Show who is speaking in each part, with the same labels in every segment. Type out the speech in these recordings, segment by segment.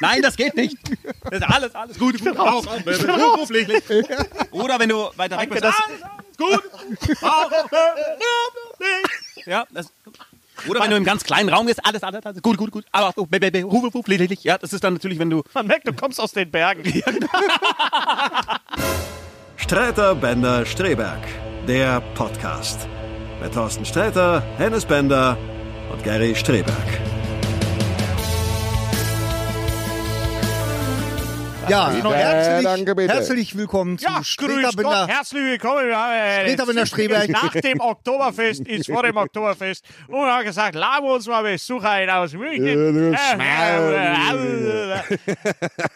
Speaker 1: Nein, das geht nicht. Das ist alles, alles gut. gut raus, raus, beruflich. Oder wenn du weiter weg bist. Das, gut. raus, beruflich. Ja, das, oder wenn du im ganz kleinen Raum bist, alles, alles, alles gut, gut, gut. Aber so, be- be- be- hu- hu- lediglich. ja, das ist dann natürlich, wenn du
Speaker 2: Man merkt, du kommst aus den Bergen.
Speaker 3: Sträter, Bender, Streberg. Der Podcast. Mit Thorsten Sträter, Hennes Bender und Gary Streberg.
Speaker 4: Ja, genau,
Speaker 2: noch
Speaker 4: herzlich,
Speaker 5: Äh, danke bitte.
Speaker 4: herzlich willkommen zu
Speaker 2: Ja, grüß Gott,
Speaker 4: Streterbinder.
Speaker 2: herzlich willkommen. Wir haben, äh,
Speaker 4: Streter Bender Streberg.
Speaker 2: Nach dem Oktoberfest ist vor dem Oktoberfest. Und wir haben gesagt, laden wir uns mal Besucher ein aus München.
Speaker 5: Ja, du
Speaker 2: Äh,
Speaker 5: Schmarrn.
Speaker 2: äh, äh,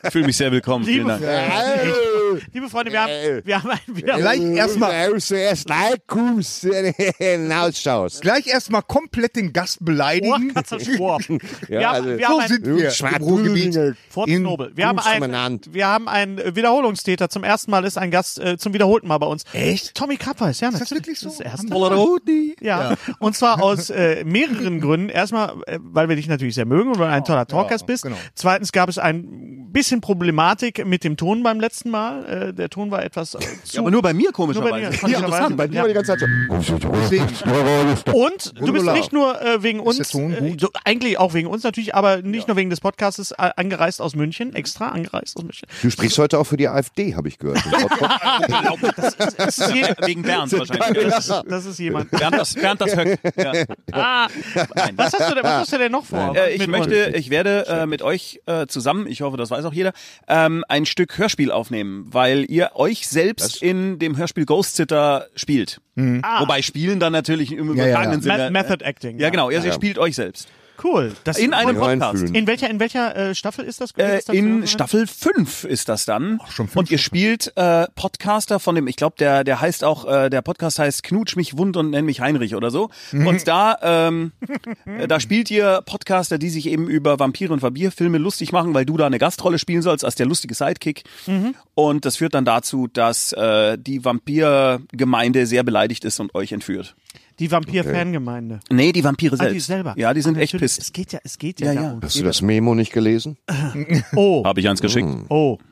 Speaker 2: äh,
Speaker 1: fühlst mich sehr willkommen. Vielen
Speaker 2: Liebe,
Speaker 1: Dank.
Speaker 5: Äh,
Speaker 2: liebe Freunde, wir haben,
Speaker 5: Äh.
Speaker 2: wir haben einen wieder...
Speaker 4: Vielleicht erstmal
Speaker 5: äh, zuerst reinkommst, äh, hinausschaust.
Speaker 4: gleich erstmal komplett den Gast beleidigen.
Speaker 2: Ohrkatzenschwur. wir
Speaker 5: Ja,
Speaker 2: haben,
Speaker 5: also-
Speaker 2: wir haben
Speaker 4: So
Speaker 2: einen
Speaker 4: sind wir im Ruhrgebiet.
Speaker 2: Fortknobel. Wir haben, einen,
Speaker 5: Kunstmanant.
Speaker 2: wir haben einen Wiederholungstäter. Zum ersten Mal ist ein Gast äh, zum wiederholten Mal bei uns.
Speaker 4: Echt?
Speaker 2: Tommy Kappa ist ja
Speaker 4: das wirklich so?
Speaker 2: Das erste Mal.
Speaker 1: Polaroid.
Speaker 2: Ja. und zwar aus äh, mehreren Gründen. Erstmal, äh, weil wir dich natürlich sehr mögen und weil du ein toller Talkers bist.
Speaker 4: genau.
Speaker 2: Zweitens gab es ein bisschen Problematik mit dem Ton beim letzten Mal. Äh, der Ton war etwas äh, zu...
Speaker 1: Ja, aber nur bei mir komischerweise.
Speaker 2: dir.
Speaker 1: Das fand ich
Speaker 2: Ja,
Speaker 1: interessant.
Speaker 5: Bei dir war die ganze Zeit schon.
Speaker 2: und du bist
Speaker 4: Gundula.
Speaker 2: nicht nur äh, wegen uns,
Speaker 4: der Ton
Speaker 2: äh,
Speaker 4: gut?
Speaker 2: so, eigentlich auch wegen uns natürlich, aber nicht nur wegen des Podcastes, äh, angereist aus München, extra angereist aus München.
Speaker 5: Du sprichst heute auch für die AfD, habe ich gehört.
Speaker 2: Das ist, je,
Speaker 1: Wegen Bernd wahrscheinlich. Ja, das ist-
Speaker 2: das ist jemand.
Speaker 1: Bernd das, Bernd das Höck. Ja.
Speaker 2: Ah,
Speaker 1: Nein.
Speaker 2: was, hast du denn, was hast du denn noch vor?
Speaker 1: Äh, ich
Speaker 2: mit
Speaker 1: möchte, ich werde äh, mit euch äh, zusammen, ich hoffe, das weiß auch jeder, ähm, ein Stück Hörspiel aufnehmen, weil ihr euch selbst in dem Hörspiel Ghost Sitter spielt.
Speaker 2: Ah.
Speaker 1: Wobei spielen dann natürlich im
Speaker 4: ja, ja.
Speaker 1: übertragenen
Speaker 2: uns? Me
Speaker 1: Sinne.
Speaker 2: Method Acting.
Speaker 1: ja, genau, ihr
Speaker 5: ja.
Speaker 1: spielt euch selbst.
Speaker 2: Cool. Das
Speaker 1: In einem
Speaker 5: Reinfühlen.
Speaker 1: Podcast.
Speaker 2: in welcher, in welcher äh, Staffel ist das?
Speaker 1: Äh,
Speaker 2: Ist das
Speaker 1: in
Speaker 2: für-
Speaker 1: Staffel 5 ist das dann.
Speaker 4: schon fünf
Speaker 1: und ihr spielt äh, Podcaster von dem, ich glaube, der, der heißt auch, äh, der Podcast heißt Knutsch mich wund und nenn mich Heinrich oder so. Und da, ähm, äh, da spielt ihr Podcaster, die sich eben über Vampire und Vampirfilme lustig machen, weil du da eine Gastrolle spielen sollst als der lustige Sidekick.
Speaker 2: Mhm.
Speaker 1: Und das führt dann dazu, dass äh, die Vampirgemeinde sehr beleidigt ist und euch entführt.
Speaker 2: Die Vampir-Fangemeinde.
Speaker 1: Nee, die Vampire
Speaker 2: Ah,
Speaker 1: selbst.
Speaker 2: die selber.
Speaker 1: Ja, die sind
Speaker 2: Ah,
Speaker 1: echt
Speaker 2: natürlich.
Speaker 1: pisst.
Speaker 2: Es geht ja, es geht
Speaker 1: Ja,
Speaker 2: ja,
Speaker 1: ja.
Speaker 2: darum.
Speaker 5: Hast du das Memo nicht gelesen?
Speaker 2: Oh,
Speaker 1: Habe ich eins geschickt.
Speaker 2: oh,
Speaker 5: Hm.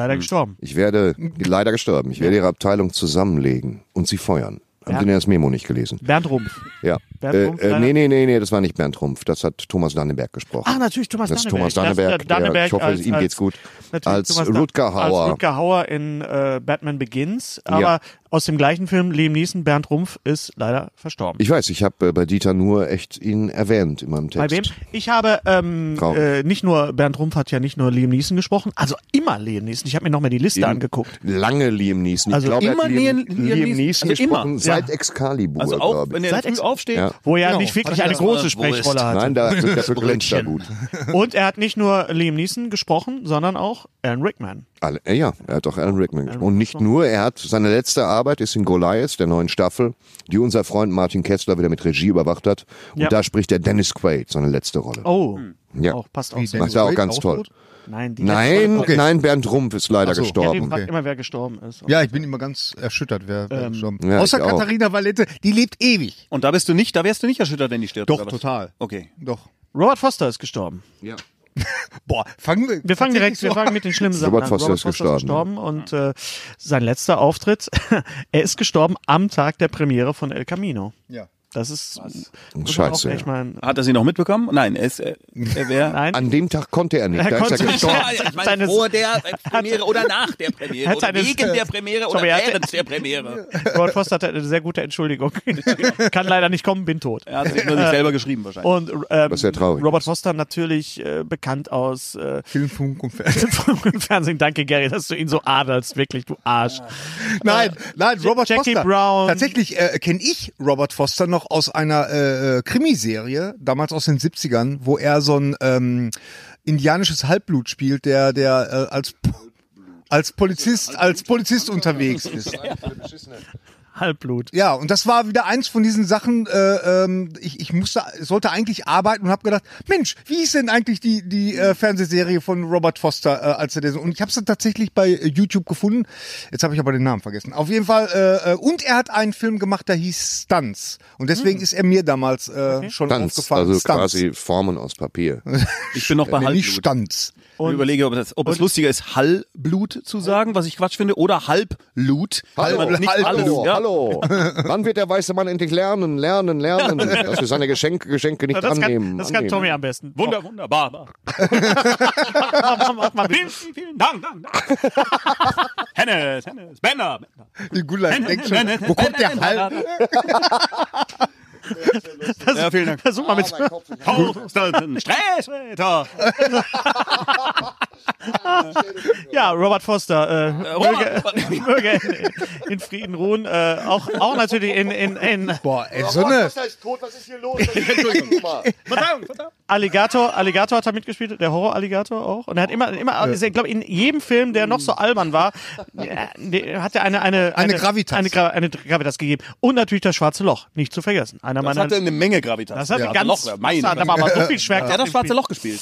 Speaker 2: leider gestorben.
Speaker 5: Ich werde, leider gestorben, ich werde ihre Abteilung zusammenlegen und sie feuern. Haben
Speaker 2: Ja.
Speaker 5: Sie denn das Memo nicht gelesen?
Speaker 2: Bernd Rumpf.
Speaker 5: Ja.
Speaker 2: Bernd
Speaker 5: äh,
Speaker 2: Rumpf,
Speaker 5: äh,
Speaker 2: leider-
Speaker 5: nee, nee, nee, nee, das war nicht Bernd Rumpf. Das hat Thomas Danneberg gesprochen.
Speaker 2: Ach, Ah, natürlich Thomas
Speaker 5: das ist
Speaker 2: Danneberg.
Speaker 5: Thomas Danneberg.
Speaker 2: Das- der Danneberg
Speaker 5: der, ich hoffe,
Speaker 2: als-
Speaker 5: ihm
Speaker 2: als-
Speaker 5: geht's gut.
Speaker 2: Natürlich
Speaker 5: Als
Speaker 2: Thomas Dan-
Speaker 5: Rutger Hauer.
Speaker 2: Als Rutger Hauer in äh, Batman Begins. Aber
Speaker 5: Ja.
Speaker 2: aus dem gleichen Film, Liam Neeson, Bernd Rumpf ist leider verstorben.
Speaker 5: Ich weiß, ich habe äh, bei Dieter nur echt ihn erwähnt in meinem Text.
Speaker 2: Bei wem? Ich habe ähm,
Speaker 5: Traurig.
Speaker 2: äh, nicht nur, Bernd Rumpf hat ja nicht nur Liam Neeson gesprochen, also immer Liam Neeson. Ich habe mir nochmal die Liste angeguckt.
Speaker 5: Lange Liam Neeson.
Speaker 2: Also
Speaker 5: ich glaube,
Speaker 1: immer
Speaker 5: er hat Liam,
Speaker 1: Liam- Liam
Speaker 5: Liam
Speaker 1: Neeson.
Speaker 5: Neeson
Speaker 1: Also immer.
Speaker 5: gesprochen seit
Speaker 2: Ja.
Speaker 5: Excalibur,
Speaker 1: Also auch,
Speaker 5: glaube
Speaker 1: wenn
Speaker 5: ich.
Speaker 1: ihr
Speaker 2: Seit
Speaker 1: früh
Speaker 2: Ex-
Speaker 1: aufsteht.
Speaker 5: Ja.
Speaker 2: Wo er
Speaker 4: Genau.
Speaker 2: nicht
Speaker 4: Hat
Speaker 2: wirklich
Speaker 4: er
Speaker 2: eine
Speaker 4: das
Speaker 2: große
Speaker 1: mal bewusst?
Speaker 2: Sprechrolle hatte.
Speaker 5: Nein, da, dafür glänzt er gut.
Speaker 2: Und er hat nicht nur Liam Neeson gesprochen, sondern auch Alan Rickman.
Speaker 5: Alle, äh, ja, er hat auch Alan Rickman gesprochen. Und nicht nur, er hat, seine letzte Arbeit ist in Goliath, der neuen Staffel, die unser Freund Martin Kessler wieder mit Regie überwacht hat. Und
Speaker 2: Ja.
Speaker 5: da spricht er Dennis Quaid, seine letzte Rolle.
Speaker 2: Oh,
Speaker 5: Ja.
Speaker 2: Auch, passt auch
Speaker 6: Wie,
Speaker 2: so.
Speaker 6: Dennis
Speaker 5: Macht er auch
Speaker 6: Quaid
Speaker 5: ganz toll.
Speaker 6: tot?
Speaker 2: Nein, die
Speaker 5: Nein,
Speaker 2: letzte-
Speaker 6: Okay.
Speaker 5: nein, Bernd Rumpf ist leider
Speaker 6: Ach so.
Speaker 2: Ja,
Speaker 5: gestorben.
Speaker 2: den fragt
Speaker 6: Okay. Ähm,
Speaker 2: immer, wer gestorben ist.
Speaker 6: Ja, ich bin immer ganz erschüttert, wer, wer gestorben
Speaker 5: ja,
Speaker 6: Außer
Speaker 5: ich auch.
Speaker 6: Katharina Valente, die lebt ewig.
Speaker 1: Und da bist du nicht, da wärst du nicht erschüttert, wenn die stirbt.
Speaker 6: Doch,
Speaker 1: oder was?
Speaker 6: total.
Speaker 1: Okay.
Speaker 6: Doch.
Speaker 2: Robert Foster ist gestorben.
Speaker 6: Boah, fangen wir.
Speaker 2: Wir fangen direkt, wir fangen mit den schlimmen Sachen
Speaker 5: Robert
Speaker 2: an.
Speaker 5: Foster
Speaker 2: Robert
Speaker 5: ist
Speaker 2: Foster
Speaker 5: gestorben.
Speaker 2: und äh, sein letzter Auftritt, er ist gestorben am Tag der Premiere von El Camino.
Speaker 6: Ja.
Speaker 2: Das ist das ist
Speaker 5: Oh, Scheiße,
Speaker 2: Auch
Speaker 5: ja.
Speaker 2: echt mal ein,
Speaker 1: Hat er sie noch mitbekommen? Nein, er ist, äh, er wäre.
Speaker 2: nein,
Speaker 5: An dem Tag konnte er nicht.
Speaker 2: Er
Speaker 5: da ist
Speaker 2: konnte
Speaker 5: er
Speaker 2: nicht.
Speaker 5: gestorben.
Speaker 2: Ja,
Speaker 1: ich meine,
Speaker 2: seines-
Speaker 1: vor der Premiere oder nach der Premiere
Speaker 2: Hat
Speaker 1: oder
Speaker 2: seines-
Speaker 1: wegen der Premiere oder
Speaker 2: Sorry, er hat-
Speaker 1: während der Premiere.
Speaker 2: Robert Foster hatte eine sehr gute Entschuldigung. Kann leider nicht kommen, bin tot.
Speaker 1: Er hat sich nur sich selber geschrieben wahrscheinlich.
Speaker 2: Und ähm,
Speaker 5: Was sehr traurig
Speaker 2: Robert
Speaker 5: ist.
Speaker 2: Foster natürlich äh, bekannt aus äh,
Speaker 6: Film, Funk und Fernsehen.
Speaker 2: Funk und Fernsehen. Danke, Gary, dass du ihn so adelst. Wirklich, du Arsch.
Speaker 6: Nein, nein,
Speaker 2: Ja-
Speaker 6: Robert
Speaker 2: Jackie
Speaker 6: Foster.
Speaker 2: Brown.
Speaker 6: Tatsächlich äh, kenne ich Robert Foster noch aus einer äh, äh, Krimiserie, damals aus den 70ern, wo er so ein ähm, indianisches Halbblut spielt, der, der äh, als, als Polizist, als Polizist unterwegs ist.
Speaker 2: Halbblut.
Speaker 6: Ja, und das war wieder eins von diesen Sachen, äh, ähm, ich, ich musste, sollte eigentlich arbeiten und habe gedacht, Mensch, wie ist denn eigentlich die, die äh, Fernsehserie von Robert Foster, äh, als er den so, und ich habe es dann tatsächlich bei äh, YouTube gefunden, jetzt habe ich aber den Namen vergessen, auf jeden Fall, äh, äh, und er hat einen Film gemacht, der hieß Stunts und deswegen ist er mir damals äh, schon
Speaker 5: Tanz,
Speaker 6: aufgefallen.
Speaker 5: also quasi Formen aus Papier.
Speaker 1: Ich bin noch bei
Speaker 6: nee, nicht
Speaker 1: Halbblut.
Speaker 6: Stunts.
Speaker 1: Ich überlege, ob, das, ob es lustiger ist, Hallblut zu sagen, was ich Quatsch finde, oder Halbblut. Weil man nicht alles-
Speaker 5: hallo,
Speaker 1: ja.
Speaker 5: hallo. Wann wird der weiße Mann endlich lernen, lernen, lernen, dass wir seine Geschenke, Geschenke nicht
Speaker 2: Das
Speaker 5: annehmen?
Speaker 2: kann, das kann
Speaker 5: annehmen.
Speaker 2: Tommy am besten.
Speaker 1: Wunder, wunderbar.
Speaker 2: Mach, mach, mach mal bitte.
Speaker 1: Vielen, vielen, vielen Dank, Dank, Dank. Hennes, Hennes, Bender. Bender.
Speaker 6: Die Gullein denkt schon, wo kommt der Hall?
Speaker 1: Ja, vielen Dank.
Speaker 2: Versuch mal mit. Äh,
Speaker 1: Thorsten Sträßwetter.
Speaker 2: Ja, Robert Foster. Äh,
Speaker 1: Robert-
Speaker 2: möge, möge in Frieden ruhen. Äh, auch, auch natürlich in, in, in
Speaker 6: Boah, ey, so eine,
Speaker 2: Alligator. Alligator hat er mitgespielt, der Horror-Alligator auch. Und er hat immer, immer ist er, glaube in jedem Film, der noch so albern war, äh, der hat er eine, eine,
Speaker 6: Eine Gravitas.
Speaker 2: Eine, Gra eine Gravitas gegeben. Und natürlich das Schwarze Loch, nicht zu vergessen. Einer
Speaker 1: Das
Speaker 2: meiner.
Speaker 1: hatte eine Menge Gravitas.
Speaker 2: das hat
Speaker 1: ja.
Speaker 2: ganz,
Speaker 1: Loch, meine.
Speaker 2: das hat aber so viel Schwerkraft.
Speaker 1: Der hat das
Speaker 2: im
Speaker 1: schwarze
Speaker 2: Spiel.
Speaker 1: Loch gespielt.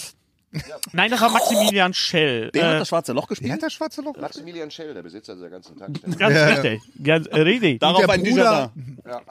Speaker 2: Nein, das war Maximilian Schell.
Speaker 1: Der
Speaker 2: Äh,
Speaker 1: hat das schwarze Loch
Speaker 6: wie hat
Speaker 1: gespielt.
Speaker 6: der schwarze Loch?
Speaker 5: Maximilian Schell, der Besitzer dieser ganzen
Speaker 2: Ganz richtig. Ganz richtig.
Speaker 1: Darauf
Speaker 6: der
Speaker 1: ein
Speaker 6: Bruder-
Speaker 1: Bruder.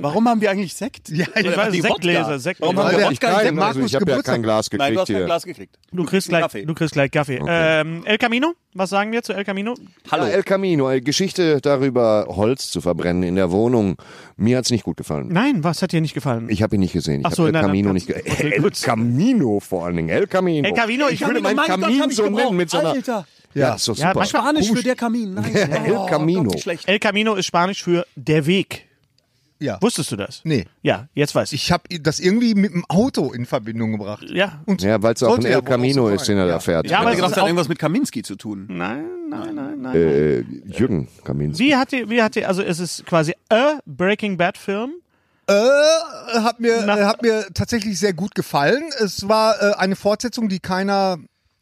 Speaker 1: Warum haben wir eigentlich Sekt?
Speaker 6: Ja, ich
Speaker 1: Oder
Speaker 2: weiß,
Speaker 1: die
Speaker 2: Sektgläser,
Speaker 1: Wodka?
Speaker 2: Sektgläser.
Speaker 1: Warum haben
Speaker 6: Weil
Speaker 1: wir
Speaker 6: der-
Speaker 1: Wodka?
Speaker 5: Nein, also
Speaker 6: Markus
Speaker 5: ich habe ja
Speaker 6: Geburtstag.
Speaker 5: kein Glas gekriegt
Speaker 1: Nein, du hast kein
Speaker 5: hier.
Speaker 1: Glas gekriegt.
Speaker 2: Du kriegst gleich,
Speaker 1: Kaffee.
Speaker 2: du kriegst gleich Kaffee. Ähm, El Camino, was sagen wir zu El Camino?
Speaker 5: Ja, El Camino, eine Geschichte darüber, Holz zu verbrennen in der Wohnung. Mir hat's nicht gut gefallen.
Speaker 2: Nein, was hat dir nicht gefallen?
Speaker 5: Ich habe ihn nicht gesehen. Ich
Speaker 2: Ach
Speaker 5: hab
Speaker 2: so,
Speaker 5: El
Speaker 2: nein, dann
Speaker 5: Camino
Speaker 2: kannst
Speaker 5: nicht
Speaker 2: du-
Speaker 5: ge-
Speaker 2: Okay,
Speaker 5: El
Speaker 2: gut.
Speaker 5: Camino vor allen Dingen. El Camino.
Speaker 2: El Camino, ich
Speaker 5: ich würde
Speaker 2: würde-
Speaker 5: meinen
Speaker 1: Mein Gott,
Speaker 5: Kamin
Speaker 1: hab ich
Speaker 5: so nennen
Speaker 1: gebraucht.
Speaker 5: mit so einer.
Speaker 1: Alter.
Speaker 5: Ja, das ist doch super.
Speaker 2: Ja, manchmal-
Speaker 1: Spanisch für der Kamin. Nein. Oh,
Speaker 5: El Camino.
Speaker 1: Gott, wie schlecht.
Speaker 2: El Camino ist Spanisch für der Weg.
Speaker 6: Ja.
Speaker 2: Wusstest du das?
Speaker 6: Nee.
Speaker 2: Ja, jetzt weiß ich.
Speaker 6: Ich habe das irgendwie mit dem Auto in Verbindung gebracht.
Speaker 2: Ja.
Speaker 6: Und
Speaker 5: Ja, weil es auch ein
Speaker 6: sollte ja
Speaker 5: El
Speaker 6: wohl auch
Speaker 5: Camino
Speaker 6: so
Speaker 5: ist,
Speaker 6: sein.
Speaker 5: den er
Speaker 6: Ja.
Speaker 5: da fährt.
Speaker 2: Ja, aber
Speaker 1: Ich
Speaker 2: es
Speaker 1: gedacht,
Speaker 2: ist
Speaker 1: das hat
Speaker 2: auch-
Speaker 1: irgendwas mit Kaminski zu tun.
Speaker 2: Nein, nein, nein, nein.
Speaker 5: äh, Jürgen Kaminski.
Speaker 2: Wie hat die, wie hat die, also es ist quasi a Breaking Bad Film.
Speaker 6: Äh, hat mir,
Speaker 2: Na-
Speaker 6: äh, hat mir tatsächlich sehr gut gefallen. Es war äh, eine Fortsetzung, die keiner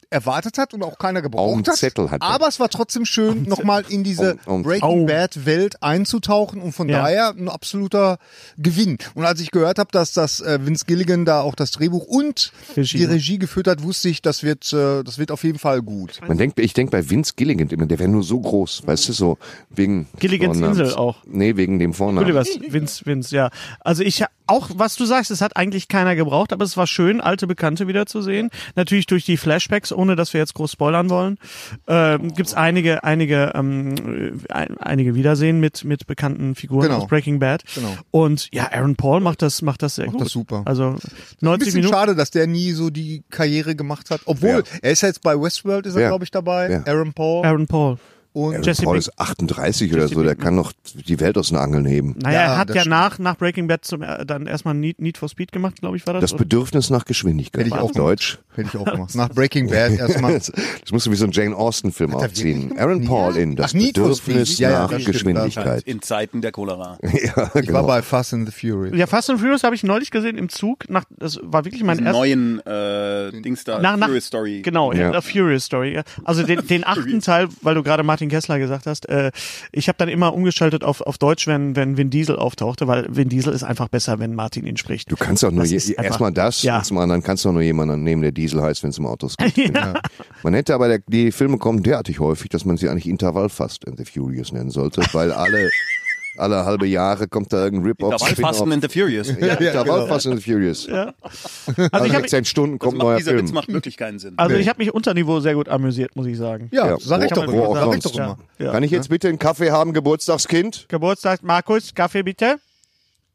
Speaker 6: erwartet hat und auch keiner
Speaker 5: Auf
Speaker 6: gebraucht
Speaker 5: dem
Speaker 6: hat.
Speaker 5: Zettel hat er.
Speaker 6: Aber es war trotzdem schön, nochmal in diese
Speaker 5: Auf- auf-
Speaker 6: Breaking Bad Welt einzutauchen und von
Speaker 2: Oh. Ja.
Speaker 6: daher ein absoluter Gewinn. Und als ich gehört habe, dass das äh, Vince Gilligan da auch das Drehbuch und
Speaker 2: Regie. ne?
Speaker 6: die Regie geführt hat, wusste ich, das wird, äh, das wird auf jeden Fall gut.
Speaker 5: Man denkt, ich denke bei Vince Gilligan immer, der wäre nur so groß, weißt du, so wegen
Speaker 2: Gilligans
Speaker 5: Vornamens.
Speaker 2: Insel auch.
Speaker 5: Nee, wegen dem Vornamen.
Speaker 2: Gullivers, Vince, Vince, ja. Also ich, auch was du sagst, es hat eigentlich keiner gebraucht, aber es war schön, alte Bekannte wiederzusehen. Natürlich durch die Flashbacks, ohne dass wir jetzt groß spoilern wollen, ähm, gibt's einige, einige, ähm, äh, ein, einige Wiedersehen mit, mit bekannten Figuren
Speaker 6: Genau.
Speaker 2: aus Breaking Bad.
Speaker 6: Genau.
Speaker 2: Und ja, Aaron Paul macht das, macht das sehr macht gut.
Speaker 6: das super.
Speaker 2: Also
Speaker 6: Ein
Speaker 2: 90
Speaker 6: bisschen
Speaker 2: Minuten.
Speaker 6: schade, dass der nie so die Karriere gemacht hat. Obwohl, er ist ja jetzt bei Westworld, ist er,
Speaker 5: Wer?
Speaker 6: glaube ich, dabei.
Speaker 5: Wer?
Speaker 6: Aaron Paul.
Speaker 2: Aaron Paul.
Speaker 6: und
Speaker 5: Aaron
Speaker 2: Jesse
Speaker 5: Also Paul
Speaker 2: Pinkman.
Speaker 5: ist 38 oder so, der kann noch die Welt aus den Angeln heben.
Speaker 2: Naja,
Speaker 6: Ja,
Speaker 2: er hat
Speaker 6: das
Speaker 2: ja
Speaker 6: stimmt.
Speaker 2: nach, nach Breaking Bad zum, äh, dann erstmal Need, Need for Speed gemacht, glaube ich, war das.
Speaker 5: Das
Speaker 2: Oder-
Speaker 5: Bedürfnis nach Geschwindigkeit.
Speaker 6: Hätte ich
Speaker 5: auf
Speaker 6: auch gemacht.
Speaker 5: Deutsch.
Speaker 6: Hätte ich auch gemacht. Nach Breaking Bad erstmal.
Speaker 5: Das musst du wie so ein Jane Austen-Film aufziehen. Aaron Paul in Das
Speaker 6: Ach, Need for
Speaker 5: Bedürfnis
Speaker 6: Speed. Ja, ja,
Speaker 5: nach
Speaker 6: das stimmt,
Speaker 5: Geschwindigkeit.
Speaker 1: In Zeiten der Cholera.
Speaker 5: Ja,
Speaker 6: Ich war bei Fast and the Furious.
Speaker 2: Ja, Fast and Furious habe ich neulich gesehen im Zug. Nach, das war wirklich mein
Speaker 1: Diesen
Speaker 2: erster.
Speaker 1: neuen äh, äh, Dings da,
Speaker 2: nach, nach,
Speaker 1: Furious Story.
Speaker 2: Genau,
Speaker 5: Ja.
Speaker 2: in der Furious Story. ja. Also den, den achten Teil, weil du gerade Martin Kessler gesagt hast, äh, ich habe dann immer umgeschaltet auf, auf Deutsch, wenn, wenn Vin Diesel auftauchte, weil Vin Diesel ist einfach besser, wenn Martin ihn spricht.
Speaker 5: Du kannst auch nur
Speaker 2: Das
Speaker 5: je,
Speaker 2: ist einfach-
Speaker 5: erstmal das
Speaker 2: Ja.
Speaker 5: und zum anderen kannst du auch nur jemanden nehmen, der Diesel heißt, wenn es im Autos geht. Man hätte aber der, die Filme kommen derartig häufig, dass man sie eigentlich Intervallfast and the Furious nennen sollte, weil alle alle halbe Jahre kommt da irgendein Rip-Off.
Speaker 1: Da war Fast and the Furious.
Speaker 5: Spin-off. ja, Intervallfast and the Furious.
Speaker 2: also
Speaker 5: Alle
Speaker 2: ich habe
Speaker 5: 16 Stunden kommt
Speaker 1: Macht,
Speaker 5: neuer
Speaker 1: dieser Witz
Speaker 5: Film.
Speaker 1: macht wirklich keinen Sinn.
Speaker 2: also ich hab mich unter Niveau sehr gut amüsiert, muss ich sagen.
Speaker 6: Ja, sag
Speaker 5: wo-
Speaker 6: ich doch
Speaker 5: wo
Speaker 6: immer.
Speaker 5: auch
Speaker 6: Sag ich
Speaker 5: sonst.
Speaker 6: doch immer.
Speaker 2: Ja.
Speaker 5: Kann ich jetzt bitte einen Kaffee haben, Geburtstagskind?
Speaker 2: Geburtstag, Markus, Kaffee bitte.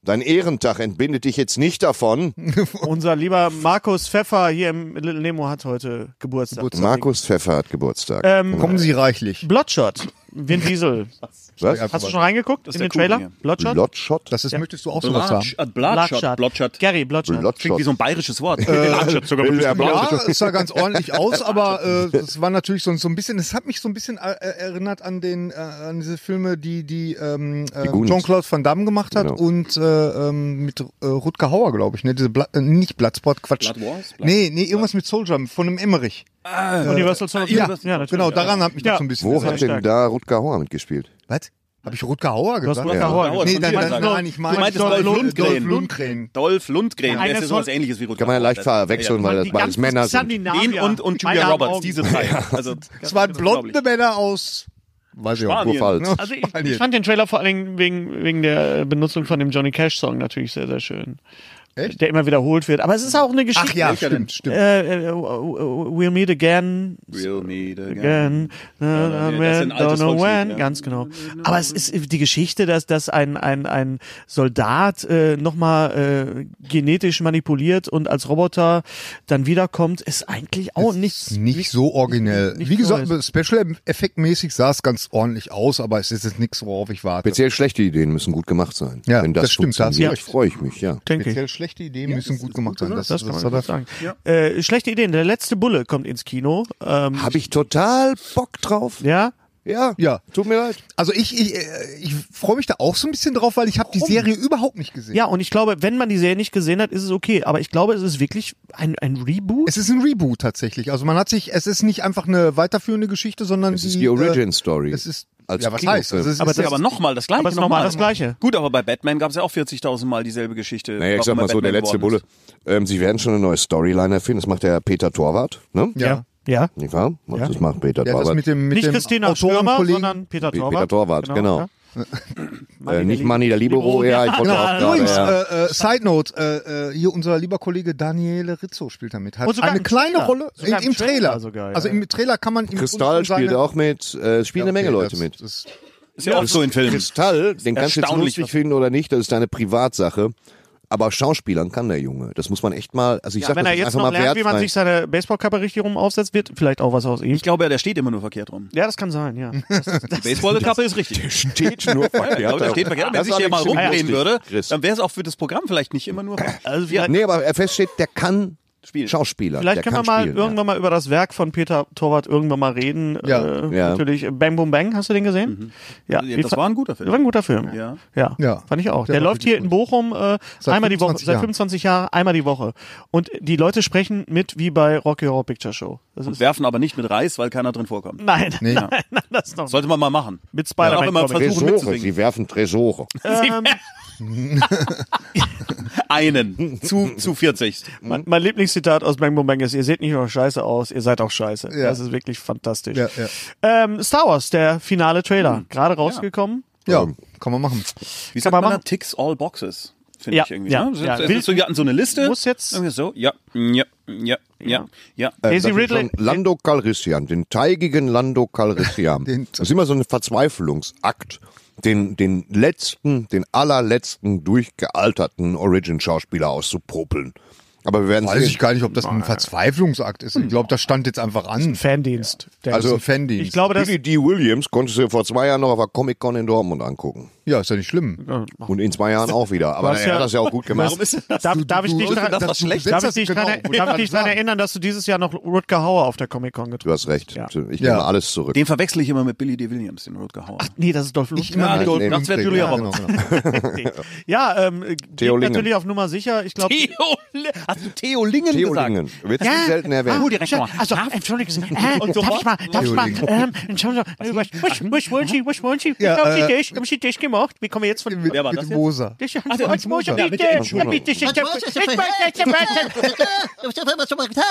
Speaker 5: Dein Ehrentag entbindet dich jetzt nicht davon.
Speaker 2: Unser lieber Markus Pfeffer hier im Little Nemo hat heute Geburtstag.
Speaker 5: Markus Pfeffer hat Geburtstag.
Speaker 2: Ähm,
Speaker 6: Kommen Sie reichlich.
Speaker 2: Bloodshot, Vin Diesel.
Speaker 5: Was?
Speaker 2: Hast du schon reingeguckt in
Speaker 1: ist der
Speaker 2: den Trailer?
Speaker 1: Kuchen hier.
Speaker 2: Bloodshot?
Speaker 5: Bloodshot?
Speaker 6: Das ist, möchtest du auch sowas haben?
Speaker 1: Bloodshot, äh, Bloodshot, Bloodshot.
Speaker 2: Gary Bloodshot.
Speaker 1: Klingt wie so ein bayerisches
Speaker 5: Äh,
Speaker 1: Wort. Bloodshot sogar mit
Speaker 5: Ja,
Speaker 1: diesem Wort.
Speaker 6: Ja, es sah ganz ordentlich aus, aber äh, es war natürlich so, so ein bisschen, es hat mich so ein bisschen äh, erinnert an den äh, an diese Filme, die die, ähm, äh,
Speaker 5: Goonies.
Speaker 6: Jean-Claude Van Damme gemacht hat
Speaker 5: Genau.
Speaker 6: und äh, ähm, mit äh, Rutger Hauer, glaube ich, ne? Diese Bla äh, nicht Bloodsport, Quatsch.
Speaker 1: Blood Wars? Blood-
Speaker 6: nee, nee, irgendwas mit Soldier von einem Emmerich.
Speaker 2: Universal Soldier.
Speaker 6: Ja,
Speaker 2: natürlich.
Speaker 6: genau, daran hat mich
Speaker 2: Ja.
Speaker 6: das so ein bisschen
Speaker 5: Wo
Speaker 6: erinnert.
Speaker 5: hat denn
Speaker 2: stark.
Speaker 5: da Rutger Hauer mitgespielt?
Speaker 6: Was? Habe ich Rutger Hauer
Speaker 2: hast
Speaker 6: gesagt?
Speaker 2: Rutger Ja. Hauer gesagt.
Speaker 6: Nee,
Speaker 2: Schon
Speaker 6: nein,
Speaker 2: wieder.
Speaker 6: nein,
Speaker 2: Du
Speaker 6: nein, ich meine
Speaker 1: Du meintest Dolph Lundgren.
Speaker 6: Lundgren.
Speaker 1: Dolph Lundgren, der ist
Speaker 2: Eines
Speaker 1: ja sowas
Speaker 2: von-
Speaker 1: ähnliches wie Rutger
Speaker 5: Kann man ja leicht
Speaker 1: Hauer.
Speaker 5: verwechseln,
Speaker 2: Ja,
Speaker 5: weil das
Speaker 2: die
Speaker 5: beides
Speaker 2: ganzen
Speaker 5: Männer sind.
Speaker 2: Skandinavier.
Speaker 1: Den und, und
Speaker 2: Meine
Speaker 1: Julia
Speaker 2: haben
Speaker 1: Roberts,
Speaker 2: Augen.
Speaker 1: diese drei. Also,
Speaker 6: Es waren
Speaker 2: Genau,
Speaker 6: blonde Männer aus, weiß ich auch.
Speaker 1: Spanien.
Speaker 5: Kurpfalz.
Speaker 2: Also ich, ich fand den Trailer vor allen Dingen wegen, wegen der äh, Benutzung von dem Johnny Cash Song natürlich sehr, sehr schön.
Speaker 6: Echt?
Speaker 2: Der immer wiederholt wird. Aber es ist auch eine Geschichte.
Speaker 6: Ach ja,
Speaker 1: Welcher denn?
Speaker 6: stimmt, stimmt.
Speaker 2: Äh, äh, we'll meet again.
Speaker 1: We'll meet again.
Speaker 2: Again.
Speaker 1: Ja, nee, das ist ein
Speaker 2: don't
Speaker 1: altes
Speaker 2: know
Speaker 1: Volkslied,
Speaker 2: when.
Speaker 1: ja.
Speaker 2: Ganz genau. Aber es ist die Geschichte, dass, dass ein, ein, ein Soldat äh, nochmal äh, genetisch manipuliert und als Roboter dann wiederkommt, ist eigentlich auch nichts.
Speaker 6: Nicht so originell.
Speaker 2: nicht
Speaker 6: Wie gesagt,
Speaker 2: Neues.
Speaker 6: Special Effect-mäßig sah es ganz ordentlich aus, aber es ist jetzt nichts, worauf ich warte.
Speaker 5: Speziell schlechte Ideen müssen gut gemacht sein.
Speaker 6: Ja,
Speaker 5: Wenn das,
Speaker 6: das stimmt, da hast du
Speaker 5: funktioniert,
Speaker 6: recht.
Speaker 5: freue ich mich, ja.
Speaker 2: denke ich.
Speaker 6: Speziell schlechte Ideen müssen gut gemacht sein. Das,
Speaker 2: Das kann
Speaker 6: das
Speaker 2: man
Speaker 6: hat er-
Speaker 2: gut sagen. Äh, schlechte Ideen. Der letzte Bulle kommt ins Kino. Ähm,
Speaker 5: Habe ich total Bock drauf.
Speaker 2: ja.
Speaker 5: Ja.
Speaker 6: Ja.
Speaker 5: Tut mir leid.
Speaker 6: Also ich, ich, äh, ich freue mich da auch so ein bisschen drauf, weil ich habe die Serie überhaupt nicht gesehen.
Speaker 2: Ja, und ich glaube, wenn man die Serie nicht gesehen hat, ist es okay. Aber ich glaube, es ist wirklich ein, ein Reboot.
Speaker 6: Es ist ein Reboot tatsächlich. Also man hat sich, es ist nicht einfach eine weiterführende Geschichte, sondern
Speaker 5: Es ist die Origin Story.
Speaker 6: Äh, es ist
Speaker 5: Als
Speaker 6: ja was
Speaker 5: Kinofilm.
Speaker 6: heißt? Also es
Speaker 2: Aber
Speaker 6: ist
Speaker 2: das-
Speaker 6: jetzt-
Speaker 1: Aber nochmal das gleiche.
Speaker 2: Aber es ist noch mal das Gleiche.
Speaker 1: Gut, aber bei Batman gab es ja auch 40.000 Mal dieselbe Geschichte.
Speaker 5: Naja, ich
Speaker 1: warum
Speaker 5: sag mal
Speaker 1: er
Speaker 5: so, der
Speaker 1: Batman
Speaker 5: letzte
Speaker 1: geworden
Speaker 5: Bulle.
Speaker 1: ist.
Speaker 5: Ähm, sie werden schon eine neue Storyline erfinden. Das macht der Peter Torwart, ne?
Speaker 6: ja.
Speaker 2: Ja.
Speaker 5: Nicht wahr? Das macht Peter
Speaker 6: Der hat das
Speaker 5: Torwart.
Speaker 6: mit dem, mit
Speaker 2: Nicht
Speaker 6: dem
Speaker 2: Christina Stürmer,
Speaker 6: Autorenkollegen-
Speaker 2: sondern Peter
Speaker 5: Peter
Speaker 2: Torwart.
Speaker 5: Torwart, genau.
Speaker 2: Manni
Speaker 5: äh, nicht
Speaker 2: der
Speaker 5: Manni der Libero,
Speaker 2: Libero,
Speaker 5: ja, ich
Speaker 2: ja.
Speaker 5: wollte auch
Speaker 6: Genau,
Speaker 5: gerade.
Speaker 6: übrigens,
Speaker 5: Ja.
Speaker 6: äh, äh, Side Note, äh, äh, hier unser lieber Kollege Daniele Rizzo spielt damit. Hat
Speaker 2: Und Oh, sogar
Speaker 6: eine
Speaker 2: im
Speaker 6: kleine
Speaker 2: Trailer.
Speaker 6: Rolle im,
Speaker 2: Sogar
Speaker 6: im
Speaker 2: im Trailer
Speaker 6: Trailer.
Speaker 2: sogar, ja.
Speaker 6: Also im Trailer kann man im
Speaker 5: Kristall
Speaker 6: Grunde schon
Speaker 5: spielt
Speaker 6: seine-
Speaker 5: auch mit, äh, es spielen eine Menge
Speaker 6: Okay,
Speaker 5: Leute
Speaker 6: das-
Speaker 5: mit.
Speaker 6: Das,
Speaker 1: Ist ja auch so in Filmen.
Speaker 5: Kristall, den kannst du jetzt
Speaker 1: erstaunlich,
Speaker 5: lustig
Speaker 1: was-
Speaker 5: finden oder nicht, das ist deine Privatsache. Aber Schauspielern kann der Junge. Das muss man echt mal, also ich sag
Speaker 2: Wenn
Speaker 5: das
Speaker 2: er
Speaker 5: jetzt
Speaker 2: jetzt
Speaker 5: einfach
Speaker 2: noch
Speaker 5: mal
Speaker 2: lernt, wie man
Speaker 5: wertfrei.
Speaker 2: sich seine Baseballkappe richtig rum aufsetzt, wird vielleicht auch was aus ihm.
Speaker 1: Ich glaube, ja, der steht immer nur verkehrt rum.
Speaker 2: Ja, das kann sein, ja.
Speaker 1: Die Baseballkappe ist richtig.
Speaker 5: steht
Speaker 1: Ja,
Speaker 5: nur
Speaker 1: ich glaube, der steht verkehrt. Wenn
Speaker 5: Das
Speaker 1: sich
Speaker 5: war
Speaker 1: der mal
Speaker 5: nicht so
Speaker 1: rumdrehen
Speaker 5: lustig,
Speaker 1: würde,
Speaker 5: Chris.
Speaker 1: dann wäre es auch für das Programm vielleicht nicht immer nur.
Speaker 2: Also vielleicht,
Speaker 5: Nee, aber er feststeht, der kann
Speaker 1: Spielen.
Speaker 5: Schauspieler.
Speaker 2: vielleicht
Speaker 5: der
Speaker 2: können wir
Speaker 5: kann
Speaker 2: mal
Speaker 5: spielen,
Speaker 2: irgendwann mal über das Werk von Peter Torwart irgendwann mal reden.
Speaker 6: Ja.
Speaker 2: Äh,
Speaker 5: Ja.
Speaker 2: Natürlich Bang Boom Bang, hast du den gesehen? Ja,
Speaker 1: Mhm. Ja,
Speaker 2: wie
Speaker 1: das
Speaker 2: fa-
Speaker 1: war ein guter
Speaker 2: war
Speaker 1: Film.
Speaker 2: ein guter Film.
Speaker 1: Ja.
Speaker 2: ja.
Speaker 6: Ja.
Speaker 2: Fand ich auch.
Speaker 6: Der
Speaker 2: Der,
Speaker 6: war
Speaker 2: läuft hier in Bochum äh,
Speaker 6: Seit
Speaker 2: einmal die Woche,
Speaker 6: 25
Speaker 2: seit
Speaker 6: Jahren.
Speaker 2: 25 Jahren, einmal die Woche. Und die Leute sprechen mit wie bei Rocky Horror Picture Show. Das ist,
Speaker 1: Werfen aber nicht mit Reis, weil keiner drin vorkommt.
Speaker 2: nein,
Speaker 6: Nee.
Speaker 2: nein, nein, das noch.
Speaker 1: Sollte man mal machen.
Speaker 2: Mit
Speaker 1: Ja, auch
Speaker 2: Spider-Man.
Speaker 1: immer
Speaker 2: Comics.
Speaker 1: versuchen
Speaker 5: Tresore,
Speaker 1: mitzusingen.
Speaker 5: sie werfen Tresore.
Speaker 1: Einen. Zu, zu 40.
Speaker 2: Mein, mein Lieblingszitat aus Bang Boom Bang ist, ihr seht nicht nur scheiße aus, ihr seid auch scheiße.
Speaker 6: Ja.
Speaker 2: Das ist wirklich fantastisch.
Speaker 6: Ja, ja.
Speaker 2: Ähm, Star Wars, der finale
Speaker 5: Hm.
Speaker 2: Trailer, gerade rausgekommen.
Speaker 5: Äh,
Speaker 6: ja, kann man machen.
Speaker 1: Wie sagt
Speaker 2: man
Speaker 1: man, da?
Speaker 2: machen.
Speaker 1: Ticks all boxes. Finde
Speaker 2: Ja,
Speaker 1: ich irgendwie.
Speaker 2: ja,
Speaker 1: ne? Das ist-
Speaker 2: ja.
Speaker 1: das
Speaker 2: Will-
Speaker 1: ist so, wir hatten so eine Liste.
Speaker 2: Muss jetzt-
Speaker 1: Irgendwie So, ja, ja, ja, ja, ja.
Speaker 2: Daisy
Speaker 5: das ist
Speaker 2: Ridley-
Speaker 5: schon Lando Calrissian, den teigigen Lando Calrissian.
Speaker 6: Den-
Speaker 5: das ist immer so ein Verzweiflungsakt, den, den letzten, den allerletzten durchgealterten Origin-Schauspieler auszupopeln. Aber wir werden
Speaker 6: Weiß
Speaker 5: sehen.
Speaker 6: ich gar nicht, ob das ein Verzweiflungsakt ist.
Speaker 2: Hm.
Speaker 6: Ich glaube, das stand jetzt einfach
Speaker 2: Ein
Speaker 6: an.
Speaker 2: Fandienst. Der
Speaker 6: Also
Speaker 2: ich
Speaker 6: Fandienst.
Speaker 2: glaube, das,
Speaker 5: Billy D. Williams konntest du vor zwei Jahren noch auf der Comic-Con in Dortmund angucken.
Speaker 6: Ja, ist ja nicht schlimm.
Speaker 5: Und in zwei Jahren auch wieder. Aber
Speaker 2: Was
Speaker 5: er
Speaker 2: ja-
Speaker 5: hat das ja auch gut gemacht.
Speaker 1: Warum ist denn das?
Speaker 2: Darf, darf ich
Speaker 6: du-
Speaker 2: dich
Speaker 6: du-
Speaker 2: daran
Speaker 6: das war
Speaker 1: Äh,
Speaker 6: schlecht.
Speaker 2: darf ich
Speaker 6: Das-
Speaker 2: dich
Speaker 6: genau,
Speaker 2: daran
Speaker 6: wollte ich
Speaker 2: darf ich
Speaker 6: gerade
Speaker 2: dich daran
Speaker 6: sagen.
Speaker 2: erinnern, dass du dieses Jahr noch Rutger Hauer auf der Comic-Con
Speaker 5: Du
Speaker 2: getroffen
Speaker 5: hast recht.
Speaker 2: Ja.
Speaker 5: Ich
Speaker 6: Ja.
Speaker 5: nehme alles zurück.
Speaker 1: Den verwechsel ich immer mit Billy D. Williams, den Rutger Hauer.
Speaker 2: hast. Nee, das ist Dolph Lundgren.
Speaker 1: immer mit
Speaker 5: Dolph
Speaker 6: Dolph
Speaker 1: Lundgren.
Speaker 6: Lundgren.
Speaker 1: Ja,
Speaker 6: genau, genau.
Speaker 2: Ja, ähm,
Speaker 5: Theo
Speaker 2: geht
Speaker 5: Lingen.
Speaker 2: natürlich auf Nummer sicher. Ich glaube,
Speaker 1: Theo, Li- hast du genau. Theo Lingen
Speaker 5: Theo
Speaker 1: gesagt?
Speaker 5: Lingen. Wird ja. selten erwähnt.
Speaker 1: Direktor.
Speaker 2: Also, entschuldigen Sie. Äh,
Speaker 1: Und so
Speaker 2: darf
Speaker 1: war-
Speaker 2: ich mal, darf ich mal, ähm, entschuldigen Sie, was, was, was wollen Sie, was wollen Sie? Was haben
Speaker 6: äh,
Speaker 2: Sie das, haben Sie das gemacht? Wir kommen jetzt von...
Speaker 1: Wer war das
Speaker 6: Mit
Speaker 1: jetzt?
Speaker 6: Moser.
Speaker 2: Das ist
Speaker 1: der
Speaker 2: Hans Moser,
Speaker 1: Ja, mit
Speaker 2: bitte, bitte,
Speaker 1: der
Speaker 2: das ist der- das ist der-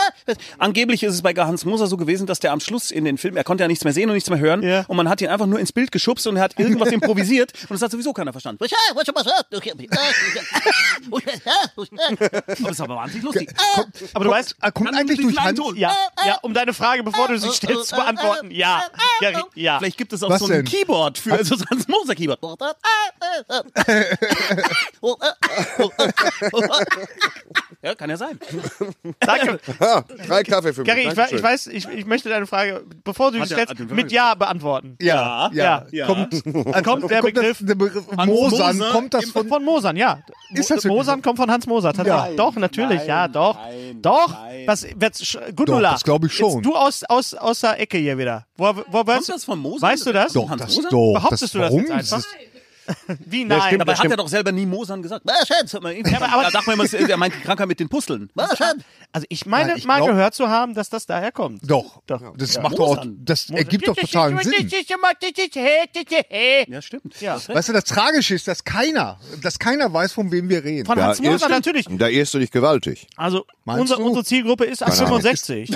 Speaker 1: Angeblich ist es bei Hans Moser so gewesen, dass der am Schluss in den Film, er konnte ja nichts mehr sehen und nichts mehr hören,
Speaker 2: Ja.
Speaker 1: und man hat ihn einfach nur ins Bild geschubst und er hat irgendwas improvisiert und das hat sowieso keiner verstanden. Aber das war wahnsinnig lustig.
Speaker 2: Aber du weißt, äh,
Speaker 6: Ah, kommt
Speaker 1: Kann
Speaker 6: eigentlich
Speaker 1: man
Speaker 6: durch
Speaker 1: diesen
Speaker 6: Hans.
Speaker 1: Einton?
Speaker 2: ja, ja, um deine Frage, bevor du sie stellst, zu beantworten, ja, ja, ri- ja.
Speaker 1: Vielleicht gibt es auch
Speaker 6: Was
Speaker 1: so ein
Speaker 6: denn? Also
Speaker 1: Keyboard für so ein Hans Moser Keyboard. ja, kann ja sein.
Speaker 2: Danke.
Speaker 5: Ah, drei Kaffee für mich.
Speaker 2: Gary, ich, we-
Speaker 5: Dankeschön.
Speaker 2: ich weiß, ich, ich möchte deine Frage, bevor du sie
Speaker 1: Hat er-
Speaker 2: stellst,
Speaker 1: hat er-
Speaker 2: mit Ja beantworten.
Speaker 6: Ja, ja,
Speaker 2: ja.
Speaker 6: Kommt,
Speaker 2: Kommt der Begriff
Speaker 6: das, der Begriff
Speaker 1: Hans
Speaker 6: Mosan,
Speaker 1: Moser
Speaker 6: kommt das
Speaker 1: im-
Speaker 6: von.
Speaker 2: Von Mosern, ja.
Speaker 6: Ist das wirklich
Speaker 2: Mosern
Speaker 6: so?
Speaker 2: kommt von Hans Moser. tatsächlich.
Speaker 6: Ja.
Speaker 2: Doch, natürlich, ja, doch. doch. Was, was, Sch- Gundula.
Speaker 6: Doch, das glaub ich schon.
Speaker 2: Jetzt du aus, aus, aus der Ecke hier wieder. Wo, wo, weißt,
Speaker 1: Kommt das von Moser?
Speaker 2: Weißt du das?
Speaker 6: Doch,
Speaker 1: Hans
Speaker 6: das,
Speaker 1: Moser?
Speaker 6: doch.
Speaker 2: Behauptest
Speaker 6: das,
Speaker 2: du das
Speaker 6: warum?
Speaker 2: jetzt einfach?
Speaker 6: ist-
Speaker 2: Wie nein?
Speaker 1: Dabei hat er doch selber nie Mosern gesagt. Was jetzt? Aber,
Speaker 2: aber-
Speaker 1: aber, sag mal, immer, er meint die Krankheit mit den Pusteln. Ah, Was jetzt?
Speaker 2: also ich meine,
Speaker 6: Nein, ich
Speaker 2: mal
Speaker 6: glaub-
Speaker 2: gehört zu haben, dass das daher kommt.
Speaker 6: Doch,
Speaker 2: Doch.
Speaker 6: das macht doch auch, das ergibt doch totalen Sinn.
Speaker 1: Ja, stimmt.
Speaker 2: Ja.
Speaker 1: Das-
Speaker 6: Weißt du, das Tragische ist, dass keiner, dass keiner weiß, von wem wir reden.
Speaker 2: Von
Speaker 5: Da
Speaker 2: Hans Moser
Speaker 5: irrst-
Speaker 2: natürlich.
Speaker 5: Da irrst du dich gewaltig.
Speaker 2: Also
Speaker 6: Meinst
Speaker 2: unser,
Speaker 6: du?
Speaker 2: unsere Zielgruppe ist ab
Speaker 5: Keine Ahnung.
Speaker 2: 65.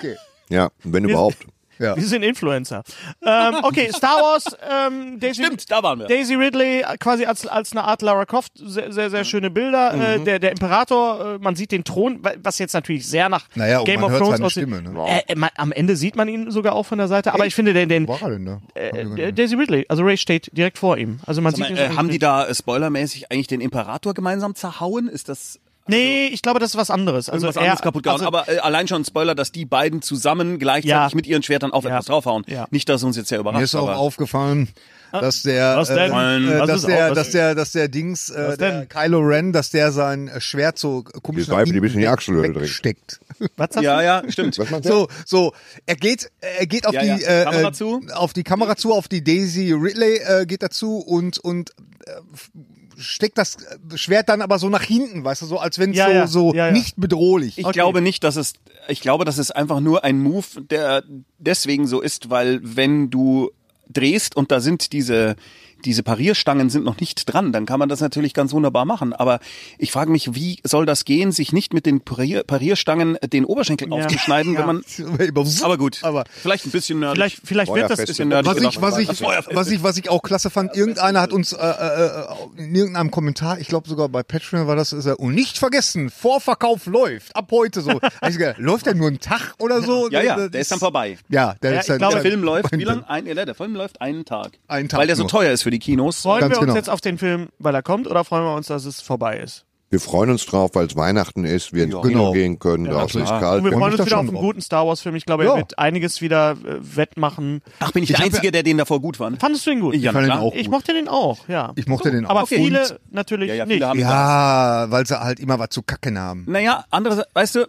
Speaker 6: Okay.
Speaker 5: Ja, wenn überhaupt.
Speaker 6: Ja.
Speaker 2: Wir sind Influencer. ähm, okay, Star Wars, ähm, Daisy,
Speaker 1: Stimmt, da waren wir.
Speaker 2: Daisy Ridley äh, quasi als, als eine Art Lara Croft, sehr, sehr, sehr schöne Bilder. Äh, der, der Imperator, äh, man sieht den Thron, wa- was jetzt natürlich sehr nach
Speaker 6: Naja, und
Speaker 2: Game
Speaker 6: man
Speaker 2: of
Speaker 6: hört
Speaker 2: Thrones
Speaker 6: seine
Speaker 2: aussieht.
Speaker 6: Stimme, ne?
Speaker 2: Äh, äh, man, am Ende sieht man ihn sogar auch von der Seite, aber ich finde den, den
Speaker 6: Wo war er denn da? Hab ich gar
Speaker 2: äh,
Speaker 6: nicht-
Speaker 2: Daisy Ridley, also Ray steht direkt vor ihm. Also man
Speaker 1: Sag
Speaker 2: sieht
Speaker 1: mal,
Speaker 2: ihn
Speaker 1: äh,
Speaker 2: schon-
Speaker 1: haben die da äh, spoilermäßig eigentlich den Imperator gemeinsam zerhauen? Ist das
Speaker 2: Nee, ich glaube, das ist was anderes. Also
Speaker 1: irgendwas
Speaker 2: er-
Speaker 1: anderes kaputt gehauen?
Speaker 2: also-
Speaker 1: Aber äh, allein schon ein Spoiler, dass die beiden zusammen gleichzeitig
Speaker 2: Ja.
Speaker 1: mit ihren Schwertern auf
Speaker 2: Ja.
Speaker 1: etwas draufhauen.
Speaker 2: Ja.
Speaker 1: Nicht, dass uns jetzt sehr überrascht.
Speaker 6: Mir ist auch
Speaker 1: aber-
Speaker 6: aufgefallen, dass der,
Speaker 2: Ah, was denn?
Speaker 6: äh, äh,
Speaker 2: Was
Speaker 6: dass
Speaker 2: ist
Speaker 6: der,
Speaker 2: auch- was-
Speaker 6: dass der, dass der Dings, äh, der
Speaker 2: denn?
Speaker 6: Kylo Ren, dass der sein äh, Schwert so komisch
Speaker 5: Die Seife, die bis in die
Speaker 6: weg-
Speaker 5: Achselhöhle dringt.
Speaker 6: wegsteckt.
Speaker 2: Was hast
Speaker 1: Ja, ja, stimmt.
Speaker 6: So, so, er geht, er geht auf
Speaker 1: Ja,
Speaker 6: die
Speaker 1: ja.
Speaker 6: äh,
Speaker 1: Kamera
Speaker 6: äh,
Speaker 1: zu.
Speaker 6: auf die Kamera zu, auf die Daisy Ridley äh, geht dazu und und äh, f- steckt das äh, Schwert dann aber so nach hinten, weißt du, so als wenn es
Speaker 2: Ja,
Speaker 6: so,
Speaker 2: ja.
Speaker 6: so
Speaker 2: Ja, ja.
Speaker 6: nicht bedrohlich.
Speaker 1: Ich glaube nicht, dass es. Ich glaube, das ist einfach nur ein Move, der deswegen so ist, weil wenn du drehst und da sind diese diese Parierstangen sind noch nicht dran, dann kann man das natürlich ganz wunderbar machen. Aber ich frage mich, wie soll das gehen, sich nicht mit den Parier Parierstangen den Oberschenkel aufzuschneiden,
Speaker 2: Ja.
Speaker 1: wenn man. Aber gut,
Speaker 6: Aber
Speaker 1: vielleicht ein bisschen nerdig.
Speaker 2: Vielleicht, vielleicht wird das
Speaker 5: Feuerfest.
Speaker 1: bisschen nerdig
Speaker 6: was
Speaker 1: gedacht.
Speaker 6: ich, was ich, was ich, was ich auch klasse fand, irgendeiner hat uns äh, äh, in irgendeinem Kommentar, ich glaube sogar bei Patreon war das, ist er, und nicht vergessen, Vorverkauf läuft, ab heute so. Hab ich gedacht, läuft der nur einen Tag oder so?
Speaker 1: Ja, ja,
Speaker 6: Das
Speaker 1: der ist dann vorbei.
Speaker 6: Ja, der
Speaker 2: Ja,
Speaker 6: ist
Speaker 2: ich
Speaker 6: dann,
Speaker 2: glaube,
Speaker 1: Der
Speaker 6: dann,
Speaker 1: Film läuft wie lang? Ein, ja, der Film läuft einen Tag.
Speaker 6: Einen Tag
Speaker 1: Weil der so
Speaker 6: nur.
Speaker 1: teuer ist für die Kinos.
Speaker 2: Freuen
Speaker 6: Ganz
Speaker 2: wir uns
Speaker 6: genau.
Speaker 2: jetzt auf den Film, weil er kommt, oder freuen wir uns, dass es vorbei ist?
Speaker 5: Wir freuen uns drauf, weil es Weihnachten ist, wir ins
Speaker 6: Genau.
Speaker 5: Kino gehen können, draußen ist kalt.
Speaker 2: Und wir
Speaker 5: Wir-
Speaker 2: freuen
Speaker 6: mich
Speaker 2: uns wieder
Speaker 6: da
Speaker 2: auf
Speaker 6: schon
Speaker 2: einen
Speaker 6: drauf.
Speaker 2: guten Star Wars-Film. Ich glaube, er
Speaker 6: Ja.
Speaker 2: wird einiges wieder äh, wettmachen.
Speaker 1: Ach, bin ich, der Einzige, der den davor gut fand?
Speaker 2: Fandest du ihn gut?
Speaker 1: Ja,
Speaker 6: fand ihn
Speaker 1: klar.
Speaker 6: auch
Speaker 2: ich
Speaker 6: gut.
Speaker 2: mochte den auch, ja.
Speaker 6: Ich mochte den auch.
Speaker 2: Aber
Speaker 6: Okay.
Speaker 2: viele
Speaker 6: Und-
Speaker 2: natürlich
Speaker 1: Ja, ja, viele
Speaker 2: nicht.
Speaker 1: haben-
Speaker 6: Ja, weil sie halt immer was zu kacken haben.
Speaker 1: Naja, andererseits, weißt du,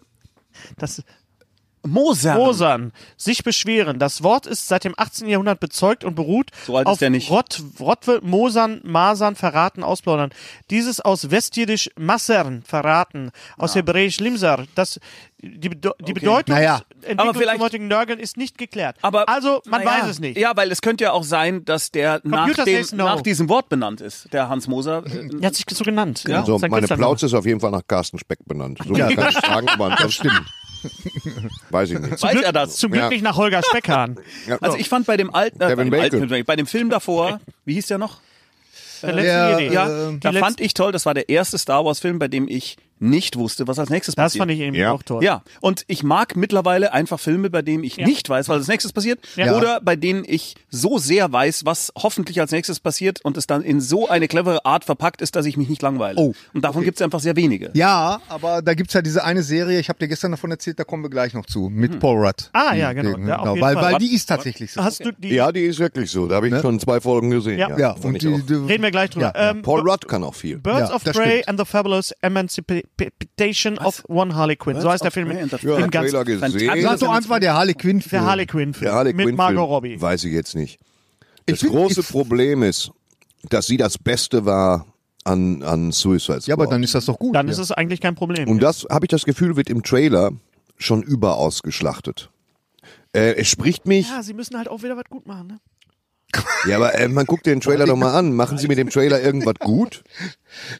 Speaker 2: Das
Speaker 1: Mozart.
Speaker 2: Mosern, sich beschweren. Das Wort ist seit dem 18. Jahrhundert bezeugt und beruht
Speaker 1: So alt ist
Speaker 2: auf
Speaker 1: der nicht.
Speaker 2: Rott, Rottwe, Mosern, Masern, verraten, ausplaudern. Dieses aus Westjiddisch Massern, verraten,
Speaker 1: Ah.
Speaker 2: aus Hebräisch Limsar. Das, die Bede- die Bedeutung
Speaker 6: Naja.
Speaker 1: Aber
Speaker 2: zum
Speaker 1: vielleicht-
Speaker 2: heutigen Nörgeln ist nicht geklärt.
Speaker 1: Aber,
Speaker 2: also, man
Speaker 1: naja.
Speaker 2: weiß es nicht.
Speaker 1: Ja, weil es könnte ja auch sein, dass der nach,
Speaker 2: Computer
Speaker 1: dem,
Speaker 2: says no.
Speaker 1: nach diesem Wort benannt ist, der Hans Moser. Äh,
Speaker 2: Er hat sich so genannt. Ja.
Speaker 6: Also,
Speaker 5: So,
Speaker 2: Sein
Speaker 5: Also meine
Speaker 2: Künstlername.
Speaker 5: Plauze ist auf jeden Fall nach Carsten Speck benannt. So viel kann ich sagen, aber ansonsten weiß ich nicht.
Speaker 1: weiß er das?
Speaker 2: Zum Glück
Speaker 5: Ja.
Speaker 2: nicht nach Holger Speckhahn.
Speaker 5: Ja,
Speaker 1: Also ich fand bei dem alten, äh, bei,
Speaker 5: Kevin
Speaker 1: dem alten
Speaker 5: Bacon.
Speaker 1: Film, bei dem Film davor, wie hieß der noch?
Speaker 2: Der letzte
Speaker 6: Ja,
Speaker 2: Jedi.
Speaker 1: Ja,
Speaker 6: Ähm,
Speaker 1: da
Speaker 2: die
Speaker 1: fand ich toll, das war der erste Star Wars Film, bei dem ich nicht wusste, was als nächstes
Speaker 2: Das
Speaker 1: passiert.
Speaker 2: fand ich eben
Speaker 5: Ja.
Speaker 2: auch toll.
Speaker 1: Ja, und ich mag mittlerweile einfach Filme, bei denen ich nicht weiß, was als nächstes passiert,
Speaker 2: Ja.
Speaker 1: oder bei denen ich so sehr weiß, was hoffentlich als nächstes passiert und es dann in so eine clevere Art verpackt ist, dass ich mich nicht langweile.
Speaker 6: Oh,
Speaker 1: und davon gibt's einfach sehr wenige.
Speaker 6: Ja, aber da gibt's ja diese eine Serie, ich habe dir gestern davon erzählt, da kommen wir gleich noch zu,
Speaker 1: Hm.
Speaker 6: mit Paul Rudd.
Speaker 2: Ah, ja, genau.
Speaker 6: Den,
Speaker 2: Ja, auf jeden
Speaker 6: weil,
Speaker 2: Fall.
Speaker 6: weil die ist tatsächlich so.
Speaker 2: Hast du die?
Speaker 5: Ja, die ist wirklich so. Da habe ich schon zwei Folgen gesehen.
Speaker 2: Ja.
Speaker 6: Ne? ja,
Speaker 5: fand
Speaker 6: und
Speaker 5: ich
Speaker 6: die,
Speaker 5: auch.
Speaker 6: die,
Speaker 2: Reden wir gleich drüber. Ähm,
Speaker 5: Paul Rudd kann auch viel.
Speaker 2: Birds
Speaker 6: Ja,
Speaker 2: of
Speaker 6: das
Speaker 2: Prey
Speaker 6: stimmt.
Speaker 2: and the Fabulous Emancipation of One Harley Quinn. so
Speaker 1: Birds
Speaker 2: heißt der
Speaker 1: of
Speaker 2: Film
Speaker 1: Prey and the
Speaker 5: Ja,
Speaker 2: im
Speaker 1: Fabulous-
Speaker 2: ganzen.
Speaker 5: Trailer gesehen.
Speaker 6: Sag doch einfach der Harley Quinn Film.
Speaker 2: Der Harley Quinn Film
Speaker 5: Der Harley
Speaker 2: mit
Speaker 5: Quinn
Speaker 2: Margot
Speaker 5: Film,
Speaker 2: Robbie.
Speaker 5: Weiß ich jetzt nicht. Das
Speaker 6: find-
Speaker 5: große
Speaker 6: ich-
Speaker 5: Problem ist, dass sie das Beste war an, an Suicide Squad.
Speaker 6: Ja, aber dann ist das doch gut.
Speaker 2: Oh. Dann
Speaker 6: ja.
Speaker 2: ist es eigentlich kein Problem.
Speaker 5: Und das, habe ich das Gefühl, wird im Trailer schon überaus geschlachtet. Äh, es spricht mich,
Speaker 2: ja, sie müssen halt auch wieder was gut machen. Ne?
Speaker 5: ja, aber äh, man guckt den Trailer doch mal an. Machen Sie mit dem Trailer irgendwas gut?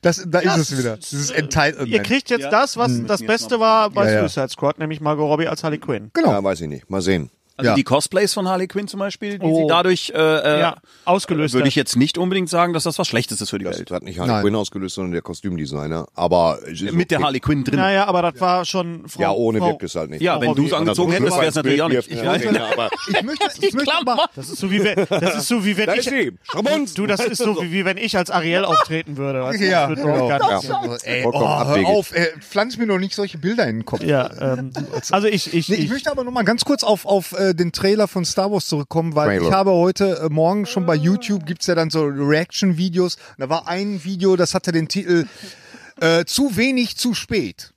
Speaker 6: das, da ist es wieder. Dieses oh Entitlement.
Speaker 2: Ihr kriegt jetzt
Speaker 1: Ja.
Speaker 2: das, was das Beste war bei
Speaker 6: Ja, ja.
Speaker 2: Suicide Squad, nämlich Margot Robbie als Harley Quinn.
Speaker 6: Genau.
Speaker 5: Ja, weiß ich nicht. Mal sehen.
Speaker 1: Also
Speaker 6: Ja.
Speaker 1: die Cosplays von Harley Quinn zum Beispiel, die
Speaker 2: Oh.
Speaker 1: sie dadurch äh, äh,
Speaker 2: Ja, ausgelöst
Speaker 1: würde
Speaker 2: hat.
Speaker 1: ich jetzt nicht unbedingt sagen, dass das was Schlechtes ist für die
Speaker 5: Das
Speaker 1: Welt.
Speaker 5: hat nicht Harley
Speaker 6: Nein.
Speaker 5: Quinn ausgelöst, sondern der Kostümdesigner. Aber es ist
Speaker 1: Äh, Mit der
Speaker 5: okay.
Speaker 1: Harley Quinn drin.
Speaker 2: Naja, aber das war schon Frau,
Speaker 5: Ja, ohne
Speaker 2: Frau,
Speaker 5: wirkt es halt nicht.
Speaker 1: Ja, wenn
Speaker 2: Robbie.
Speaker 1: du es angezogen
Speaker 5: Also,
Speaker 1: hättest, wäre es natürlich auch nicht.
Speaker 5: Ja, ja, aber
Speaker 6: ich möchte, ich möchte aber,
Speaker 2: Das ist so wie wenn, das ist so wie wenn
Speaker 5: da ist
Speaker 2: ich
Speaker 5: sie. Schrammons.
Speaker 2: du, das ist so wie, wie wenn ich als Ariel auftreten würde. Weißt du?
Speaker 6: ja,
Speaker 2: Das wird auch
Speaker 6: genau.
Speaker 2: gar nicht-
Speaker 6: ja. Ey,
Speaker 5: Vollkommen
Speaker 6: oh, hör
Speaker 5: abwegig.
Speaker 6: auf, ey, pflanz mir doch nicht solche Bilder in den Kopf.
Speaker 2: ja ähm, also ich ich,
Speaker 6: Nee, ich, möchte aber noch mal ganz kurz auf, auf äh, den Trailer von Star Wars zurückkommen, weil
Speaker 5: Trailer.
Speaker 6: ich habe heute äh, Morgen schon bei YouTube gibt's ja dann so Reaction-Videos. Und Da war ein Video, das hatte den Titel äh, Zu wenig, zu spät.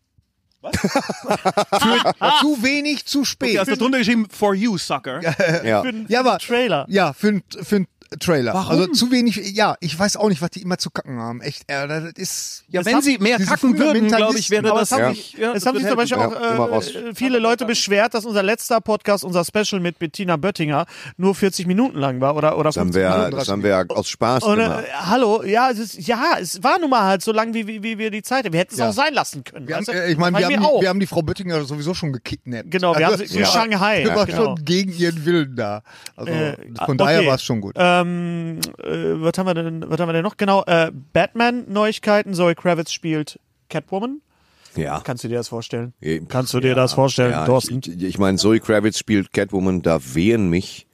Speaker 6: Was? zu wenig, zu
Speaker 1: Ja,
Speaker 6: spät.
Speaker 1: hast du drunter geschrieben, for you, sucker.
Speaker 5: Ja.
Speaker 6: Ja, aber
Speaker 2: Trailer.
Speaker 6: Ja, für einen für n Trailer. Warum? Also zu wenig, ja, ich weiß auch nicht, was die immer zu kacken haben. Echt, äh, das ist.
Speaker 1: Ja,
Speaker 6: das
Speaker 1: wenn
Speaker 6: haben
Speaker 1: sie mehr
Speaker 6: diese
Speaker 1: kacken würden, glaube ich,
Speaker 6: Fundamentalisten-
Speaker 1: wäre
Speaker 2: Aber
Speaker 1: das
Speaker 2: es haben
Speaker 5: Ja.
Speaker 2: sich,
Speaker 1: Ja,
Speaker 2: es
Speaker 1: das
Speaker 2: haben sich
Speaker 1: wird
Speaker 2: zum Beispiel
Speaker 5: helfen. Ja, immer
Speaker 2: auch
Speaker 5: raus.
Speaker 2: äh, viele Leute beschwert, dass unser letzter Podcast, unser Special mit Bettina Böttinger, nur 40 Minuten lang war oder oder
Speaker 5: Das haben
Speaker 2: 50
Speaker 5: wir, ja-
Speaker 2: Minuten.
Speaker 5: das haben wir ja aus Spaß
Speaker 2: Und, äh,
Speaker 5: gemacht.
Speaker 2: hallo, ja, es ist, ja, es war nun mal halt so lang, wie, wie, wie wir die Zeit hatten. Wir hätten es auch sein lassen können.
Speaker 6: Wir haben,
Speaker 2: weißt du?
Speaker 6: äh, ich meine,
Speaker 2: Bei
Speaker 6: wir,
Speaker 2: Also, mir
Speaker 6: haben also
Speaker 2: auch.
Speaker 6: die- wir haben die Frau Böttinger sowieso schon gekidnappt.
Speaker 2: Genau, wir haben sie- in Shanghai.
Speaker 6: Die war
Speaker 2: Ja, genau. Äh,
Speaker 6: schon gegen ihren Willen da. Also, von
Speaker 2: okay.
Speaker 6: daher war es schon gut.
Speaker 2: ähm, äh, was haben wir denn, was haben wir denn noch? Genau, äh, Batman-Neuigkeiten. Zoe Kravitz spielt Catwoman.
Speaker 5: Ja.
Speaker 2: Kannst du dir das vorstellen?
Speaker 5: Eben.
Speaker 2: Kannst du dir das vorstellen,
Speaker 5: Ja,
Speaker 2: Thorsten?
Speaker 5: Ich, ich meine, Zoe Kravitz spielt Catwoman, da wehren mich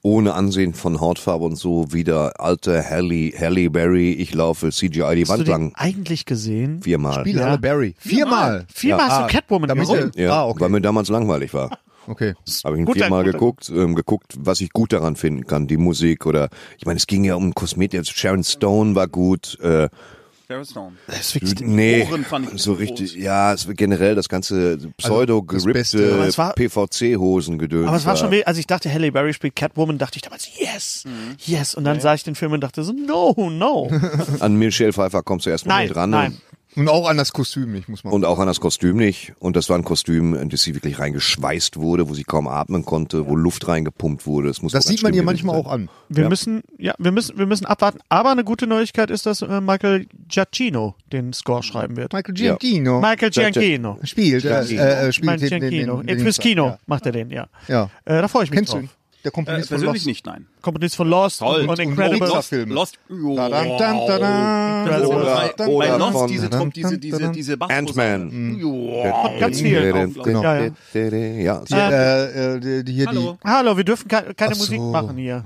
Speaker 5: ohne Ansehen von Hautfarbe und so wieder alte Halle, Halle Berry, ich laufe CGI die
Speaker 2: Hast du
Speaker 5: Wand
Speaker 2: den
Speaker 5: lang
Speaker 2: eigentlich gesehen?
Speaker 5: viermal.
Speaker 6: Spiel Halle Barry. Viermal.
Speaker 2: Viermal hast du Catwoman
Speaker 6: damit-
Speaker 2: gesehen.
Speaker 5: Ja,
Speaker 6: Ah, okay.
Speaker 5: weil mir damals langweilig war.
Speaker 6: Okay.
Speaker 5: Habe ich ihn
Speaker 2: Guter-
Speaker 5: viermal
Speaker 2: guter-
Speaker 5: geguckt, ähm, geguckt, was ich gut daran finden kann, die Musik oder ich meine, es ging ja um Kosmetik, Sharon Stone war gut, äh,
Speaker 1: Sharon Stone.
Speaker 5: nee,
Speaker 1: Ohren fand ich
Speaker 5: so richtig, ja, es, generell das ganze pseudo
Speaker 6: Beste.
Speaker 2: Also, Aber
Speaker 5: gerippte
Speaker 2: es war-
Speaker 5: PVC Hosen gedöns.
Speaker 2: Aber es war schon, weh- als ich dachte, Halle Berry spielt Catwoman, dachte ich damals, yes, yes. Und dann sah ich den Film und dachte so, no, no.
Speaker 5: an Michelle Pfeiffer kommst du erstmal
Speaker 2: nein,
Speaker 5: nicht ran.
Speaker 6: ne?
Speaker 2: nein.
Speaker 6: Und auch an das Kostüm, ich muss mal.
Speaker 5: Und auch an das Kostüm nicht. Und das war ein Kostüm, in das sie wirklich reingeschweißt wurde, wo sie kaum atmen konnte, wo Luft reingepumpt wurde. Das, muss
Speaker 6: das
Speaker 5: doch ganz
Speaker 6: sieht man
Speaker 5: schlimm
Speaker 6: ihr manchmal
Speaker 5: gewesen
Speaker 6: auch an.
Speaker 2: Wir müssen, ja, wir müssen, wir müssen abwarten. Aber eine gute Neuigkeit ist, dass äh, Michael Giacchino den Score schreiben wird.
Speaker 6: Michael Giacchino
Speaker 2: Michael Giacchino.
Speaker 6: spielt, äh, äh, äh,
Speaker 2: Ich meine
Speaker 6: spielt den, den,
Speaker 2: Giacchino.
Speaker 6: den, den,
Speaker 2: Fürs
Speaker 6: den-
Speaker 2: Kino
Speaker 6: Ja.
Speaker 2: macht er den, ja.
Speaker 6: Ja.
Speaker 2: Äh, da freue ich mich
Speaker 6: Kennst du
Speaker 2: drauf.
Speaker 6: ihn? Der
Speaker 1: Äh,
Speaker 6: Komponist von
Speaker 1: persönlich
Speaker 6: Lost.
Speaker 1: nicht, nein.
Speaker 2: Komponist von Lost
Speaker 1: Toll.
Speaker 2: und
Speaker 1: Und
Speaker 2: Incredible.
Speaker 6: Pixar.
Speaker 1: Lost,
Speaker 6: Filme.
Speaker 1: Lost, oh.
Speaker 6: Da, da, da, da, da.
Speaker 2: Incredible.
Speaker 5: Oder-
Speaker 1: bei,
Speaker 5: oder
Speaker 1: bei Lost
Speaker 5: von-
Speaker 6: ne?
Speaker 1: diese, Trom- diese, diese, diese Mhm. Bass-
Speaker 5: Ant-Man.
Speaker 1: Joa.
Speaker 2: Ganz viel.
Speaker 5: Ja, ja.
Speaker 6: Die, äh, äh, die, die, hier
Speaker 1: Hallo.
Speaker 2: Hallo, wir dürfen ke keine
Speaker 6: Ach
Speaker 2: Musik
Speaker 6: so.
Speaker 2: machen hier.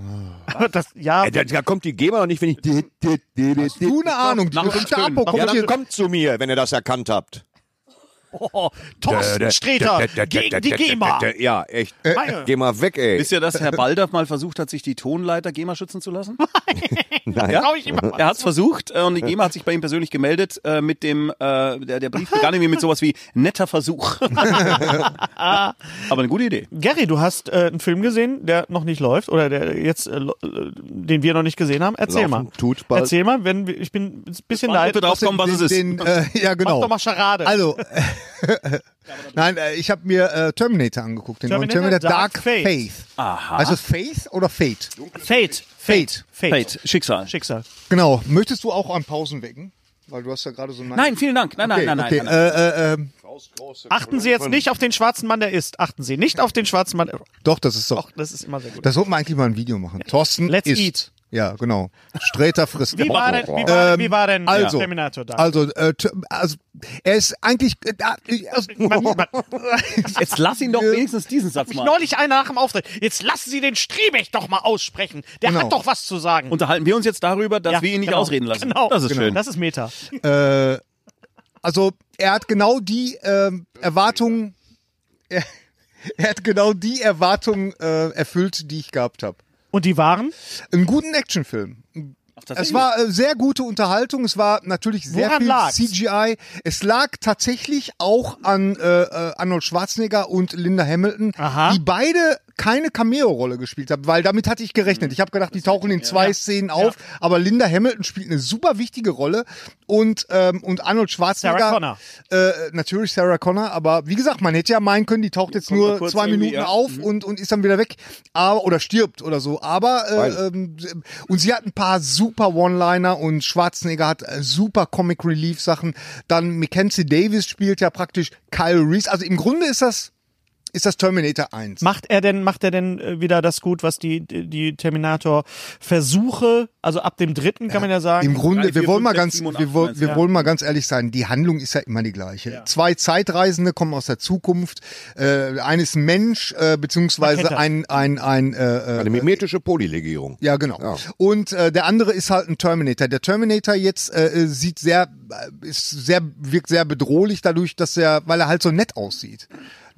Speaker 2: Aber das, ja,
Speaker 5: Äh, Da da kommt die GEMA noch nicht, wenn ich.
Speaker 6: die, du eine Ahnung, die
Speaker 1: Nach-
Speaker 6: bestimmt
Speaker 1: nach-
Speaker 6: Apo
Speaker 5: Ja,
Speaker 6: kommt
Speaker 5: dann
Speaker 6: hier.
Speaker 5: kommt zu mir, wenn ihr das erkannt habt.
Speaker 2: oh, Thorsten Streter gegen die GEMA.
Speaker 5: Ja, echt.
Speaker 2: Meine.
Speaker 5: Geh mal weg, ey.
Speaker 1: Wisst ihr, dass Herr Baldauf mal versucht hat, sich die Tonleiter GEMA schützen zu lassen?
Speaker 5: Nein.
Speaker 2: Trau ich immer mal.
Speaker 1: Er hat es versucht äh, und die GEMA hat sich bei ihm persönlich gemeldet äh, mit dem, äh, der, der Brief begann irgendwie mit sowas wie netter Versuch. Ah. Aber eine gute Idee.
Speaker 2: Gary, du hast äh, einen Film gesehen, der noch nicht läuft oder der jetzt, äh, lo- äh, den wir noch nicht gesehen haben. Erzähl
Speaker 5: Laufen
Speaker 2: mal.
Speaker 5: tut bald.
Speaker 2: Erzähl mal, wenn wir- ich bin ein bisschen
Speaker 1: Wann
Speaker 2: leid.
Speaker 1: wird draufkommen, was es ist.
Speaker 6: Den, äh, ja,
Speaker 2: Mach
Speaker 6: genau.
Speaker 2: doch mal Charade.
Speaker 6: Also, nein, äh, ich habe mir äh, Terminator angeguckt, den neuen
Speaker 2: Terminator
Speaker 6: Terminator Dark,
Speaker 2: Dark
Speaker 6: Faith.
Speaker 2: Faith.
Speaker 1: Aha.
Speaker 6: Also Faith oder Fate?
Speaker 2: Fate, Fate, Fate,
Speaker 1: Fate, Schicksal.
Speaker 2: Schicksal.
Speaker 6: Genau. Möchtest du auch an Pausen wecken? Weil du hast ja gerade so einen.
Speaker 1: Nein, vielen Dank. Nein, nein,
Speaker 6: okay,
Speaker 1: nein, nein.
Speaker 6: okay.
Speaker 1: nein.
Speaker 6: Äh, äh, ähm,
Speaker 2: Achten Sie jetzt nicht auf den schwarzen Mann, der ist. Achten Sie nicht auf den schwarzen Mann.
Speaker 6: doch, das ist doch.
Speaker 2: Das ist immer sehr gut.
Speaker 6: Das sollten wir eigentlich mal ein Video machen. Thorsten
Speaker 2: Let's
Speaker 6: ist.
Speaker 2: eat.
Speaker 6: Ja, genau. Sträter frisst
Speaker 2: Wie war denn, wie war, wie war denn
Speaker 6: also,
Speaker 2: Terminator da?
Speaker 6: Also, äh, t- also, er ist eigentlich. Äh, äh, aus-
Speaker 1: Jetzt lass ihn doch wenigstens diesen Satz
Speaker 2: mich
Speaker 1: mal.
Speaker 2: neulich einer nach dem Auftritt. Jetzt lassen Sie den Strebech doch mal aussprechen. Der
Speaker 6: Genau.
Speaker 2: hat doch was zu sagen.
Speaker 1: Unterhalten wir uns jetzt darüber, dass
Speaker 2: Ja,
Speaker 1: wir ihn nicht
Speaker 2: genau.
Speaker 1: ausreden lassen.
Speaker 2: Genau.
Speaker 1: Das ist
Speaker 2: genau.
Speaker 1: schön.
Speaker 2: Das ist Meta.
Speaker 6: äh, also, er hat genau die ähm, Erwartungen. Er, er hat genau die Erwartungen äh, erfüllt, die ich gehabt habe.
Speaker 2: Und die waren?
Speaker 6: Einen guten Actionfilm. Es war äh, sehr gute Unterhaltung. Es war natürlich sehr
Speaker 2: Woran
Speaker 6: viel
Speaker 2: lag's?
Speaker 6: CGI. Es lag tatsächlich auch an äh, äh, Arnold Schwarzenegger und Linda Hamilton,
Speaker 2: Aha.
Speaker 6: die beide keine Cameo-Rolle gespielt haben, weil damit hatte ich gerechnet. Ich habe gedacht, die tauchen in zwei Szenen auf, aber Linda Hamilton spielt eine super wichtige Rolle und ähm, und Arnold Schwarzenegger
Speaker 2: Sarah Connor.
Speaker 6: Äh, natürlich Sarah Connor, aber wie gesagt, man hätte ja meinen können, die taucht jetzt
Speaker 1: kommt mal
Speaker 6: nur
Speaker 1: kurz
Speaker 6: zwei
Speaker 1: irgendwie,
Speaker 6: Minuten
Speaker 1: ja. Mhm.
Speaker 6: auf und und ist dann wieder weg, aber oder stirbt oder so, aber äh,
Speaker 5: Weil-
Speaker 6: ähm, und sie hat ein paar super One-Liner und Schwarzenegger hat äh, super Comic Relief Sachen. Dann Mackenzie Davis spielt ja praktisch Kyle Reese. Also im Grunde ist das ist das Terminator 1.
Speaker 2: Macht er denn, macht er denn äh, wieder das gut, was die, die Terminator-Versuche, also ab dem dritten kann man ja sagen.
Speaker 6: Im Grunde,
Speaker 1: Drei, vier,
Speaker 6: wir wollen
Speaker 1: fünf,
Speaker 6: mal
Speaker 1: sechs,
Speaker 6: ganz,
Speaker 1: sieben und
Speaker 6: wir,
Speaker 1: acht
Speaker 6: wollen,
Speaker 1: meinst
Speaker 6: wir
Speaker 1: du?
Speaker 6: wollen mal ganz ehrlich sein. Die Handlung ist ja immer die gleiche. Zwei Zeitreisende kommen aus der Zukunft. Äh, eines Mensch äh,
Speaker 2: Man kennt
Speaker 6: beziehungsweise
Speaker 2: das.
Speaker 6: ein ein ein äh, äh,
Speaker 5: Eine mimetische Polylegierung.
Speaker 6: Ja, genau.
Speaker 5: Ja.
Speaker 6: Und äh, der andere ist halt ein Terminator. Der Terminator jetzt äh, sieht sehr, äh, ist sehr, wirkt sehr bedrohlich dadurch, dass er, weil er halt so nett aussieht.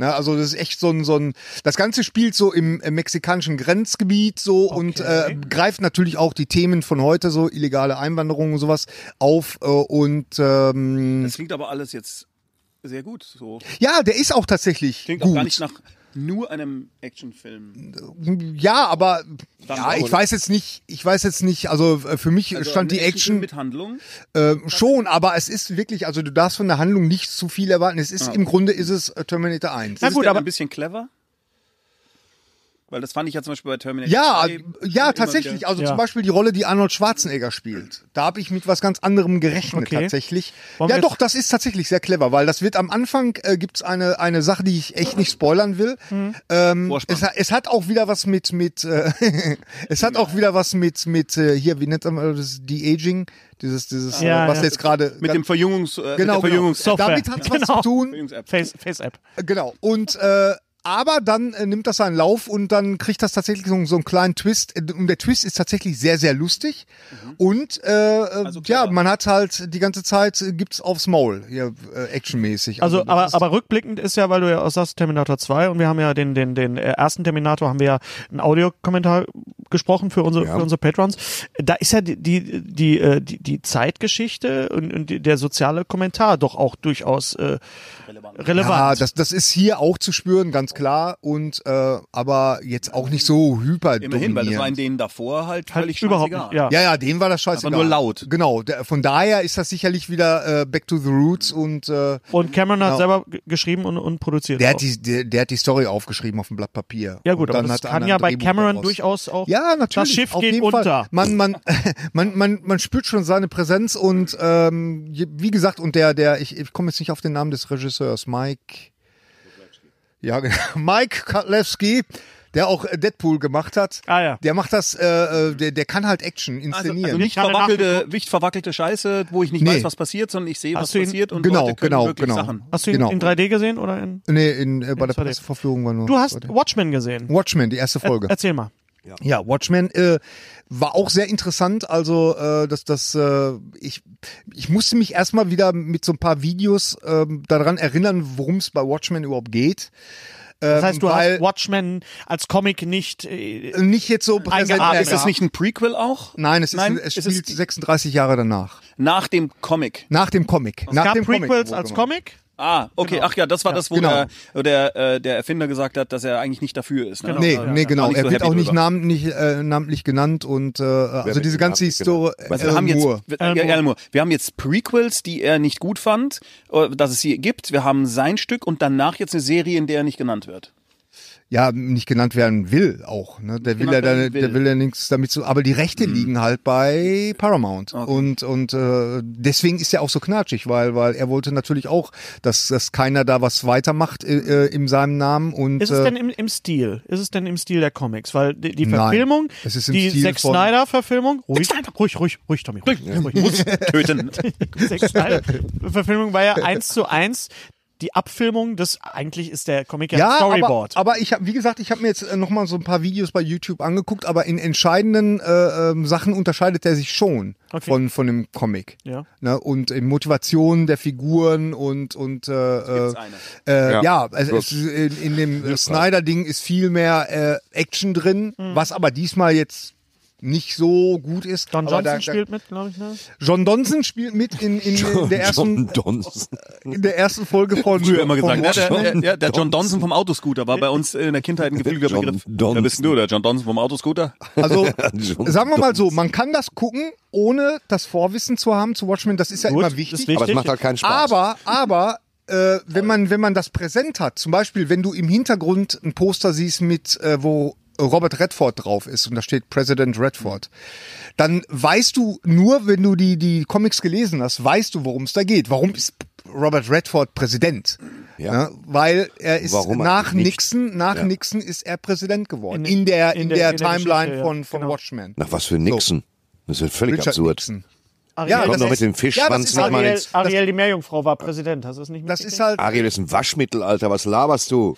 Speaker 6: Na, also das ist echt so ein, so ein, das Ganze spielt so im, äh, mexikanischen Grenzgebiet so und äh, greift natürlich auch die Themen von heute, so illegale Einwanderung und sowas auf äh, und ähm,
Speaker 1: Das klingt aber alles jetzt sehr gut. So.
Speaker 6: ja, der ist auch tatsächlich
Speaker 1: Klingt
Speaker 6: gut.
Speaker 1: auch gar nicht nach nur einem Actionfilm.
Speaker 6: ja, aber ja,
Speaker 1: auch,
Speaker 6: ich
Speaker 1: oder?
Speaker 6: weiß jetzt nicht, ich weiß jetzt nicht, also äh, für mich
Speaker 1: Also
Speaker 6: stand
Speaker 1: ein
Speaker 6: die
Speaker 1: Actionfilm
Speaker 6: Action
Speaker 1: mit Handlung.
Speaker 6: Ähm, schon, aber es ist wirklich, also du darfst von der Handlung nicht zu viel erwarten. Es ist im Grunde ist es äh, Terminator 1.
Speaker 2: Ah, Na
Speaker 1: Ist
Speaker 2: gut,
Speaker 1: der
Speaker 2: aber-
Speaker 1: ein bisschen clever. Weil das fand ich ja zum Beispiel bei Terminator.
Speaker 6: Ja,
Speaker 1: 2
Speaker 6: äh, ja,
Speaker 1: immer
Speaker 6: tatsächlich.
Speaker 1: wieder.
Speaker 6: Also
Speaker 2: Ja.
Speaker 6: zum Beispiel die Rolle, die Arnold Schwarzenegger spielt. Da habe ich mit was ganz anderem gerechnet
Speaker 2: Okay.
Speaker 6: tatsächlich.
Speaker 2: Wollen
Speaker 6: ja,
Speaker 2: wir
Speaker 6: doch,
Speaker 2: jetzt-
Speaker 6: das ist tatsächlich sehr clever, weil das wird am Anfang äh, gibt's eine eine Sache, die ich echt nicht spoilern will.
Speaker 2: Mhm.
Speaker 6: Ähm, es, ha- es hat auch wieder was mit mit äh, es hat auch wieder was mit mit äh, hier wie nennt man das De Aging, dieses dieses
Speaker 2: Ja,
Speaker 6: äh, was
Speaker 2: ja.
Speaker 6: jetzt gerade
Speaker 1: Mit dem Verjüngungs... Äh, mit
Speaker 6: genau,
Speaker 1: der
Speaker 6: genau.
Speaker 1: Verjüngungs
Speaker 2: Software.
Speaker 6: damit hat's was
Speaker 2: Genau.
Speaker 6: zu tun.
Speaker 1: Verjüngungs-App.
Speaker 2: Face, Face App.
Speaker 6: Genau. Und äh, aber dann äh, nimmt das seinen Lauf und dann kriegt das tatsächlich so, so einen kleinen Twist. Äh, Und der Twist ist tatsächlich sehr, sehr lustig. Und äh, äh, ja,
Speaker 1: Mhm. Also clever.
Speaker 6: man hat halt die ganze Zeit äh, gibt's aufs Maul, ja, äh, actionmäßig.
Speaker 2: Also,
Speaker 6: das
Speaker 2: aber,
Speaker 6: ist-
Speaker 2: aber rückblickend ist ja, weil du ja auch sagst, Terminator 2 und wir haben ja den, den, den äh, ersten Terminator, haben wir ja einen Audiokommentar gesprochen für unsere, für unsere Patrons. Da ist ja die, die, die, äh, die, die Zeitgeschichte und, und die, der soziale Kommentar doch auch durchaus äh,
Speaker 6: ja,
Speaker 2: relevant.
Speaker 6: das, das ist hier auch zu spüren, ganz klar. Und äh, aber jetzt auch nicht so hyper
Speaker 1: Immerhin, weil das war in denen davor halt
Speaker 2: Halt
Speaker 1: völlig
Speaker 2: überhaupt
Speaker 1: scheißegal.
Speaker 2: nicht, ja.
Speaker 6: Ja, ja, dem war das scheißegal.
Speaker 1: nur laut.
Speaker 6: Genau, der, von daher ist das sicherlich wieder äh, Back to the Roots und äh,
Speaker 2: Und Cameron hat
Speaker 6: Genau.
Speaker 2: selber g- geschrieben und, und produziert.
Speaker 6: Der
Speaker 2: auch.
Speaker 6: hat, die, der, der hat die Story aufgeschrieben auf dem Blatt Papier.
Speaker 2: ja gut,
Speaker 6: Und
Speaker 2: aber
Speaker 6: dann
Speaker 2: das
Speaker 6: hat einer
Speaker 2: kann
Speaker 6: ein
Speaker 2: ja bei
Speaker 6: Drehbuch
Speaker 2: Cameron
Speaker 6: daraus.
Speaker 2: durchaus auch
Speaker 6: Ja, natürlich.
Speaker 2: das Schiff
Speaker 6: auf
Speaker 2: geht
Speaker 6: jeden
Speaker 2: unter.
Speaker 6: Fall. Man, man, man, man, man spürt schon seine Präsenz und ähm, je- wie gesagt, und der, der, ich, ich komme jetzt nicht auf den Namen des Regisseurs, Mike. Ja, genau. Mike Kotlewski, der auch äh, Deadpool gemacht hat.
Speaker 2: Ah, ja.
Speaker 6: Der macht das, äh, äh, der, der kann halt Action inszenieren.
Speaker 1: Also nicht
Speaker 2: Ich habe
Speaker 1: verwackelte, nicht verwackelte Scheiße, wo ich nicht
Speaker 6: Nee.
Speaker 1: weiß, was passiert, sondern ich sehe, was
Speaker 2: Hast du ihn-
Speaker 1: passiert und
Speaker 6: Genau,
Speaker 1: Leute können
Speaker 6: genau,
Speaker 1: wirklich
Speaker 6: genau.
Speaker 1: Sachen.
Speaker 2: Hast du ihn
Speaker 6: Genau.
Speaker 2: in 3D gesehen oder in
Speaker 6: nee, in, äh, bei der
Speaker 2: 2D.
Speaker 6: Presseverführung war nur.
Speaker 2: Du hast Watchmen gesehen.
Speaker 6: Watchmen, die erste Folge.
Speaker 2: Erzähl mal.
Speaker 6: Ja, Watchmen äh, war auch sehr interessant. Also, äh, dass das äh, ich ich musste mich erstmal wieder mit so ein paar Videos ähm, daran erinnern, worum es bei Watchmen überhaupt geht.
Speaker 2: Das heißt, du
Speaker 6: Ähm, weil-
Speaker 2: hast Watchmen als Comic nicht. Äh,
Speaker 6: Nicht jetzt so präsent.
Speaker 2: Eingeatmet.
Speaker 6: mehr
Speaker 1: ah, Ist das
Speaker 6: gehabt.
Speaker 1: nicht ein Prequel auch?
Speaker 6: Nein, es,
Speaker 1: Nein,
Speaker 6: ist, es
Speaker 1: ist es
Speaker 6: spielt
Speaker 1: die-
Speaker 6: 36 Jahre danach.
Speaker 1: Nach dem Comic.
Speaker 6: Nach dem Comic.
Speaker 2: es
Speaker 6: Nach
Speaker 2: gab
Speaker 6: dem
Speaker 2: Prequels
Speaker 6: Comic.
Speaker 2: als Comic.
Speaker 1: Ah, okay, ach ja, das war das, wo
Speaker 6: genau.
Speaker 1: der, der, äh, der Erfinder gesagt hat, dass er eigentlich nicht dafür ist. Ne?
Speaker 2: Genau.
Speaker 6: Nee,
Speaker 2: Ja,
Speaker 6: nee,
Speaker 2: ja.
Speaker 6: genau.
Speaker 1: War nicht
Speaker 6: Er
Speaker 1: so
Speaker 6: wird
Speaker 1: happy
Speaker 6: auch nicht,
Speaker 1: drüber.
Speaker 6: Namen, nicht äh, namentlich genannt und äh, also
Speaker 5: wird
Speaker 6: diese
Speaker 5: nicht
Speaker 6: ganze äh,
Speaker 5: namentlich
Speaker 6: Historie.
Speaker 5: genannt?
Speaker 1: Wir
Speaker 6: Alan
Speaker 1: haben jetzt,
Speaker 6: Moore.
Speaker 1: wir,
Speaker 2: Alan
Speaker 1: ja,
Speaker 2: Moore.
Speaker 1: Alan Moore. wir haben jetzt Prequels, die er nicht gut fand, äh, dass es sie gibt. Wir haben sein Stück und danach jetzt eine Serie, in der er nicht genannt wird.
Speaker 6: ja nicht genannt werden will auch. Ne? Der will ja
Speaker 1: genannt werden
Speaker 6: dann, der
Speaker 1: will. Mhm.
Speaker 6: will ja nichts damit zu. Aber die Rechte liegen halt bei Paramount
Speaker 1: Okay.
Speaker 6: und und äh, deswegen ist er auch so knatschig, weil weil er wollte natürlich auch, dass dass keiner da was weitermacht äh, äh, in seinem Namen und
Speaker 2: Ist es
Speaker 6: äh,
Speaker 2: denn im, im Stil? Ist es denn im Stil der Comics? Weil die, die
Speaker 6: Nein.
Speaker 2: Verfilmung,
Speaker 6: Es ist im
Speaker 2: die
Speaker 6: Stil
Speaker 2: Zack
Speaker 6: von-
Speaker 2: Snyder-Verfilmung, ruhig, ruhig, ruhig, ruhig, Tommy, ruhig, ruhig.
Speaker 1: Töten.
Speaker 2: Zack Snyder-Verfilmung war ja eins zu eins die Abfilmung des, eigentlich ist der Comic ja, ein Storyboard.
Speaker 6: Aber, aber ich habe, wie gesagt, ich habe mir jetzt äh, noch mal so ein paar Videos bei YouTube angeguckt, aber in entscheidenden äh, ähm, Sachen unterscheidet er sich schon
Speaker 2: Okay.
Speaker 6: von von dem Comic.
Speaker 2: Ja.
Speaker 6: Ne? Und in Motivationen der Figuren und und äh, äh,
Speaker 1: eine.
Speaker 6: äh, ja.
Speaker 5: Ja.
Speaker 6: also es,
Speaker 5: Plus.
Speaker 6: ist in, in dem äh, Snyder-Ding ist viel mehr äh, Action drin,
Speaker 2: Hm.
Speaker 6: was aber diesmal jetzt nicht so gut ist.
Speaker 2: Don
Speaker 6: Aber
Speaker 2: Johnson
Speaker 6: da- Äh, da,
Speaker 2: spielt mit, glaube ich. Ne?
Speaker 6: John Donson spielt mit in, in, in der ersten
Speaker 5: John Donson.
Speaker 6: in der ersten Folge von
Speaker 1: Früher immer gesagt, ne?
Speaker 6: von
Speaker 1: ja, der,
Speaker 6: Watchmen.
Speaker 1: der, der, der John Donson vom Autoscooter war bei uns in der Kindheit ein geflügelter
Speaker 5: John
Speaker 1: Begriff.
Speaker 5: Donson.
Speaker 1: Wer bist denn du, der John Donson vom Autoscooter?
Speaker 6: Also
Speaker 5: John
Speaker 6: sagen wir mal so, man kann das gucken, ohne das Vorwissen zu haben zu Watchmen. Das ist ja
Speaker 2: Gut,
Speaker 6: immer wichtig.
Speaker 2: das ist
Speaker 5: Aber es macht halt keinen Spaß.
Speaker 6: aber, aber äh, wenn man wenn man das präsent hat, zum Beispiel, wenn du im Hintergrund ein Poster siehst mit äh, wo Robert Redford drauf ist und da steht President Redford, dann weißt du nur, wenn du die die Comics gelesen hast, weißt du, worum es da geht. Warum ist Robert Redford Präsident?
Speaker 5: Ja.
Speaker 6: Ne? Weil er ist
Speaker 5: Warum
Speaker 6: nach
Speaker 5: eigentlich nicht?
Speaker 6: Nixon, nach
Speaker 5: Ja.
Speaker 6: Nixon ist er Präsident geworden.
Speaker 2: In-
Speaker 6: In, der, in,
Speaker 2: in
Speaker 6: der,
Speaker 2: der- in der
Speaker 6: Timeline
Speaker 2: Geschichte, ja.
Speaker 6: von, von
Speaker 2: Genau.
Speaker 6: Watchmen.
Speaker 5: Nach was für Nixon? Das ist ja völlig
Speaker 6: Richard
Speaker 5: absurd.
Speaker 6: Nixon.
Speaker 2: Ariel,
Speaker 6: Ja,
Speaker 5: Komm
Speaker 6: das
Speaker 5: doch mit
Speaker 6: ist-
Speaker 5: dem
Speaker 6: ja, das
Speaker 5: Fischschwanz
Speaker 6: ist
Speaker 5: noch mal
Speaker 2: Ariel,
Speaker 5: ins...
Speaker 2: Ariel die Meerjungfrau war Präsident, hast du das nicht
Speaker 6: Das
Speaker 2: mitgekriegt?
Speaker 6: ist halt,
Speaker 5: Ariel ist ein Waschmittel, Alter. Was laberst du?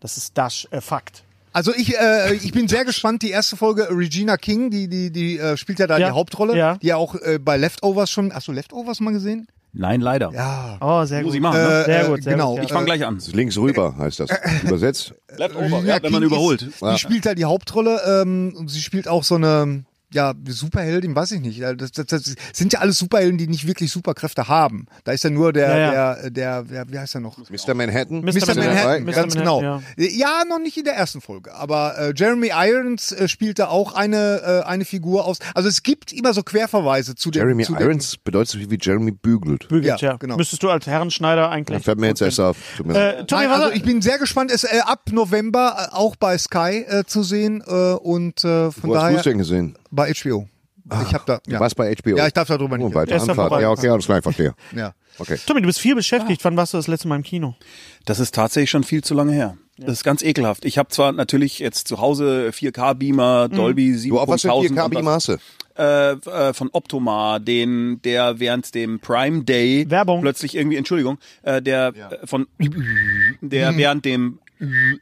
Speaker 2: Das ist das äh, Fakt.
Speaker 6: also ich, äh, ich bin sehr gespannt. Die erste Folge äh, Regina King, die die die äh, spielt ja da
Speaker 2: Ja.
Speaker 6: die Hauptrolle,
Speaker 2: Ja.
Speaker 6: die ja auch äh, bei Leftovers schon. Achso, Leftovers mal gesehen?
Speaker 1: Nein, leider.
Speaker 6: Ja.
Speaker 2: Oh, sehr
Speaker 1: Muss
Speaker 2: gut.
Speaker 1: ich machen, ne?
Speaker 2: Sehr gut, sehr
Speaker 6: genau.
Speaker 2: gut.
Speaker 1: Ich fange gleich an.
Speaker 5: Links rüber
Speaker 6: Äh,
Speaker 5: heißt das. Übersetzt.
Speaker 1: Bleibt over,
Speaker 6: Regina
Speaker 1: ja, wenn man
Speaker 6: King
Speaker 1: überholt.
Speaker 6: Ist, die spielt da die Hauptrolle ähm, und sie spielt auch so eine ja, Superheldin, weiß ich nicht. Ja, Das, das, das sind ja alles Superhelden, die nicht wirklich Superkräfte haben. Da ist ja nur der,
Speaker 2: Ja, ja.
Speaker 6: Der, äh, der, der, wie heißt er noch?
Speaker 5: Mr. Manhattan.
Speaker 2: Mr.
Speaker 6: Mr.
Speaker 5: Ist er
Speaker 6: Manhattan,
Speaker 5: dabei?
Speaker 2: Mr.
Speaker 6: ganz genau.
Speaker 2: Manhattan,
Speaker 6: Ja. noch nicht in der ersten Folge, aber äh, Jeremy Irons äh, spielt da auch eine, äh, eine Figur aus. Also es gibt immer so Querverweise zu dem.
Speaker 5: Jeremy
Speaker 6: zu dem-
Speaker 5: Irons bedeutet so viel wie Jeremy bügelt.
Speaker 2: Bügelt,
Speaker 6: Ja,
Speaker 2: ja,
Speaker 6: genau.
Speaker 2: Müsstest du als Herrenschneider
Speaker 5: Das
Speaker 2: eigentlich.
Speaker 5: fällt mir jetzt erst auf. Tut mir
Speaker 2: Äh,
Speaker 5: leid.
Speaker 2: Tommy,
Speaker 6: Nein,
Speaker 2: was
Speaker 6: also ich bin sehr gespannt, es äh, ab November äh, auch bei Sky äh, zu sehen äh, und äh,
Speaker 5: Wo
Speaker 6: von
Speaker 5: hast du es
Speaker 6: daher
Speaker 5: denn gesehen?
Speaker 6: bei HBO. Ich habe da
Speaker 5: Du
Speaker 6: ja.
Speaker 5: warst bei HBO.
Speaker 6: Ja, ich darf darüber nicht
Speaker 5: Oh, weiter
Speaker 2: Erst
Speaker 5: Anfahrt.
Speaker 2: vorbei.
Speaker 5: Ja, okay, alles gleich, verstehe.
Speaker 6: Ja.
Speaker 5: Okay.
Speaker 2: Tommy, du bist viel beschäftigt. Wann warst du das letzte Mal im Kino?
Speaker 1: Das ist tatsächlich schon viel zu lange her. Das ist ganz ekelhaft. Ich habe zwar natürlich jetzt zu Hause 4K-Beamer, Dolby 7000.
Speaker 5: Du,
Speaker 6: Um
Speaker 5: auf was für
Speaker 1: und
Speaker 5: 4K
Speaker 1: was-
Speaker 5: Maße?
Speaker 1: äh, äh, von Optoma, den der während dem Prime Day
Speaker 2: Werbung.
Speaker 1: plötzlich irgendwie Entschuldigung, äh, der äh, von der während dem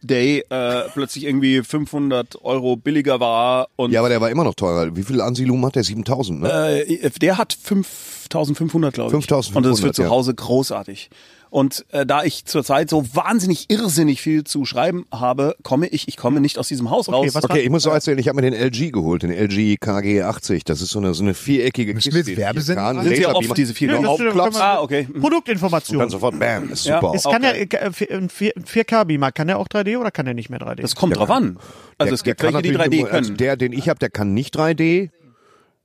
Speaker 1: Day äh, plötzlich irgendwie 500 Euro billiger war und
Speaker 5: Ja, aber der war immer noch teurer. Wie viel Ansilum hat der? 7000, ne?
Speaker 1: äh, der hat 5500, glaube ich.
Speaker 5: 5500,
Speaker 1: Und das ist für zu
Speaker 5: ja.
Speaker 1: Hause großartig. Und äh, da ich zurzeit so wahnsinnig irrsinnig viel zu schreiben habe, komme ich, ich komme nicht aus diesem Haus raus.
Speaker 2: was-
Speaker 5: Okay, ich
Speaker 6: äh,
Speaker 5: muss so erzählen, ich habe mir den LG geholt, den LG KG80. Das ist so eine, so eine viereckige
Speaker 6: Müssen
Speaker 5: Kiste.
Speaker 6: wir jetzt Werbesendung machen?
Speaker 1: Sind ja oft diese vier
Speaker 2: Nö, das-
Speaker 5: Aufklaps.
Speaker 2: kann man- Hm.
Speaker 1: Ah, okay.
Speaker 5: Dann
Speaker 2: Produktinformation.
Speaker 5: sofort, bam, ist
Speaker 1: Ja.
Speaker 5: super.
Speaker 2: Es kann ja,
Speaker 1: Okay.
Speaker 2: äh, ein 4K-Beamer, kann der auch 3D oder kann der nicht mehr 3D?
Speaker 1: Das kommt drauf an. Also
Speaker 5: Der-
Speaker 1: es gibt welche,
Speaker 5: der kann
Speaker 1: die
Speaker 5: natürlich
Speaker 1: 3D
Speaker 5: nur- also
Speaker 1: können.
Speaker 5: Der, den ich habe, der kann nicht 3D.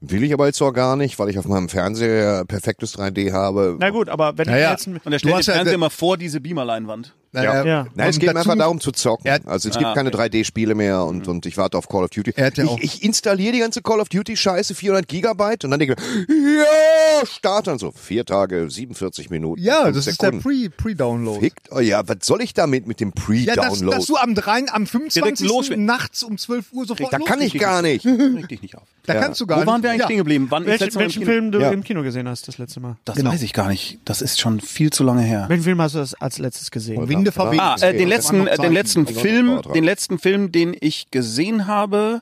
Speaker 5: Will ich aber jetzt auch gar nicht, weil ich auf meinem Fernseher perfektes 3D habe.
Speaker 2: Na gut, aber wenn
Speaker 6: Naja.
Speaker 2: ich jetzt ein,
Speaker 1: Und er
Speaker 6: Du
Speaker 1: stellt den
Speaker 6: hast ja-
Speaker 1: Fernseher immer vor diese Beamerleinwand.
Speaker 6: Naja,
Speaker 2: Ja.
Speaker 5: Nein, es
Speaker 6: Äh, und
Speaker 5: geht mir
Speaker 6: dazu-
Speaker 5: einfach darum zu zocken.
Speaker 6: Ja.
Speaker 5: also es gibt keine 3D-Spiele mehr und, und ich warte auf Call of Duty.
Speaker 6: Er hat ja auch-
Speaker 5: ich, ich installiere die ganze Call of Duty-Scheiße, 400 Gigabyte und dann denke ich, ja, start dann so. Vier Tage, 47 Minuten.
Speaker 6: Ja,
Speaker 5: fünf
Speaker 6: das ist der
Speaker 5: um Sekunden.
Speaker 6: Pre- Pre-Download.
Speaker 5: Fickt, oh ja, was soll ich damit mit dem
Speaker 6: ja, dass,
Speaker 5: Pre-Download?
Speaker 6: dass du am, 3, am
Speaker 1: Direkt
Speaker 6: 25.
Speaker 1: los-
Speaker 6: nachts um 12 Uhr sofort
Speaker 5: da kann ich
Speaker 6: losgehen.
Speaker 5: gar nicht.
Speaker 1: Reg dich nicht auf.
Speaker 6: Da kannst du gar
Speaker 1: Wo
Speaker 6: nicht.
Speaker 1: waren wir eigentlich
Speaker 6: ja.
Speaker 1: stehen geblieben? Wann ich
Speaker 2: welchen,
Speaker 1: letztes Mal im
Speaker 2: welchen
Speaker 1: Kino-
Speaker 2: Film du
Speaker 5: Ja.
Speaker 2: im Kino gesehen hast das letzte Mal?
Speaker 5: Genau.
Speaker 1: Das weiß ich gar nicht. Das ist schon viel zu lange her.
Speaker 2: Welchen Film hast du das als letztes gesehen?
Speaker 6: Winde verweht.
Speaker 1: Ah, äh, den
Speaker 5: Das
Speaker 1: letzten,
Speaker 6: waren
Speaker 1: äh,
Speaker 6: noch
Speaker 1: den letzten
Speaker 5: Zeichen.
Speaker 1: Film,
Speaker 5: Also,
Speaker 1: den letzten Film, den ich gesehen habe,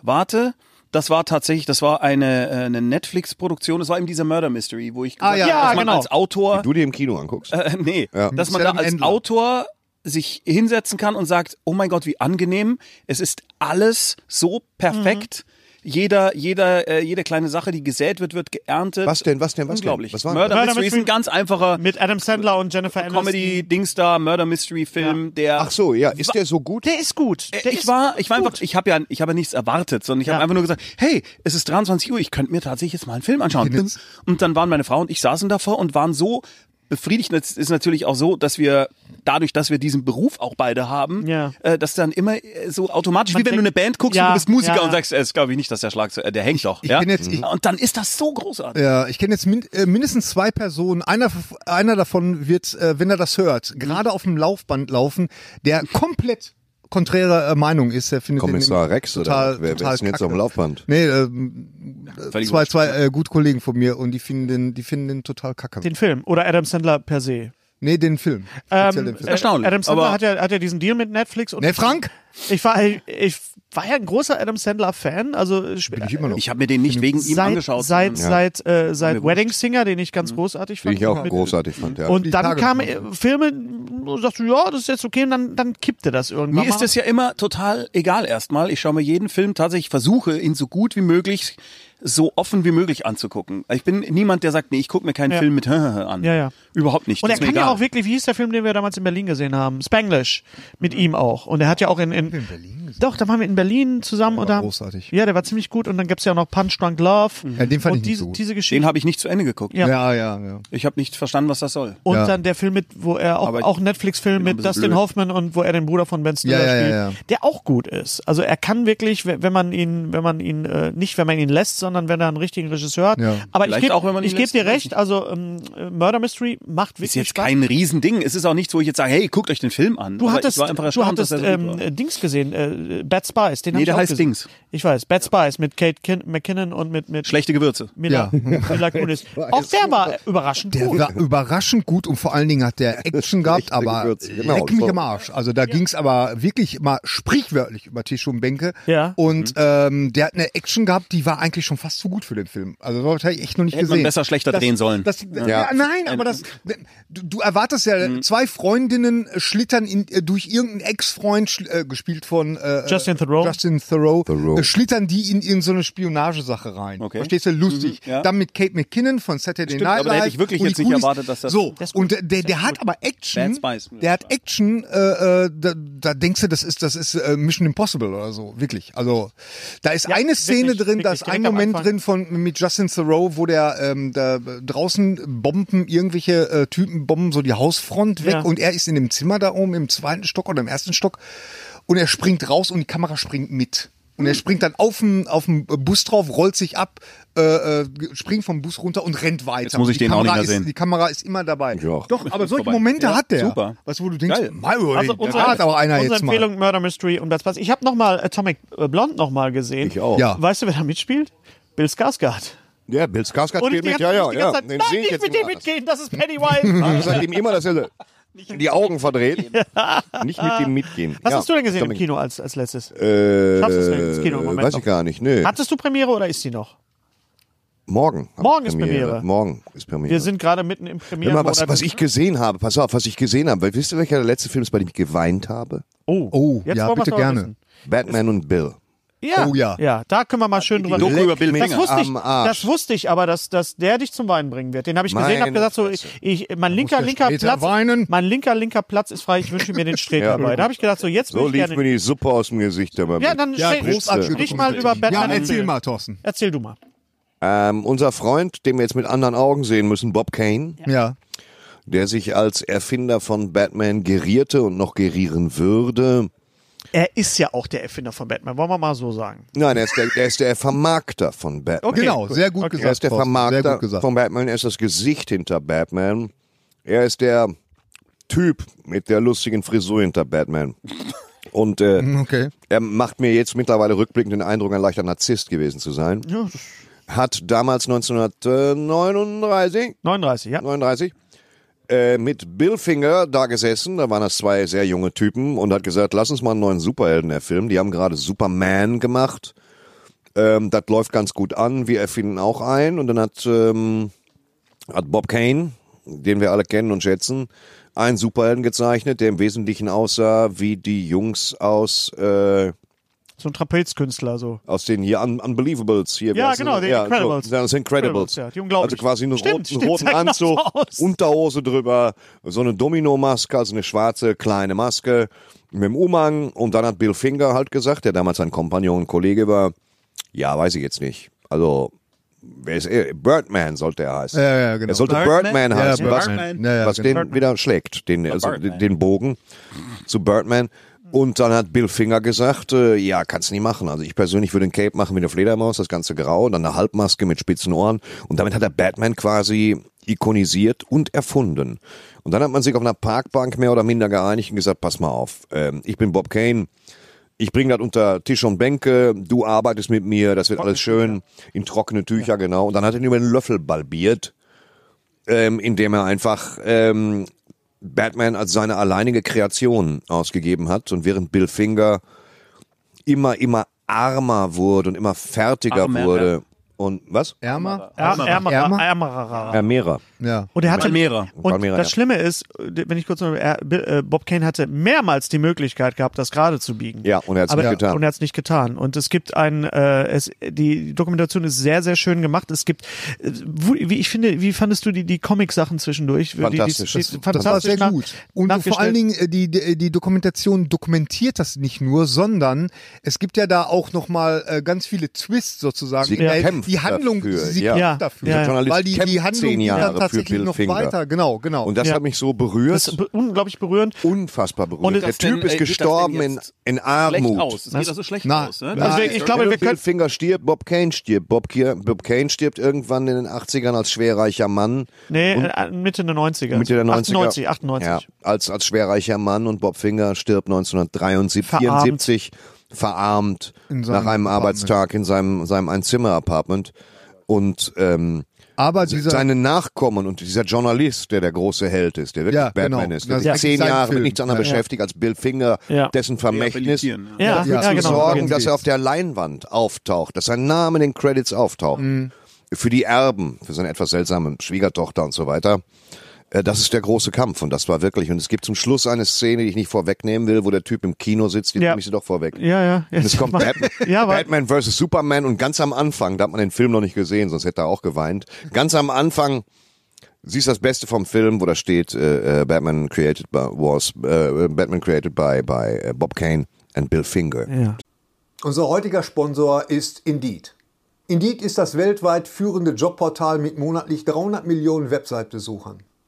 Speaker 1: warte, das war tatsächlich, das war eine, äh, eine Netflix-Produktion. Das war eben dieser Murder Mystery, wo ich gesagt
Speaker 6: ja,
Speaker 1: habe,
Speaker 6: ja,
Speaker 1: dass man
Speaker 2: genau.
Speaker 1: als Autor,
Speaker 5: Du dir im Kino anguckst.
Speaker 1: äh, nee, dass man da
Speaker 6: Adam
Speaker 1: als
Speaker 6: Endler.
Speaker 1: Autor sich hinsetzen kann und sagt, oh mein Gott, wie angenehm, es ist alles so perfekt. Jeder, jeder, äh, jede kleine Sache, die gesät wird, wird geerntet.
Speaker 5: Was denn, was denn, was denn?
Speaker 1: Unglaublich.
Speaker 5: Was war denn
Speaker 1: Murder
Speaker 2: das?
Speaker 1: Mystery ist ein ganz einfacher
Speaker 2: Mit Adam Sandler und Jennifer Aniston.
Speaker 1: Comedy-Dings da, Murder Mystery-Film, der.
Speaker 5: Ach so, ja, ist der so gut?
Speaker 2: Der ist gut. Der
Speaker 1: ich
Speaker 2: Äh, ist
Speaker 1: war, ich war
Speaker 2: gut.
Speaker 1: einfach, ich habe ja, ich habe ja nichts erwartet, sondern ich habe
Speaker 2: Ja.
Speaker 1: einfach nur gesagt, hey, es ist 23 Uhr, ich könnte mir tatsächlich jetzt mal einen Film anschauen. Und dann waren meine Frau und ich saßen davor und waren so befriedigend ist natürlich auch so, dass wir dadurch, dass wir diesen Beruf auch beide haben,
Speaker 2: Ja.
Speaker 1: äh, dass dann immer äh, so automatisch,
Speaker 2: Man
Speaker 1: wie wenn du eine
Speaker 2: denkt-
Speaker 1: Band guckst
Speaker 2: Ja,
Speaker 1: und du bist Musiker
Speaker 2: ja.
Speaker 1: und sagst, es glaube ich nicht, dass der Schlagzeug, äh, der hängt doch.
Speaker 6: ich
Speaker 1: ja?
Speaker 6: bin jetzt- ich-
Speaker 1: und dann ist das so großartig.
Speaker 6: Ja, ich kenne jetzt min äh, mindestens zwei Personen. Einer, f- einer davon wird, äh, wenn er das hört, gerade auf dem Laufband laufen, der komplett konträrer äh, Meinung ist. Der findet den
Speaker 5: Kommissar
Speaker 6: nämlich
Speaker 5: Rex
Speaker 6: total,
Speaker 5: oder wer, wer
Speaker 6: total
Speaker 5: ist denn jetzt
Speaker 6: kacke.
Speaker 5: auf dem Laufband?
Speaker 6: Nee, ähm,
Speaker 1: Völlig
Speaker 6: zwei,
Speaker 1: wurscht.
Speaker 6: zwei äh, gut Kollegen von mir und die finden den, die finden den total kacke.
Speaker 2: Den Film oder Adam Sandler per se.
Speaker 6: nee, den Film. Speziell den
Speaker 2: Ähm,
Speaker 6: Film.
Speaker 1: Erstaunlich,
Speaker 2: Adam Sandler
Speaker 1: aber-
Speaker 2: hat ja, hat ja diesen Deal mit Netflix. Und
Speaker 6: nee, Frank?
Speaker 2: Ich war, ich war ja ein großer Adam Sandler-Fan. Also sp- äh,
Speaker 6: Bin ich immer noch.
Speaker 1: Ich habe mir den nicht wegen ihm
Speaker 2: seit,
Speaker 1: angeschaut.
Speaker 2: seit,
Speaker 1: sondern-
Speaker 2: seit, äh, seit
Speaker 1: Mir wurscht.
Speaker 2: Wedding Singer, den ich ganz
Speaker 1: Mhm.
Speaker 2: großartig
Speaker 5: Den
Speaker 2: fand.
Speaker 5: ich auch
Speaker 2: Mit-
Speaker 5: großartig fand, ja.
Speaker 2: Und
Speaker 6: Die
Speaker 2: dann
Speaker 6: Tage
Speaker 2: kamen
Speaker 6: gemacht.
Speaker 2: äh, Filme, wo du sagst du, ja, das ist jetzt okay, und dann, dann kippte das
Speaker 1: Mir
Speaker 2: irgendwann.
Speaker 1: ist
Speaker 2: mal.
Speaker 1: das ja immer total egal erstmal. Ich schaue mir jeden Film tatsächlich, versuche ihn so gut wie möglich, so offen wie möglich anzugucken. Ich bin niemand, der sagt, nee, ich gucke mir keinen
Speaker 2: Ja.
Speaker 1: Film mit an.
Speaker 2: Ja, ja.
Speaker 1: Überhaupt nicht.
Speaker 2: Und er
Speaker 1: das ist mir
Speaker 2: kann ja
Speaker 1: egal.
Speaker 2: auch wirklich, wie hieß der Film, den wir damals in Berlin gesehen haben? Spanglish. Mit ihm auch. Und er hat ja auch in, in, Doch, da waren wir in Berlin zusammen. und
Speaker 6: war
Speaker 2: da,
Speaker 6: großartig. Mhm.
Speaker 2: Ja, der war ziemlich gut. Und dann gibt's ja noch Punch Drunk Love.
Speaker 6: Ja, den fand
Speaker 2: und
Speaker 6: ich nicht
Speaker 2: diese,
Speaker 6: so gut.
Speaker 2: diese Geschichte.
Speaker 1: Den habe ich nicht zu Ende geguckt.
Speaker 2: Ja.
Speaker 6: Ja, ja, ja.
Speaker 1: Ich habe nicht verstanden, was das soll.
Speaker 2: Und
Speaker 6: Ja.
Speaker 2: dann der Film mit, wo er auch,
Speaker 1: Aber ich
Speaker 2: auch Netflix-Film
Speaker 1: bin ein
Speaker 2: mit
Speaker 1: bisschen
Speaker 2: Dustin
Speaker 1: blöd.
Speaker 2: Hoffman und wo er den Bruder von Ben Stiller
Speaker 6: Ja, ja,
Speaker 2: spielt,
Speaker 6: ja, ja.
Speaker 2: der auch gut ist. Also er kann wirklich, we- wenn man ihn, wenn man ihn äh, nicht, wenn man ihn lässt, sondern wenn er einen richtigen Regisseur hat.
Speaker 6: Ja.
Speaker 2: Aber
Speaker 1: Vielleicht
Speaker 2: ich
Speaker 1: auch, wenn
Speaker 2: gebe
Speaker 1: man ihn
Speaker 2: ich geb
Speaker 1: lässt,
Speaker 2: dir
Speaker 1: weiß
Speaker 2: recht. Also ähm, äh, Murder Mystery macht wirklich
Speaker 1: Ist jetzt
Speaker 2: Spaß.
Speaker 1: kein Riesending. Es ist auch nichts, wo ich jetzt sage, hey, guckt euch den Film an.
Speaker 2: Du
Speaker 1: Aber
Speaker 2: hattest,
Speaker 1: ich war einfach
Speaker 2: du
Speaker 1: erstaunt,
Speaker 2: hattest
Speaker 1: dass er so gut
Speaker 2: ähm,
Speaker 1: war.
Speaker 2: äh, Dings gesehen, äh, Bad Spies. Den
Speaker 1: Nee,
Speaker 2: hab ich
Speaker 1: der
Speaker 2: auch
Speaker 1: heißt
Speaker 2: gesehen.
Speaker 1: Dings.
Speaker 2: Ich weiß, Bad Spies mit Kate Kin McKinnon und mit, mit
Speaker 1: Schlechte Gewürze.
Speaker 2: Mila,
Speaker 6: Ja.
Speaker 2: Mila Kunis. Auch der war überraschend
Speaker 6: Der
Speaker 2: gut.
Speaker 6: war überraschend gut und vor allen Dingen hat der Action gehabt, aber
Speaker 5: Gewürze, genau,
Speaker 6: leck mich
Speaker 5: so.
Speaker 6: am Arsch. Also da ging's aber wirklich mal sprichwörtlich über Tisch und Bänke.
Speaker 2: Ja.
Speaker 6: Und
Speaker 5: Mhm.
Speaker 6: ähm, der hat eine Action gehabt, die war eigentlich schon fast zu gut für den Film. Also das habe ich echt noch nicht
Speaker 1: Hätte man
Speaker 6: gesehen.
Speaker 1: besser schlechter
Speaker 6: das,
Speaker 1: drehen sollen.
Speaker 6: Das, ja. nein, aber das du, du erwartest ja,
Speaker 5: Mhm.
Speaker 6: zwei Freundinnen schlittern in, äh, durch irgendeinen Ex-Freund, schl- äh, gespielt von äh,
Speaker 2: Justin Theroux.
Speaker 6: Justin Theroux,
Speaker 5: Theroux.
Speaker 6: Äh, schlittern die in, in so eine Spionagesache rein.
Speaker 1: Okay.
Speaker 6: Verstehst du? Lustig.
Speaker 1: Mhm, ja.
Speaker 6: Dann mit Kate McKinnon von Saturday
Speaker 1: Stimmt,
Speaker 6: Night
Speaker 1: aber da hätte ich
Speaker 6: Live
Speaker 1: wirklich
Speaker 6: und
Speaker 1: jetzt
Speaker 6: die
Speaker 1: nicht
Speaker 6: Coolies.
Speaker 1: erwartet, dass das-
Speaker 6: so
Speaker 2: Das ist gut.
Speaker 6: und der, der, der hat aber Action.
Speaker 1: Bad Spice.
Speaker 6: Der hat Action. Äh, äh, da, da denkst du, das ist das ist äh, Mission Impossible oder so wirklich. Also da ist eine Szene
Speaker 2: wirklich,
Speaker 6: drin, da
Speaker 2: wirklich,
Speaker 6: ist ein
Speaker 2: direkt am
Speaker 6: Moment
Speaker 2: Anfang.
Speaker 6: drin von mit Justin Theroux, wo der ähm, da draußen bomben irgendwelche äh, Typen bomben so die Hausfront weg
Speaker 2: Ja.
Speaker 6: und er ist in dem Zimmer da oben im zweiten Stock oder im ersten Stock und er springt raus und die Kamera springt mit. Und
Speaker 2: Hm.
Speaker 6: er springt dann auf dem auf dem Bus drauf, rollt sich ab, äh, äh, springt vom Bus runter und rennt weiter.
Speaker 1: Jetzt muss ich
Speaker 6: die
Speaker 1: den auch nicht
Speaker 6: Kamera
Speaker 1: mehr
Speaker 6: ist,
Speaker 1: sehen.
Speaker 6: Die Kamera ist immer dabei.
Speaker 5: Ich auch.
Speaker 6: Doch, aber solche
Speaker 1: Vorbei.
Speaker 6: Momente
Speaker 1: Ja,
Speaker 6: hat der.
Speaker 1: super.
Speaker 6: Was, wo du denkst,
Speaker 1: Geil.
Speaker 6: mein Gott,
Speaker 2: Also
Speaker 6: da
Speaker 2: unsere,
Speaker 6: hat aber einer
Speaker 2: unsere
Speaker 6: jetzt mal.
Speaker 2: Empfehlung Murder Mystery und Bud Spice. Ich habe nochmal Atomic äh, Blonde nochmal gesehen.
Speaker 5: Ich auch.
Speaker 6: Ja.
Speaker 2: Weißt du, wer da mitspielt? Bill Skarsgård.
Speaker 5: Ja, Bill Skarsgård
Speaker 2: Und ich
Speaker 5: spielt
Speaker 2: die
Speaker 5: mit,
Speaker 2: ganze,
Speaker 5: ja, ja,
Speaker 2: ich die ganze
Speaker 5: ja.
Speaker 2: Zeit, nein,
Speaker 5: seh
Speaker 2: nicht mit
Speaker 5: mal
Speaker 2: dem
Speaker 5: anders.
Speaker 2: mitgehen, das ist Pennywise.
Speaker 5: Ich sag ihm immer, dass er die Augen verdreht. Nicht mit dem mitgehen.
Speaker 2: Was
Speaker 5: ja.
Speaker 2: hast du denn gesehen im
Speaker 5: Dominik.
Speaker 2: Kino als, als letztes?
Speaker 5: Äh,
Speaker 2: Schaffst du es denn ins Kino im Moment
Speaker 5: weiß
Speaker 2: noch?
Speaker 5: ich gar nicht. Nö.
Speaker 2: Hattest du Premiere oder ist die noch?
Speaker 5: Morgen. hab
Speaker 2: Morgen
Speaker 5: ich
Speaker 2: ist Premiere.
Speaker 5: Morgen ist Premiere.
Speaker 2: Wir sind gerade mitten im
Speaker 5: Hör
Speaker 2: Premiere.
Speaker 5: mal, was, was ich gesehen habe. Pass auf, was ich gesehen habe. Weil wisst ihr, welcher der letzte Film ist, bei dem ich geweint habe?
Speaker 2: Oh,
Speaker 6: Oh,
Speaker 2: jetzt
Speaker 6: ja,
Speaker 2: wollen wir's
Speaker 6: bitte
Speaker 2: doch
Speaker 6: gerne.
Speaker 2: wissen.
Speaker 5: Batman und Bill.
Speaker 2: Ja,
Speaker 6: Oh ja.
Speaker 2: ja, da können wir mal schön drüber
Speaker 1: Doku über Bill
Speaker 2: Das
Speaker 1: Minger.
Speaker 2: wusste, ich,
Speaker 5: Am Arsch.
Speaker 2: das wusste ich aber, dass, dass der dich zum Weinen bringen wird. Den habe ich gesehen, habe
Speaker 5: Meine
Speaker 2: gesagt, so, ich,
Speaker 5: Fresse.
Speaker 2: ich, mein linker,
Speaker 6: der
Speaker 2: linker
Speaker 6: später
Speaker 2: Platz,
Speaker 6: weinen.
Speaker 2: mein linker, linker Platz ist frei, ich wünsche mir den Street dabei. Da habe ich gedacht, so, jetzt
Speaker 5: So
Speaker 2: will ich
Speaker 5: lief mir
Speaker 2: gerne.
Speaker 5: die Suppe aus dem Gesicht. Aber
Speaker 2: Ja, dann
Speaker 6: Ja,
Speaker 2: stell-
Speaker 6: großartig.
Speaker 2: sprich mal über Batman.
Speaker 6: Ja,
Speaker 2: und
Speaker 6: erzähl
Speaker 2: Bill.
Speaker 6: mal, Thorsten.
Speaker 2: Erzähl du mal.
Speaker 5: ähm, unser Freund, den wir jetzt mit anderen Augen sehen müssen, Bob Kane,
Speaker 6: Ja.
Speaker 5: der sich als Erfinder von Batman gerierte und noch gerieren würde.
Speaker 2: Er ist ja auch der Erfinder von Batman, wollen wir mal so sagen.
Speaker 5: Nein, er ist der, er ist der Vermarkter von Batman.
Speaker 6: Genau, sehr gut
Speaker 5: Er
Speaker 6: gesagt.
Speaker 5: ist der
Speaker 6: Thorsten, sehr
Speaker 5: Vermarkter
Speaker 6: gut gesagt.
Speaker 5: von Batman, er ist das Gesicht hinter Batman. Er ist der Typ mit der lustigen Frisur hinter Batman. Und äh,
Speaker 6: Okay.
Speaker 5: er macht mir jetzt mittlerweile rückblickend den Eindruck, ein leichter Narzisst gewesen zu sein. Hat damals 1939
Speaker 2: 39, ja.
Speaker 5: 39 äh, mit Billfinger da gesessen, da waren das zwei sehr junge Typen und hat gesagt, lass uns mal einen neuen Superhelden erfilmen. Die haben gerade Superman gemacht. Ähm, das läuft ganz gut an, wir erfinden auch einen. Und dann hat, ähm, hat Bob Kane, den wir alle kennen und schätzen, einen Superhelden gezeichnet, der im Wesentlichen aussah wie die Jungs aus, äh,
Speaker 2: So ein Trapezkünstler, so.
Speaker 5: aus den hier Un Unbelievables hier. wie
Speaker 2: Ja,
Speaker 5: heißt
Speaker 2: genau,
Speaker 5: das?
Speaker 2: die
Speaker 5: so,
Speaker 2: Incredibles.
Speaker 5: das sind Incredibles.
Speaker 2: Incredibles, ja, die unglaublich.
Speaker 5: also quasi einen
Speaker 2: Stimmt,
Speaker 5: roten,
Speaker 2: stimmt,
Speaker 5: roten
Speaker 2: sah genau
Speaker 5: Anzug,
Speaker 2: so aus.
Speaker 5: Unterhose drüber, so eine Domino-Maske, also eine schwarze kleine Maske mit dem Umhang. Und dann hat Bill Finger halt gesagt, der damals sein Kompagnon und Kollege war, ja, weiß ich jetzt nicht. Also wer ist er? Birdman sollte er heißen.
Speaker 6: Ja, ja, genau.
Speaker 5: Er sollte
Speaker 1: Birdman?
Speaker 5: Birdman, heißen,
Speaker 6: Ja,
Speaker 5: was,
Speaker 1: Birdman.
Speaker 6: Ja, ja,
Speaker 5: was
Speaker 6: genau.
Speaker 5: den wieder schlägt, den, also
Speaker 1: Birdman.
Speaker 5: den Bogen zu Birdman. Und dann hat Bill Finger gesagt, äh, ja, kannst nicht machen. Also ich persönlich würde ein Cape machen wie eine Fledermaus, das ganze grau, dann eine Halbmaske mit spitzen Ohren. Und damit hat er Batman quasi ikonisiert und erfunden. Und dann hat man sich auf einer Parkbank mehr oder minder geeinigt und gesagt, pass mal auf, ähm, ich bin Bob Kane, ich bringe das unter Tisch und Bänke, du arbeitest mit mir, das wird alles schön in trockene Tücher, genau. Und dann hat er ihn über den Löffel balbiert, ähm, indem er einfach ähm, Batman als seine alleinige Kreation ausgegeben hat. Und während Bill Finger immer, immer armer wurde und immer fertiger
Speaker 1: Armer,
Speaker 5: wurde. Und was?
Speaker 6: Ärmer?
Speaker 2: Ärmer- Ärmerer.
Speaker 6: Ärmer?
Speaker 2: Ärmerer.
Speaker 5: Ärmerer.
Speaker 6: Ja.
Speaker 2: Und er hatte
Speaker 1: Palmera.
Speaker 2: Und
Speaker 5: Palmera,
Speaker 2: das
Speaker 5: ja.
Speaker 2: Schlimme ist, wenn ich kurz noch, er, äh, Bob Kane hatte mehrmals die Möglichkeit gehabt, das gerade zu biegen.
Speaker 5: Ja, und er hat's
Speaker 2: Aber-
Speaker 5: nicht getan.
Speaker 2: Und er hat es nicht getan. Und es gibt ein, äh, es, die Dokumentation ist sehr, sehr schön gemacht. Es gibt, äh, wo, wie ich finde, wie fandest du die, die Comic-Sachen zwischendurch?
Speaker 5: Fantastisch.
Speaker 2: Die, die,
Speaker 5: Das-
Speaker 2: die,
Speaker 5: das
Speaker 6: Das war sehr
Speaker 2: nach-
Speaker 6: gut. Und vor
Speaker 2: nachgestellt.
Speaker 6: allen Dingen, äh, die, die, die Dokumentation dokumentiert das nicht nur, sondern es gibt ja da auch nochmal äh, ganz viele Twists sozusagen.
Speaker 5: Sie
Speaker 6: Äh,
Speaker 5: kämpft
Speaker 6: die Handlung,
Speaker 5: dafür,
Speaker 6: sie
Speaker 5: ja.
Speaker 6: kämpft dafür.
Speaker 2: Ja, ja.
Speaker 5: Journalist
Speaker 6: Weil die, die
Speaker 5: kämpft
Speaker 6: Handlung
Speaker 5: zehn
Speaker 6: geht dann
Speaker 5: Jahre für
Speaker 6: tatsächlich
Speaker 5: Bill
Speaker 6: noch
Speaker 5: Finger.
Speaker 6: weiter. Genau, genau.
Speaker 5: Und das
Speaker 2: Ja.
Speaker 5: hat mich so
Speaker 2: Das
Speaker 5: berührt.
Speaker 2: ist be- unglaublich berührend.
Speaker 5: Unfassbar berührt.
Speaker 2: Und
Speaker 5: der
Speaker 1: das
Speaker 5: Typ
Speaker 1: denn,
Speaker 5: ist
Speaker 1: ey, geht das
Speaker 5: gestorben
Speaker 1: denn
Speaker 5: in,
Speaker 1: jetzt
Speaker 5: in
Speaker 1: Schlecht
Speaker 5: Armut.
Speaker 1: aus. Es geht also schlecht
Speaker 6: Na,
Speaker 1: aus. Ne?
Speaker 6: na,
Speaker 2: Also ich- ich glaube,
Speaker 5: Wenn
Speaker 2: wir
Speaker 5: Bill
Speaker 2: können-
Speaker 5: Finger stirbt, Bob Kane stirbt. Bob, Kier, Bob Kane stirbt irgendwann in den 80ern als schwerreicher Mann.
Speaker 2: Nee, äh, Mitte der 90er.
Speaker 5: Mitte der 90er.
Speaker 2: 98, 98.
Speaker 5: Ja, als, als schwerreicher Mann und Bob Finger stirbt 1974, verarmt,
Speaker 6: In seinem
Speaker 5: nach einem
Speaker 6: Apartment.
Speaker 5: Arbeitstag in seinem, seinem Einzimmer-Apartment. Und ähm,
Speaker 6: Aber dieser,
Speaker 5: seine Nachkommen und dieser Journalist, der der große Held ist, der wirklich
Speaker 6: Ja, genau.
Speaker 5: Batman ist, der
Speaker 6: Das
Speaker 5: sich
Speaker 6: ist
Speaker 5: zehn
Speaker 6: sein
Speaker 5: Jahre mit
Speaker 6: Film.
Speaker 5: nichts anderem
Speaker 6: Ja.
Speaker 5: beschäftigt als Bill Finger,
Speaker 2: Ja.
Speaker 5: dessen Vermächtnis,
Speaker 1: Rehabilitieren, ja.
Speaker 2: Ja, ja,
Speaker 6: Ja,
Speaker 2: genau.
Speaker 5: sorgen, dass
Speaker 6: geht's.
Speaker 5: er auf der Leinwand auftaucht, dass sein Name in den Credits auftaucht.
Speaker 2: Mhm.
Speaker 5: Für die Erben, für seine etwas seltsame Schwiegertochter und so weiter. Äh, Das ist der große Kampf und das war wirklich. Und es gibt zum Schluss eine Szene, die ich nicht vorwegnehmen will, wo der Typ im Kino sitzt, die
Speaker 2: Ja.
Speaker 5: nehme ich sie doch vorweg.
Speaker 2: Ja, ja.
Speaker 5: Und es kommt Batman,
Speaker 2: Ja, aber-
Speaker 5: Batman vs. Superman und ganz am Anfang, da hat man den Film noch nicht gesehen, sonst hätte er auch geweint. Ganz am Anfang siehst das Beste vom Film, wo da steht äh, äh, Batman created by was äh, Batman created by by äh, Bob Kane and Bill Finger.
Speaker 2: Ja.
Speaker 4: Unser heutiger Sponsor ist Indeed. Indeed ist das weltweit führende Jobportal mit monatlich 300 Millionen Website-Besuchern.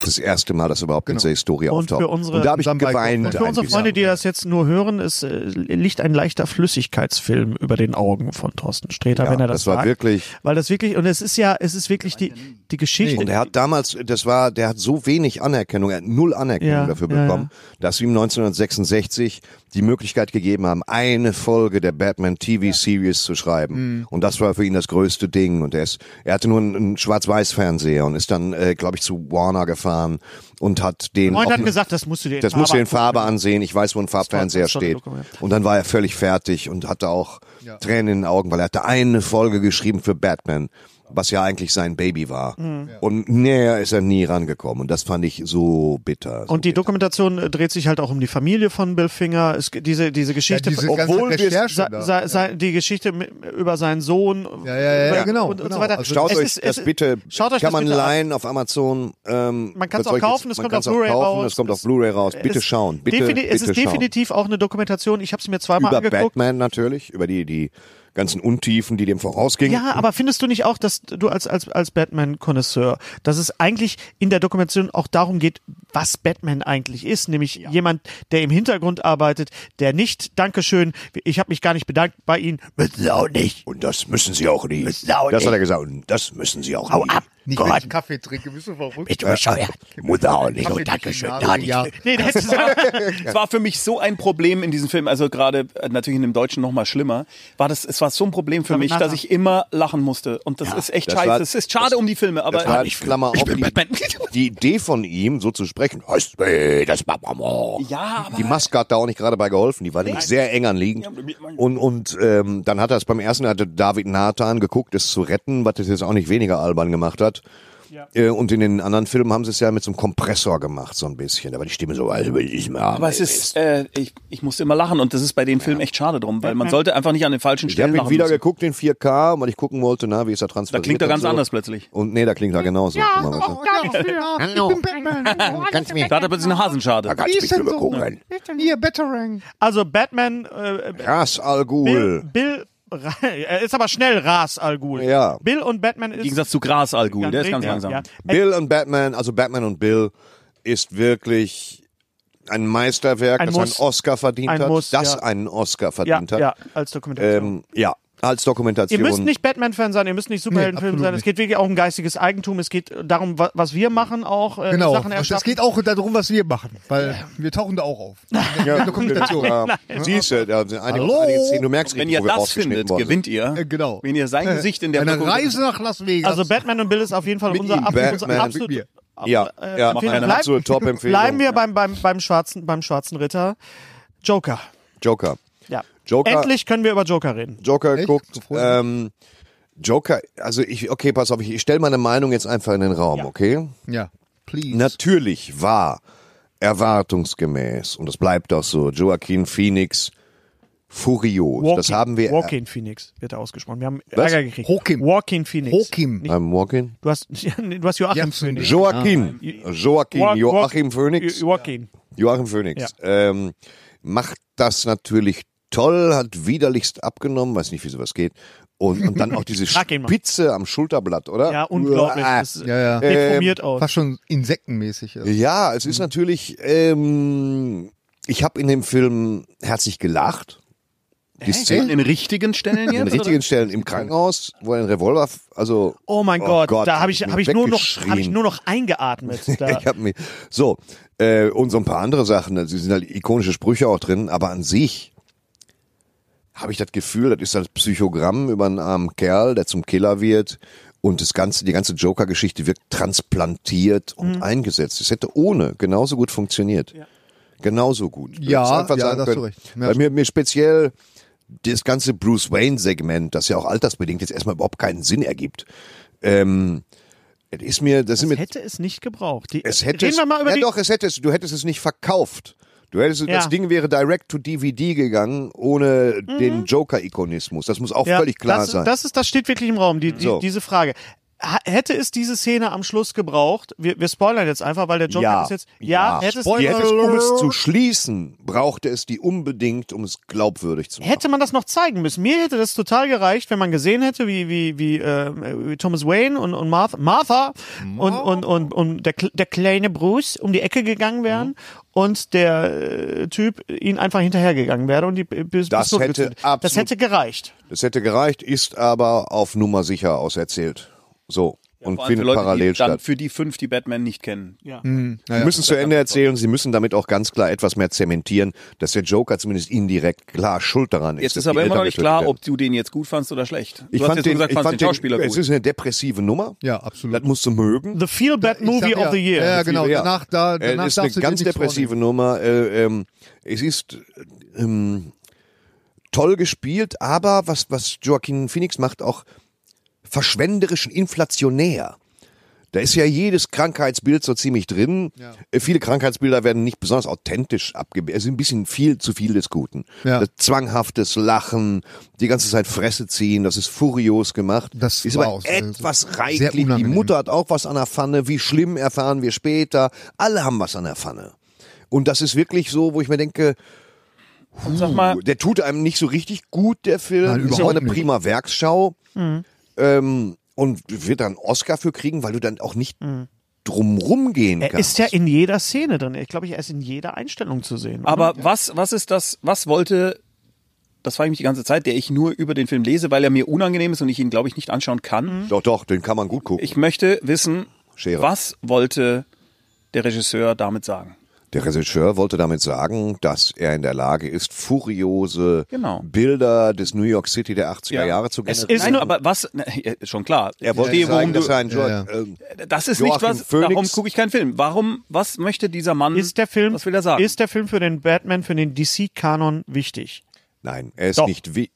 Speaker 5: Das erste Mal, dass überhaupt in dieser Historie
Speaker 2: Genau. Und
Speaker 5: auftaucht.
Speaker 2: für unsere-
Speaker 5: und da habe ich
Speaker 6: unseren
Speaker 5: geweint.
Speaker 6: Balkon-
Speaker 2: Für
Speaker 5: ein
Speaker 2: unsere
Speaker 5: bisschen.
Speaker 2: Freunde, die das jetzt nur hören, es äh, liegt ein leichter Flüssigkeitsfilm über den Augen von Thorsten Sträter,
Speaker 5: Ja,
Speaker 2: wenn er das,
Speaker 5: das war
Speaker 2: sagt.
Speaker 5: wirklich-
Speaker 2: Weil das wirklich, und es ist ja, es ist wirklich die, die Geschichte.
Speaker 5: Und er hat damals, das war, der hat so wenig Anerkennung, er hat null Anerkennung
Speaker 2: Ja,
Speaker 5: dafür
Speaker 2: ja,
Speaker 5: bekommen, dass wir ihm 1966 die Möglichkeit gegeben haben, eine Folge der Batman TV Series zu schreiben.
Speaker 2: Mhm.
Speaker 5: Und das war für ihn das größte Ding. Und er ist, er hatte nur einen, einen Schwarz-Weiß-Fernseher und ist dann, äh, glaube ich, zu Warner gefahren und hat den.
Speaker 2: Freund
Speaker 5: auch-
Speaker 2: hat gesagt, das musst du dir in
Speaker 5: das musst du in
Speaker 2: angucken.
Speaker 5: Farbe ansehen. Ich weiß, wo ein Farbfernseher
Speaker 2: Das ist toll,
Speaker 5: steht.
Speaker 2: das ist toll,
Speaker 5: Und dann war er völlig fertig und hatte auch Tränen in den Augen, weil er hatte eine Folge geschrieben für Batman, was ja eigentlich sein Baby war.
Speaker 2: Mhm.
Speaker 5: Und näher ist er nie rangekommen. Und das fand ich so bitter. So
Speaker 2: Und die
Speaker 5: bitter.
Speaker 2: Dokumentation äh, dreht sich halt auch um die Familie von Bill Finger. Es, g- diese, diese Geschichte,
Speaker 6: diese
Speaker 2: von-
Speaker 6: ganze
Speaker 2: wir es-
Speaker 6: Recherche
Speaker 2: sei-
Speaker 6: da.
Speaker 2: sei- sei- die Geschichte mit, über seinen Sohn
Speaker 6: Ja, ja, ja,
Speaker 2: über-
Speaker 6: ja, genau,
Speaker 2: und, und so
Speaker 6: genau.
Speaker 2: weiter.
Speaker 6: Also
Speaker 5: Schaut
Speaker 2: Es
Speaker 5: euch
Speaker 2: ist- es
Speaker 5: das
Speaker 2: ist-
Speaker 5: bitte,
Speaker 2: Schaut euch
Speaker 5: kann
Speaker 2: das
Speaker 5: man
Speaker 2: bitte an.
Speaker 5: leihen auf Amazon. Ähm,
Speaker 2: Man kann es
Speaker 5: das
Speaker 2: auch
Speaker 5: euch jetzt-
Speaker 2: kaufen, es
Speaker 5: man
Speaker 2: kommt auf
Speaker 5: kann's auch
Speaker 2: Blu-ray
Speaker 5: kaufen,
Speaker 2: raus.
Speaker 5: Es kommt auf Blu-ray raus. Bitte
Speaker 2: es-
Speaker 5: schauen. Bitte,
Speaker 2: defini-
Speaker 5: bitte
Speaker 2: es ist
Speaker 5: schauen.
Speaker 2: definitiv auch eine Dokumentation. Ich habe es mir zweimal
Speaker 5: Über
Speaker 2: angeguckt.
Speaker 5: Batman natürlich, über die, die ganzen Untiefen, die dem vorausgingen.
Speaker 2: Ja, aber findest du nicht auch, dass du als, als, als Batman-Konnoisseur, dass es eigentlich in der Dokumentation auch darum geht, was Batman eigentlich ist, nämlich jemand, der im Hintergrund arbeitet, der nicht, Dankeschön, ich habe mich gar nicht bedankt bei Ihnen, müssen Sie auch nicht.
Speaker 5: Und das müssen sie auch nie. Das
Speaker 2: auch
Speaker 5: hat
Speaker 2: nicht.
Speaker 5: er gesagt. Und das müssen sie auch nie.
Speaker 6: Nicht, wenn ich Kaffee trinke, bist du verrückt?
Speaker 5: du bescheuert? Muss er auch nicht.
Speaker 6: Kaffee
Speaker 5: Und Dankeschön.
Speaker 6: trinken,
Speaker 5: Nein,
Speaker 6: ja.
Speaker 2: Nee, das ist
Speaker 1: Es war für mich so ein Problem in diesem Film, also gerade äh, natürlich in dem Deutschen noch mal schlimmer, war das, es war so ein Problem für mich, dass ich immer lachen musste. Und das ist echt
Speaker 5: das
Speaker 1: scheiße.
Speaker 5: war-
Speaker 1: Es ist schade um die Filme, aber
Speaker 5: Das war Klammer auf die, die Idee von ihm, so zu sprechen. Heißt, nee, das machen wir mal.
Speaker 1: Ja, aber-
Speaker 5: Die Maske hat da auch nicht gerade bei geholfen. Die war nämlich sehr eng anliegend. Und, und ähm, dann hat er es beim ersten, hatte David Nathan geguckt, es zu retten, was es jetzt auch nicht weniger albern gemacht hat. Äh, Und in den anderen Filmen haben sie es ja mit so einem Kompressor gemacht, so ein bisschen. Da war die Stimme so, also will ich mal.
Speaker 1: aber es ist, äh, ich, ich musste immer lachen und das ist bei den Filmen echt schade drum, weil man sollte einfach nicht an den falschen
Speaker 5: Ich habe
Speaker 1: Stellen
Speaker 5: ihn
Speaker 1: lachen.
Speaker 5: wieder
Speaker 1: müssen.
Speaker 5: geguckt in 4K, weil ich gucken wollte, na, wie ist er
Speaker 1: Da
Speaker 5: transferiert.
Speaker 1: klingt er
Speaker 5: und
Speaker 1: ganz
Speaker 5: so.
Speaker 1: anders plötzlich.
Speaker 5: Und nee, da klingt er genauso. Guck
Speaker 6: oh,
Speaker 5: mal, was er-
Speaker 6: Ja, ich bin Batman.
Speaker 5: Kannst du mir
Speaker 1: Da hat er plötzlich eine Hasenschade.
Speaker 5: ganz
Speaker 6: ist denn
Speaker 5: bisschen
Speaker 6: so?
Speaker 5: gucken?
Speaker 6: Hier, Batarang.
Speaker 2: also Batman, äh,
Speaker 5: Ras Al Ghul.
Speaker 2: Bill, Bill Ra- er ist aber schnell Ras Al Ghul.
Speaker 5: Ja.
Speaker 2: Bill und Batman ist
Speaker 1: Im Gegensatz zu Gras Al Ghul, der ist ganz
Speaker 2: Ja,
Speaker 1: langsam.
Speaker 2: ja.
Speaker 5: Bill und Batman, also Batman und Bill, ist wirklich ein Meisterwerk,
Speaker 2: Ein
Speaker 5: das
Speaker 2: Muss.
Speaker 5: einen Oscar verdient
Speaker 2: Ein
Speaker 5: hat,
Speaker 2: Muss,
Speaker 5: das
Speaker 2: ja.
Speaker 5: einen Oscar
Speaker 2: Ja,
Speaker 5: verdient hat.
Speaker 2: ja, als Dokumentation.
Speaker 5: Ähm, ja, als Dokumentation.
Speaker 2: Ihr müsst nicht Batman-Fan sein, ihr müsst nicht Superhelden-Fan sein. Es geht wirklich auch um geistiges Eigentum. Es geht darum, wa- was wir machen auch. Äh,
Speaker 6: Genau.
Speaker 2: Sachen
Speaker 6: Es
Speaker 2: erschaffen.
Speaker 6: geht auch darum, was wir machen, weil wir tauchen da auch auf.
Speaker 5: ja, Dokumentation. Ja. Siehst du, da sind einige,
Speaker 6: Hallo?
Speaker 5: einige Szenen, du merkst
Speaker 1: Wenn
Speaker 5: richtig,
Speaker 1: ihr
Speaker 5: wo wir
Speaker 1: das
Speaker 5: rausgeschnitten
Speaker 1: findet,
Speaker 5: worden sind.
Speaker 1: gewinnt ihr.
Speaker 6: Äh, genau.
Speaker 1: Wenn ihr sein Gesicht in der
Speaker 6: Eine
Speaker 1: Wirkung-
Speaker 6: Reise nach Las Vegas.
Speaker 2: Also Batman und Bill ist auf jeden Fall unser
Speaker 6: ihm.
Speaker 2: ab,
Speaker 5: Batman
Speaker 2: unser
Speaker 5: mit
Speaker 2: absolut. äh,
Speaker 6: mir.
Speaker 5: Ja,
Speaker 1: äh,
Speaker 5: ja,
Speaker 2: Bleib-
Speaker 1: keine
Speaker 2: bleib-
Speaker 5: absolute Top-Empfehlung.
Speaker 2: Bleiben wir beim, beim, beim, schwarzen, beim schwarzen Ritter. Joker.
Speaker 5: Joker.
Speaker 2: Ja.
Speaker 5: Joker-
Speaker 2: Endlich können wir über Joker reden.
Speaker 5: Joker
Speaker 6: Echt?
Speaker 5: guckt.
Speaker 6: So freut mich.
Speaker 5: Ähm, Joker, also ich, okay, pass auf, ich, ich stelle meine Meinung jetzt einfach in den Raum, okay?
Speaker 6: ja, please.
Speaker 5: Natürlich war erwartungsgemäß, und das bleibt auch so, Joaquin Phoenix furios. Das
Speaker 2: Joaquin-
Speaker 5: haben wir. äh,
Speaker 2: Joaquin Phoenix wird er ausgesprochen. Wir haben
Speaker 5: Was?
Speaker 2: Ärger gekriegt.
Speaker 6: Joaquin.
Speaker 2: Joaquin Phoenix.
Speaker 6: Hokim.
Speaker 5: I'm walking.
Speaker 2: Du hast, du hast Joachim Phoenix.
Speaker 5: äh,
Speaker 2: Äh,
Speaker 5: Joaquin. Joaquin.
Speaker 2: Joa-
Speaker 5: Joachim Phoenix.
Speaker 2: Ah, Joaquin.
Speaker 5: Joachim Phoenix. Ähm, macht das natürlich toll, hat widerlichst abgenommen, weiß nicht, wie sowas geht. Und, und dann auch diese
Speaker 2: Frag ihn mal.
Speaker 5: Spitze am Schulterblatt, oder?
Speaker 2: Ja, unglaublich.
Speaker 5: Uah. Ähm,
Speaker 2: Das
Speaker 6: Ja, ja.
Speaker 2: deformiert aus.
Speaker 6: Fast schon insektenmäßig. Ja.
Speaker 5: Ja,
Speaker 2: Mhm.
Speaker 5: es ist natürlich. Ähm, ich habe in dem Film herzlich gelacht. Die
Speaker 1: An
Speaker 5: Szene
Speaker 1: den richtigen Stellen
Speaker 5: an
Speaker 1: jetzt?
Speaker 5: den richtigen Stellen im Krankenhaus, wo er den Revolver, f- also
Speaker 2: Oh mein
Speaker 5: Oh
Speaker 2: Gott,
Speaker 5: Gott,
Speaker 2: da habe ich,
Speaker 5: hab ich
Speaker 2: hab ich,
Speaker 5: mich
Speaker 2: nur noch,
Speaker 5: weggeschrien.
Speaker 2: hab ich nur noch eingeatmet. Da.
Speaker 5: ich habe mir so äh, und so ein paar andere Sachen. Also, es sind halt ikonische Sprüche auch drin, aber an sich habe ich das Gefühl, das ist das Psychogramm über einen armen Kerl, der zum Killer wird. Und das ganze, die ganze Joker-Geschichte wirkt transplantiert und eingesetzt. Es hätte ohne genauso gut funktioniert. Genauso gut. Du
Speaker 6: Ja,
Speaker 5: hättest einfach
Speaker 6: ja,
Speaker 5: sagen
Speaker 6: da hast du
Speaker 5: können.
Speaker 6: recht. Ja,
Speaker 5: Bei mir, mir speziell das ganze Bruce Wayne-Segment, das ja auch altersbedingt jetzt erstmal überhaupt keinen Sinn ergibt. Ähm, es ist mir, das, sind
Speaker 2: Es
Speaker 5: mir
Speaker 2: hätte es nicht gebraucht. Die,
Speaker 5: es hätte
Speaker 2: reden wir
Speaker 5: es,
Speaker 2: mal über
Speaker 5: ja
Speaker 2: die,
Speaker 5: doch, es hätte es, du hättest es nicht verkauft. Du hättest es-
Speaker 2: Ja. Mhm.
Speaker 5: das Ding wäre direct to DVD gegangen ohne den Joker Ikonismus. Das muss auch
Speaker 2: Ja,
Speaker 5: völlig klar
Speaker 2: das,
Speaker 5: sein.
Speaker 2: Das, ist, das steht wirklich im Raum, die, die,
Speaker 5: So.
Speaker 2: diese Frage. Ha- Hätte es diese Szene am Schluss gebraucht? Wir, wir spoilern jetzt einfach, weil der Joker
Speaker 5: Ja.
Speaker 2: ist jetzt. Ja,
Speaker 5: Ja.
Speaker 2: hätte, es,
Speaker 5: Die hätte es, um es zu schließen, brauchte es die unbedingt, um es glaubwürdig zu machen.
Speaker 2: hätte man das noch zeigen müssen. Mir hätte das total gereicht, wenn man gesehen hätte, wie, wie, wie, äh, wie Thomas Wayne und, und Martha, Martha und, und, und, und der, Kle- der kleine Bruce um die Ecke gegangen wären
Speaker 5: Mhm.
Speaker 2: und der äh, Typ ihn einfach hinterhergegangen wäre und die äh, bis,
Speaker 5: Das
Speaker 2: bis tot
Speaker 5: hätte
Speaker 2: gezündet. Das
Speaker 5: absolut-
Speaker 2: hätte gereicht.
Speaker 5: Das hätte gereicht, ist aber auf Nummer sicher auserzählt. So.
Speaker 1: also Vor allem
Speaker 5: und
Speaker 1: für
Speaker 5: findet
Speaker 1: Leute,
Speaker 5: parallel
Speaker 1: die dann
Speaker 5: statt.
Speaker 1: für die fünf, die Batman nicht kennen.
Speaker 5: Sie müssen es zu Ende erzählen und sie müssen damit auch ganz klar etwas mehr zementieren, dass der Joker zumindest indirekt klar schuld daran ist.
Speaker 1: Jetzt
Speaker 5: dass
Speaker 1: ist aber
Speaker 5: die
Speaker 1: immer
Speaker 5: Eltern
Speaker 1: noch nicht
Speaker 5: getötet
Speaker 1: klar,
Speaker 5: werden.
Speaker 1: ob du den jetzt gut fandst oder schlecht.
Speaker 5: Ich
Speaker 1: du
Speaker 5: fand
Speaker 1: hast jetzt nur
Speaker 5: den,
Speaker 1: gesagt,
Speaker 5: ich
Speaker 1: fandst
Speaker 5: fand
Speaker 1: den Schauspieler
Speaker 5: den,
Speaker 1: gut.
Speaker 5: es ist eine depressive Nummer.
Speaker 6: Ja,
Speaker 5: Das
Speaker 6: absolut.
Speaker 5: musst du mögen.
Speaker 2: The Feel Bad
Speaker 6: Ich sag
Speaker 2: Movie
Speaker 6: ja,
Speaker 2: of the Year.
Speaker 6: Ja, genau.
Speaker 5: Ja.
Speaker 6: Danach, da,
Speaker 5: Äh,
Speaker 6: danach
Speaker 5: ist eine
Speaker 6: darfst du dir
Speaker 5: ganz
Speaker 6: nichts
Speaker 5: depressive Nummer. Äh, ähm, es ist äh, ähm, toll gespielt, aber was, was Joaquin Phoenix macht, auch verschwenderisch und inflationär. Da ist ja jedes Krankheitsbild so ziemlich drin. Äh, viele Krankheitsbilder werden nicht besonders authentisch abgebildet. Es ist ein bisschen viel zu viel des Guten.
Speaker 6: Ja.
Speaker 5: Das zwanghaftes Lachen, die ganze Zeit Fresse ziehen, das ist furios gemacht.
Speaker 6: Das
Speaker 5: ist
Speaker 6: war
Speaker 5: aber
Speaker 6: auch sehr-
Speaker 5: etwas
Speaker 6: sehr
Speaker 5: reichlich. Die
Speaker 6: unangenehm.
Speaker 5: Mutter hat auch was an der Pfanne. Wie schlimm erfahren wir später. Alle haben was an der Pfanne. Und das ist wirklich so, wo ich mir denke,
Speaker 1: Sag mal,
Speaker 5: der tut einem nicht so richtig gut, der Film.
Speaker 6: Nein,
Speaker 5: ist
Speaker 6: überhaupt
Speaker 5: aber eine
Speaker 6: nicht.
Speaker 5: prima
Speaker 2: Mhm.
Speaker 5: Werksschau. Ähm, und wird dann einen Oscar für kriegen, weil du dann auch nicht drumrum gehen
Speaker 2: Mhm. Er
Speaker 5: kannst.
Speaker 2: ist ja in jeder Szene drin. Ich glaube, er ist in jeder Einstellung zu sehen. oder?
Speaker 1: Aber was, was ist das, was wollte, das frage ich mich die ganze Zeit, der ich nur über den Film lese, weil er mir unangenehm ist und ich ihn, glaube ich, nicht anschauen kann.
Speaker 5: doch, doch, den kann man gut gucken.
Speaker 1: Ich möchte wissen,
Speaker 5: Mhm. Schere.
Speaker 1: was wollte der Regisseur damit sagen?
Speaker 5: Der Regisseur wollte damit sagen, dass er in der Lage ist, furiose
Speaker 1: Genau.
Speaker 5: Bilder des New York City der 80er
Speaker 1: Ja.
Speaker 5: Jahre zu generieren.
Speaker 2: ist
Speaker 1: Nein,
Speaker 2: nur-
Speaker 1: aber was, na, ja, schon klar.
Speaker 5: er wollte
Speaker 1: Verstehe,
Speaker 5: sagen,
Speaker 1: warum
Speaker 5: dass
Speaker 1: du,
Speaker 5: er Ähm, ein Joachim,
Speaker 6: Ja,
Speaker 1: das ist nicht
Speaker 5: Joachim
Speaker 1: was,
Speaker 5: Phoenix-
Speaker 1: darum gucke ich keinen Film. Warum, was möchte dieser Mann,
Speaker 2: ist der Film,
Speaker 1: was will er sagen?
Speaker 2: Ist der Film für den Batman, für den DC-Kanon wichtig?
Speaker 5: Nein, er ist
Speaker 2: Doch.
Speaker 5: nicht wie.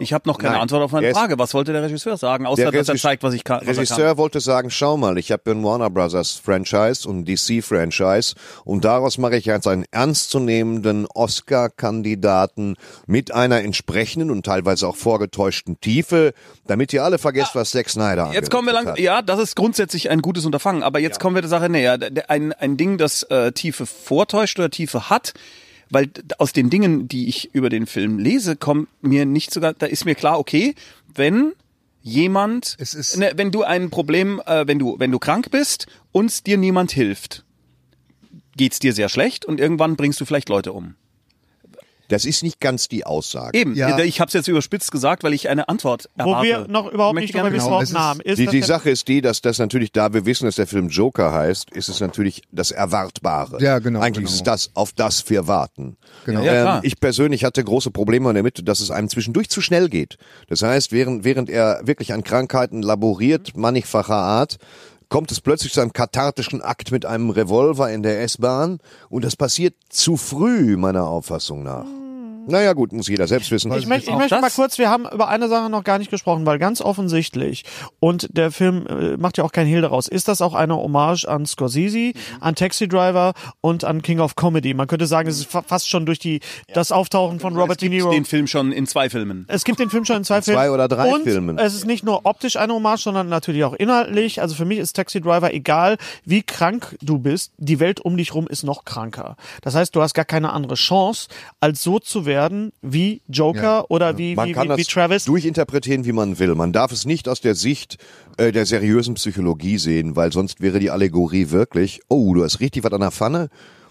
Speaker 1: ich habe noch keine
Speaker 5: Nein.
Speaker 1: Antwort auf meine
Speaker 5: Er ist-
Speaker 1: Frage. Was wollte der Regisseur sagen, außer dass er
Speaker 5: Regis-
Speaker 1: zeigt, was ich kann? Was er kann.
Speaker 5: Regisseur wollte sagen, schau mal, ich habe ein Warner Brothers Franchise und DC Franchise und daraus mache ich jetzt einen ernstzunehmenden Oscar-Kandidaten mit einer entsprechenden und teilweise auch vorgetäuschten Tiefe, damit ihr alle vergesst, was Zack Snyder
Speaker 1: Jetzt kommen wir
Speaker 5: angerichtet
Speaker 1: lang.
Speaker 5: hat.
Speaker 1: Ja, das ist grundsätzlich ein gutes Unterfangen, aber jetzt kommen wir der Sache näher. D- d- Ein, ein Ding, das äh, Tiefe vortäuscht oder Tiefe hat, weil d- aus den Dingen, die ich über den Film lese, kommt mir nicht sogar, da ist mir klar, okay, wenn jemand,
Speaker 6: Es ist-
Speaker 1: ne, wenn du ein Problem, äh, wenn du, wenn du krank bist und dir niemand hilft, geht's dir sehr schlecht und irgendwann bringst du vielleicht Leute um.
Speaker 5: Das ist nicht ganz die Aussage.
Speaker 1: Eben, äh,
Speaker 6: Ja.
Speaker 1: ich habe es jetzt überspitzt gesagt, weil ich eine Antwort
Speaker 2: Wo
Speaker 1: erwarte.
Speaker 2: wir noch
Speaker 1: Ich
Speaker 2: überhaupt
Speaker 1: möchte
Speaker 2: nicht
Speaker 1: gerne
Speaker 2: drüber wissen,
Speaker 6: Genau,
Speaker 2: ob
Speaker 6: es ist-
Speaker 2: Namen ist.
Speaker 5: Die,
Speaker 2: dass
Speaker 5: die
Speaker 2: der-
Speaker 5: Sache ist die, dass das natürlich, da wir wissen, dass der Film Joker heißt, ist es natürlich das Erwartbare.
Speaker 6: Ja, genau,
Speaker 5: Eigentlich
Speaker 6: genau.
Speaker 5: ist das, auf das wir warten.
Speaker 6: Genau.
Speaker 1: Ja, klar.
Speaker 5: ähm, ich persönlich hatte große Probleme damit, dass es einem zwischendurch zu schnell geht. Das heißt, während, während er wirklich an Krankheiten laboriert, mannigfacher Art, kommt es plötzlich zu einem kathartischen Akt mit einem Revolver in der S-Bahn und das passiert zu früh, meiner Auffassung nach. Naja gut, muss jeder selbst wissen.
Speaker 2: Hm. Ich möchte, ich möchte
Speaker 1: das-
Speaker 2: mal kurz, wir haben über eine Sache noch gar nicht gesprochen, weil ganz offensichtlich, und der Film äh, macht ja auch keinen Hehl daraus, ist das auch eine Hommage an Scorsese,
Speaker 1: Mhm.
Speaker 2: an Taxi Driver und an King of Comedy. Man könnte sagen, es ist fa fast schon durch die, das Auftauchen von Robert De Niro.
Speaker 1: den Film schon in zwei Filmen.
Speaker 2: Es gibt den Film schon in zwei Filmen.
Speaker 5: zwei oder drei
Speaker 2: und
Speaker 5: Filmen.
Speaker 2: Es ist nicht nur optisch eine Hommage, sondern natürlich auch inhaltlich. Also für mich ist Taxi Driver, egal wie krank du bist, die Welt um dich rum ist noch kranker. Das heißt, du hast gar keine andere Chance, als so zu werden wie Joker oder wie,
Speaker 5: Man
Speaker 2: wie,
Speaker 5: kann
Speaker 2: wie, wie
Speaker 5: das
Speaker 2: Travis.
Speaker 5: durchinterpretieren, wie man will. Man darf es nicht aus der Sicht äh, der seriösen Psychologie sehen, weil sonst wäre die Allegorie wirklich, oh, du hast richtig was an der Pfanne,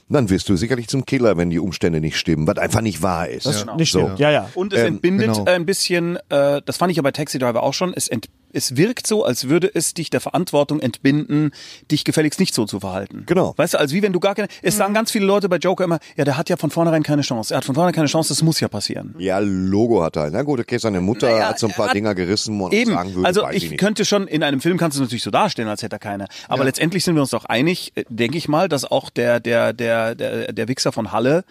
Speaker 5: dann wirst du sicherlich zum Killer, wenn die Umstände nicht stimmen, was einfach nicht wahr ist. Das
Speaker 2: Nicht stimmt. Ja, ja.
Speaker 1: Genau. Und es
Speaker 5: Ähm,
Speaker 1: entbindet
Speaker 6: genau.
Speaker 1: ein bisschen, äh, das fand ich aber bei Taxi Driver auch schon, es, ent, es wirkt so, als würde es dich der Verantwortung entbinden, dich gefälligst nicht so zu verhalten.
Speaker 5: Genau.
Speaker 1: Weißt du, als wie wenn du gar keine, es sagen ganz viele Leute bei Joker immer, ja, der hat ja von vornherein keine Chance, er hat von vornherein keine Chance, das muss ja passieren.
Speaker 5: Ja, Logo hat er. Na gut, okay, seine Mutter
Speaker 1: Naja,
Speaker 5: hat so ein
Speaker 1: er
Speaker 5: paar
Speaker 1: hat-
Speaker 5: Dinger gerissen, wo man auch sagen
Speaker 1: Eben,
Speaker 5: würde,
Speaker 1: also
Speaker 5: weiß
Speaker 1: ich
Speaker 5: nicht.
Speaker 1: könnte schon, in einem Film kannst du es natürlich so darstellen, als hätte er keine. Aber letztendlich sind wir uns doch einig, äh, denke ich mal, dass auch der, der, der, der, der Wichser von Halle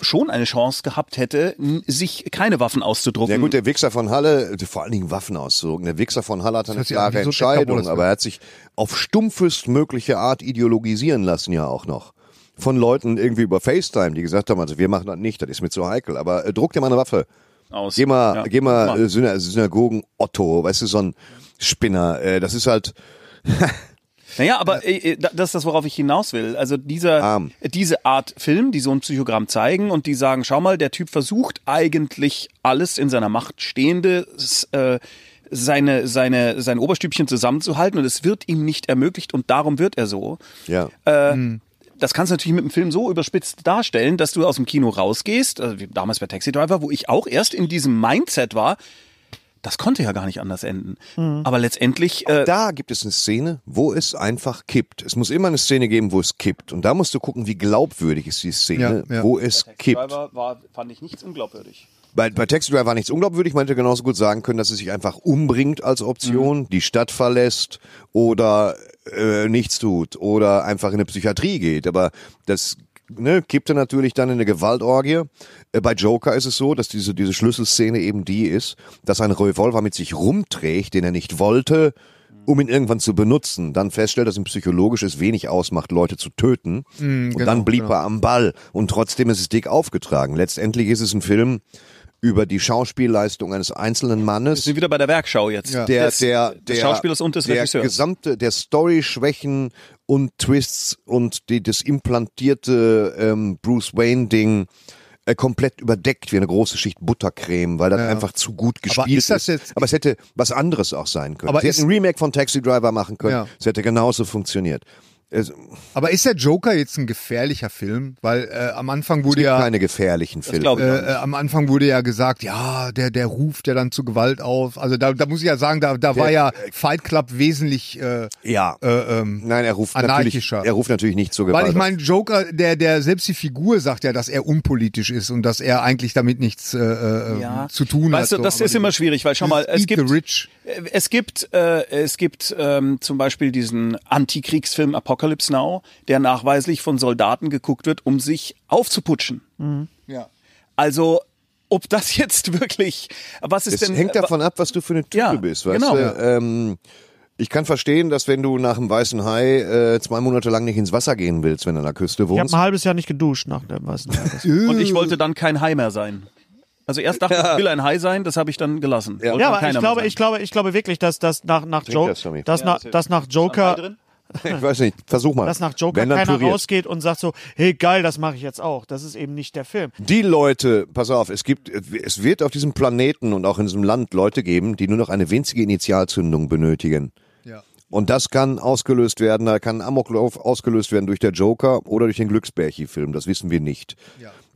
Speaker 1: schon eine Chance gehabt hätte, n- sich keine Waffen auszudrucken.
Speaker 5: Ja gut, der Wichser von Halle, äh, vor allen Dingen Waffen auszogen. Der Wichser von Halle hat eine
Speaker 6: hört sich an
Speaker 5: klare
Speaker 6: wie so ein
Speaker 5: Entscheidung,
Speaker 6: Dekabolas-
Speaker 5: aber er hat sich auf stumpfestmögliche Art ideologisieren lassen ja auch noch. Von Leuten irgendwie über FaceTime, die gesagt haben, also wir machen das nicht, das ist mir zu heikel, aber äh, druck dir mal eine Waffe.
Speaker 1: Aus.
Speaker 5: Geh mal,
Speaker 1: Ja.
Speaker 5: geh mal
Speaker 1: Guck
Speaker 5: äh, Syna Synagogen Otto, weißt du, so ein Spinner. Äh, das ist halt,
Speaker 1: Naja, aber äh, äh, da- das ist das, worauf ich hinaus will. Also dieser,
Speaker 5: Arm.
Speaker 1: äh, diese Art Film, die so ein Psychogramm zeigen und die sagen, schau mal, der Typ versucht eigentlich alles in seiner Macht Stehende, s- äh, seine, seine, sein Oberstübchen zusammenzuhalten und es wird ihm nicht ermöglicht und darum wird er so.
Speaker 5: ja.
Speaker 1: Äh, Das kannst du natürlich mit dem Film so überspitzt darstellen, dass du aus dem Kino rausgehst, also wie damals bei Taxi Driver, wo ich auch erst in diesem Mindset war, das konnte ja gar nicht anders enden. Aber letztendlich... Äh,
Speaker 5: Mhm. da gibt es eine Szene, wo es einfach kippt. Es muss immer eine Szene geben, wo es kippt. Und da musst du gucken, wie glaubwürdig ist die Szene,
Speaker 6: Ja, ja.
Speaker 5: wo es kippt.
Speaker 1: war, fand ich nichts unglaubwürdig.
Speaker 5: Bei, bei Taxi Driver war nichts unglaubwürdig. Man hätte genauso gut sagen können, dass es sich einfach umbringt als Option, die Stadt verlässt oder äh, nichts tut oder einfach in eine Psychiatrie geht. Aber das ne, kippte natürlich dann in eine Gewaltorgie. Äh, bei Joker ist es so, dass diese, diese Schlüsselszene eben die ist, dass ein Revolver mit sich rumträgt, den er nicht wollte, um ihn irgendwann zu benutzen, dann feststellt, dass ihm psychologisch es wenig ausmacht, Leute zu töten. und dann blieb er am Ball. Und trotzdem ist es dick aufgetragen. Letztendlich ist es ein Film über die Schauspielleistung eines einzelnen
Speaker 1: Wir
Speaker 5: Mannes,
Speaker 1: sind wieder bei der Werkschau jetzt.
Speaker 6: Ja.
Speaker 5: der,
Speaker 1: Des-
Speaker 5: der,
Speaker 1: des
Speaker 5: der,
Speaker 1: Schauspielers und des
Speaker 5: der
Speaker 1: Regisseurs.
Speaker 5: gesamte, der Story-Schwächen und Twists und die, das implantierte ähm, Bruce Wayne-Ding äh, komplett überdeckt wie eine große Schicht Buttercreme, weil das einfach zu gut gespielt
Speaker 6: ist das jetzt-
Speaker 5: Aber es hätte was anderes auch sein können.
Speaker 6: Aber
Speaker 5: Sie
Speaker 6: ist-
Speaker 5: hätten ein Remake von Taxi Driver machen können.
Speaker 6: Ja.
Speaker 5: Es hätte genauso funktioniert. es
Speaker 6: Aber ist der Joker jetzt ein gefährlicher Film? Weil äh, am Anfang wurde ja
Speaker 5: keine gefährlichen Filme.
Speaker 1: glaub ich
Speaker 6: äh, äh, am Anfang wurde ja gesagt, ja, der der ruft ja dann zu Gewalt auf. Also da, da muss ich ja sagen, da, da war ja Fight Club wesentlich äh,
Speaker 5: Ja.
Speaker 6: äh, ähm,
Speaker 5: Nein, er ruft natürlich,
Speaker 6: anarchischer.
Speaker 5: er ruft natürlich nicht zur Gewalt.
Speaker 6: Weil ich
Speaker 5: auf.
Speaker 6: meine, Joker, der, der selbst die Figur sagt ja, dass er unpolitisch ist und dass er eigentlich damit nichts äh, äh,
Speaker 1: Ja.
Speaker 6: zu tun hat.
Speaker 1: Weißt du,
Speaker 6: so.
Speaker 1: das
Speaker 6: Aber
Speaker 1: ist immer schwierig, weil schau mal,
Speaker 6: dieses
Speaker 1: es
Speaker 6: Eat the
Speaker 1: gibt,
Speaker 6: Rich.
Speaker 1: äh, es gibt, äh, es gibt ähm, zum Beispiel diesen Antikriegsfilm Apocalypse Now, der nachweislich von Soldaten geguckt wird, um sich aufzuputschen.
Speaker 6: Ja.
Speaker 1: Also, ob das jetzt wirklich, was ist
Speaker 5: Es
Speaker 1: denn?
Speaker 5: hängt
Speaker 1: äh,
Speaker 5: davon ab, was du für eine Typ
Speaker 1: Ja,
Speaker 5: du bist, weißt
Speaker 1: genau.
Speaker 5: du? Ähm, ich kann verstehen, dass wenn du nach dem weißen Hai äh, zwei Monate lang nicht ins Wasser gehen willst, wenn du an der Küste
Speaker 2: Ich habe
Speaker 5: wohnst.
Speaker 2: ein halbes Jahr nicht geduscht nach dem weißen Tag.
Speaker 1: Und ich wollte dann kein Hai mehr sein. Also erst dachte ich, ich will ein Hai sein, das habe ich dann gelassen. Wollte
Speaker 2: Ja,
Speaker 1: dann
Speaker 2: aber
Speaker 1: keiner
Speaker 2: ich
Speaker 1: mehr
Speaker 2: glaube,
Speaker 1: sein.
Speaker 2: ich glaube, ich glaube wirklich, dass das nach nach
Speaker 5: Trink
Speaker 2: Joker,
Speaker 5: das, Tommy.
Speaker 2: dass nach dass nach
Speaker 1: Hai
Speaker 2: Joker,
Speaker 1: drin?
Speaker 5: ich weiß nicht, versuch mal.
Speaker 2: dass nach Joker
Speaker 5: wenn dann
Speaker 2: keiner
Speaker 5: pürierst.
Speaker 2: rausgeht und sagt so, hey geil, das mache ich jetzt auch. Das ist eben nicht der Film.
Speaker 5: Die Leute, pass auf, es gibt, es wird auf diesem Planeten und auch in diesem Land Leute geben, die nur noch eine winzige Initialzündung benötigen.
Speaker 6: Ja.
Speaker 5: Und das kann ausgelöst werden, da kann ein Amoklauf ausgelöst werden durch der Joker oder durch den Glücksbärchi-Film, das wissen wir nicht.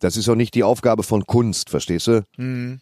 Speaker 5: Das ist auch nicht die Aufgabe von Kunst, verstehst du?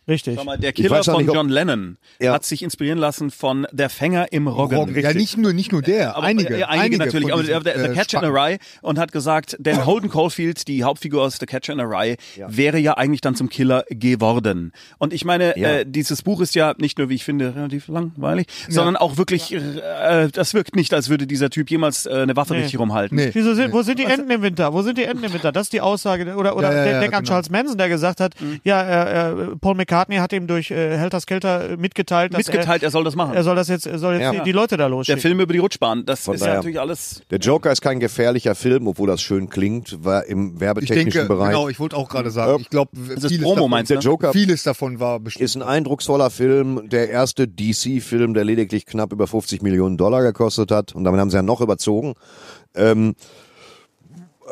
Speaker 2: Richtig.
Speaker 1: Schau mal, der Killer
Speaker 5: weiß auch
Speaker 1: von
Speaker 5: nicht, ob-
Speaker 1: John Lennon
Speaker 5: Ja.
Speaker 1: hat sich inspirieren lassen von Der Fänger im Roggen.
Speaker 6: Morgen. Ja, nicht nur, nicht nur der,
Speaker 1: Aber,
Speaker 6: einige,
Speaker 1: äh, einige, natürlich,
Speaker 6: von
Speaker 1: aber
Speaker 6: diesen,
Speaker 1: der, der
Speaker 6: äh,
Speaker 1: Catch in a
Speaker 6: Spacken.
Speaker 1: Rye und hat gesagt, denn Holden Caulfield, die Hauptfigur aus The Catch in a Rye, wäre ja eigentlich dann zum Killer geworden. Und ich meine,
Speaker 5: Ja.
Speaker 1: äh, dieses Buch ist ja nicht nur, wie ich finde, relativ langweilig, sondern auch wirklich, äh, das wirkt nicht, als würde dieser Typ jemals äh, eine Waffe richtig rumhalten.
Speaker 6: Nee.
Speaker 2: Wieso sind, wo sind die Enten im Winter? Wo sind die Enten im Winter? Das ist die Aussage. der- Oder, oder
Speaker 6: Ja, ja, ja,
Speaker 2: denk an
Speaker 6: genau.
Speaker 2: Charles Manson, der gesagt hat,
Speaker 5: Mhm.
Speaker 2: ja, äh, äh, Paul McCartney hat ihm durch äh, Helter Skelter äh, mitgeteilt, dass
Speaker 1: Mitgeteilt, er soll das
Speaker 2: er,
Speaker 1: machen.
Speaker 2: er soll das jetzt, er soll jetzt
Speaker 5: Ja.
Speaker 2: die, die Leute da
Speaker 1: der
Speaker 2: losschicken.
Speaker 1: Film über die Rutschbahn, das ist ja
Speaker 5: daher-
Speaker 1: natürlich alles.
Speaker 5: Der Joker ist kein gefährlicher Film, obwohl das schön klingt, war im
Speaker 6: Ich
Speaker 5: werbetechnischen
Speaker 6: denke,
Speaker 5: Bereich.
Speaker 6: genau, ich wollte auch gerade sagen, ich glaube,
Speaker 1: ist
Speaker 6: vieles,
Speaker 1: Promo,
Speaker 6: davon-
Speaker 1: meinst du, ne?
Speaker 5: Der Joker
Speaker 6: vieles davon war bestimmt.
Speaker 5: ist ein eindrucksvoller Film, der erste DC-Film, der lediglich knapp über 50 Millionen Dollar gekostet hat. Und damit haben sie ja noch überzogen. Ähm,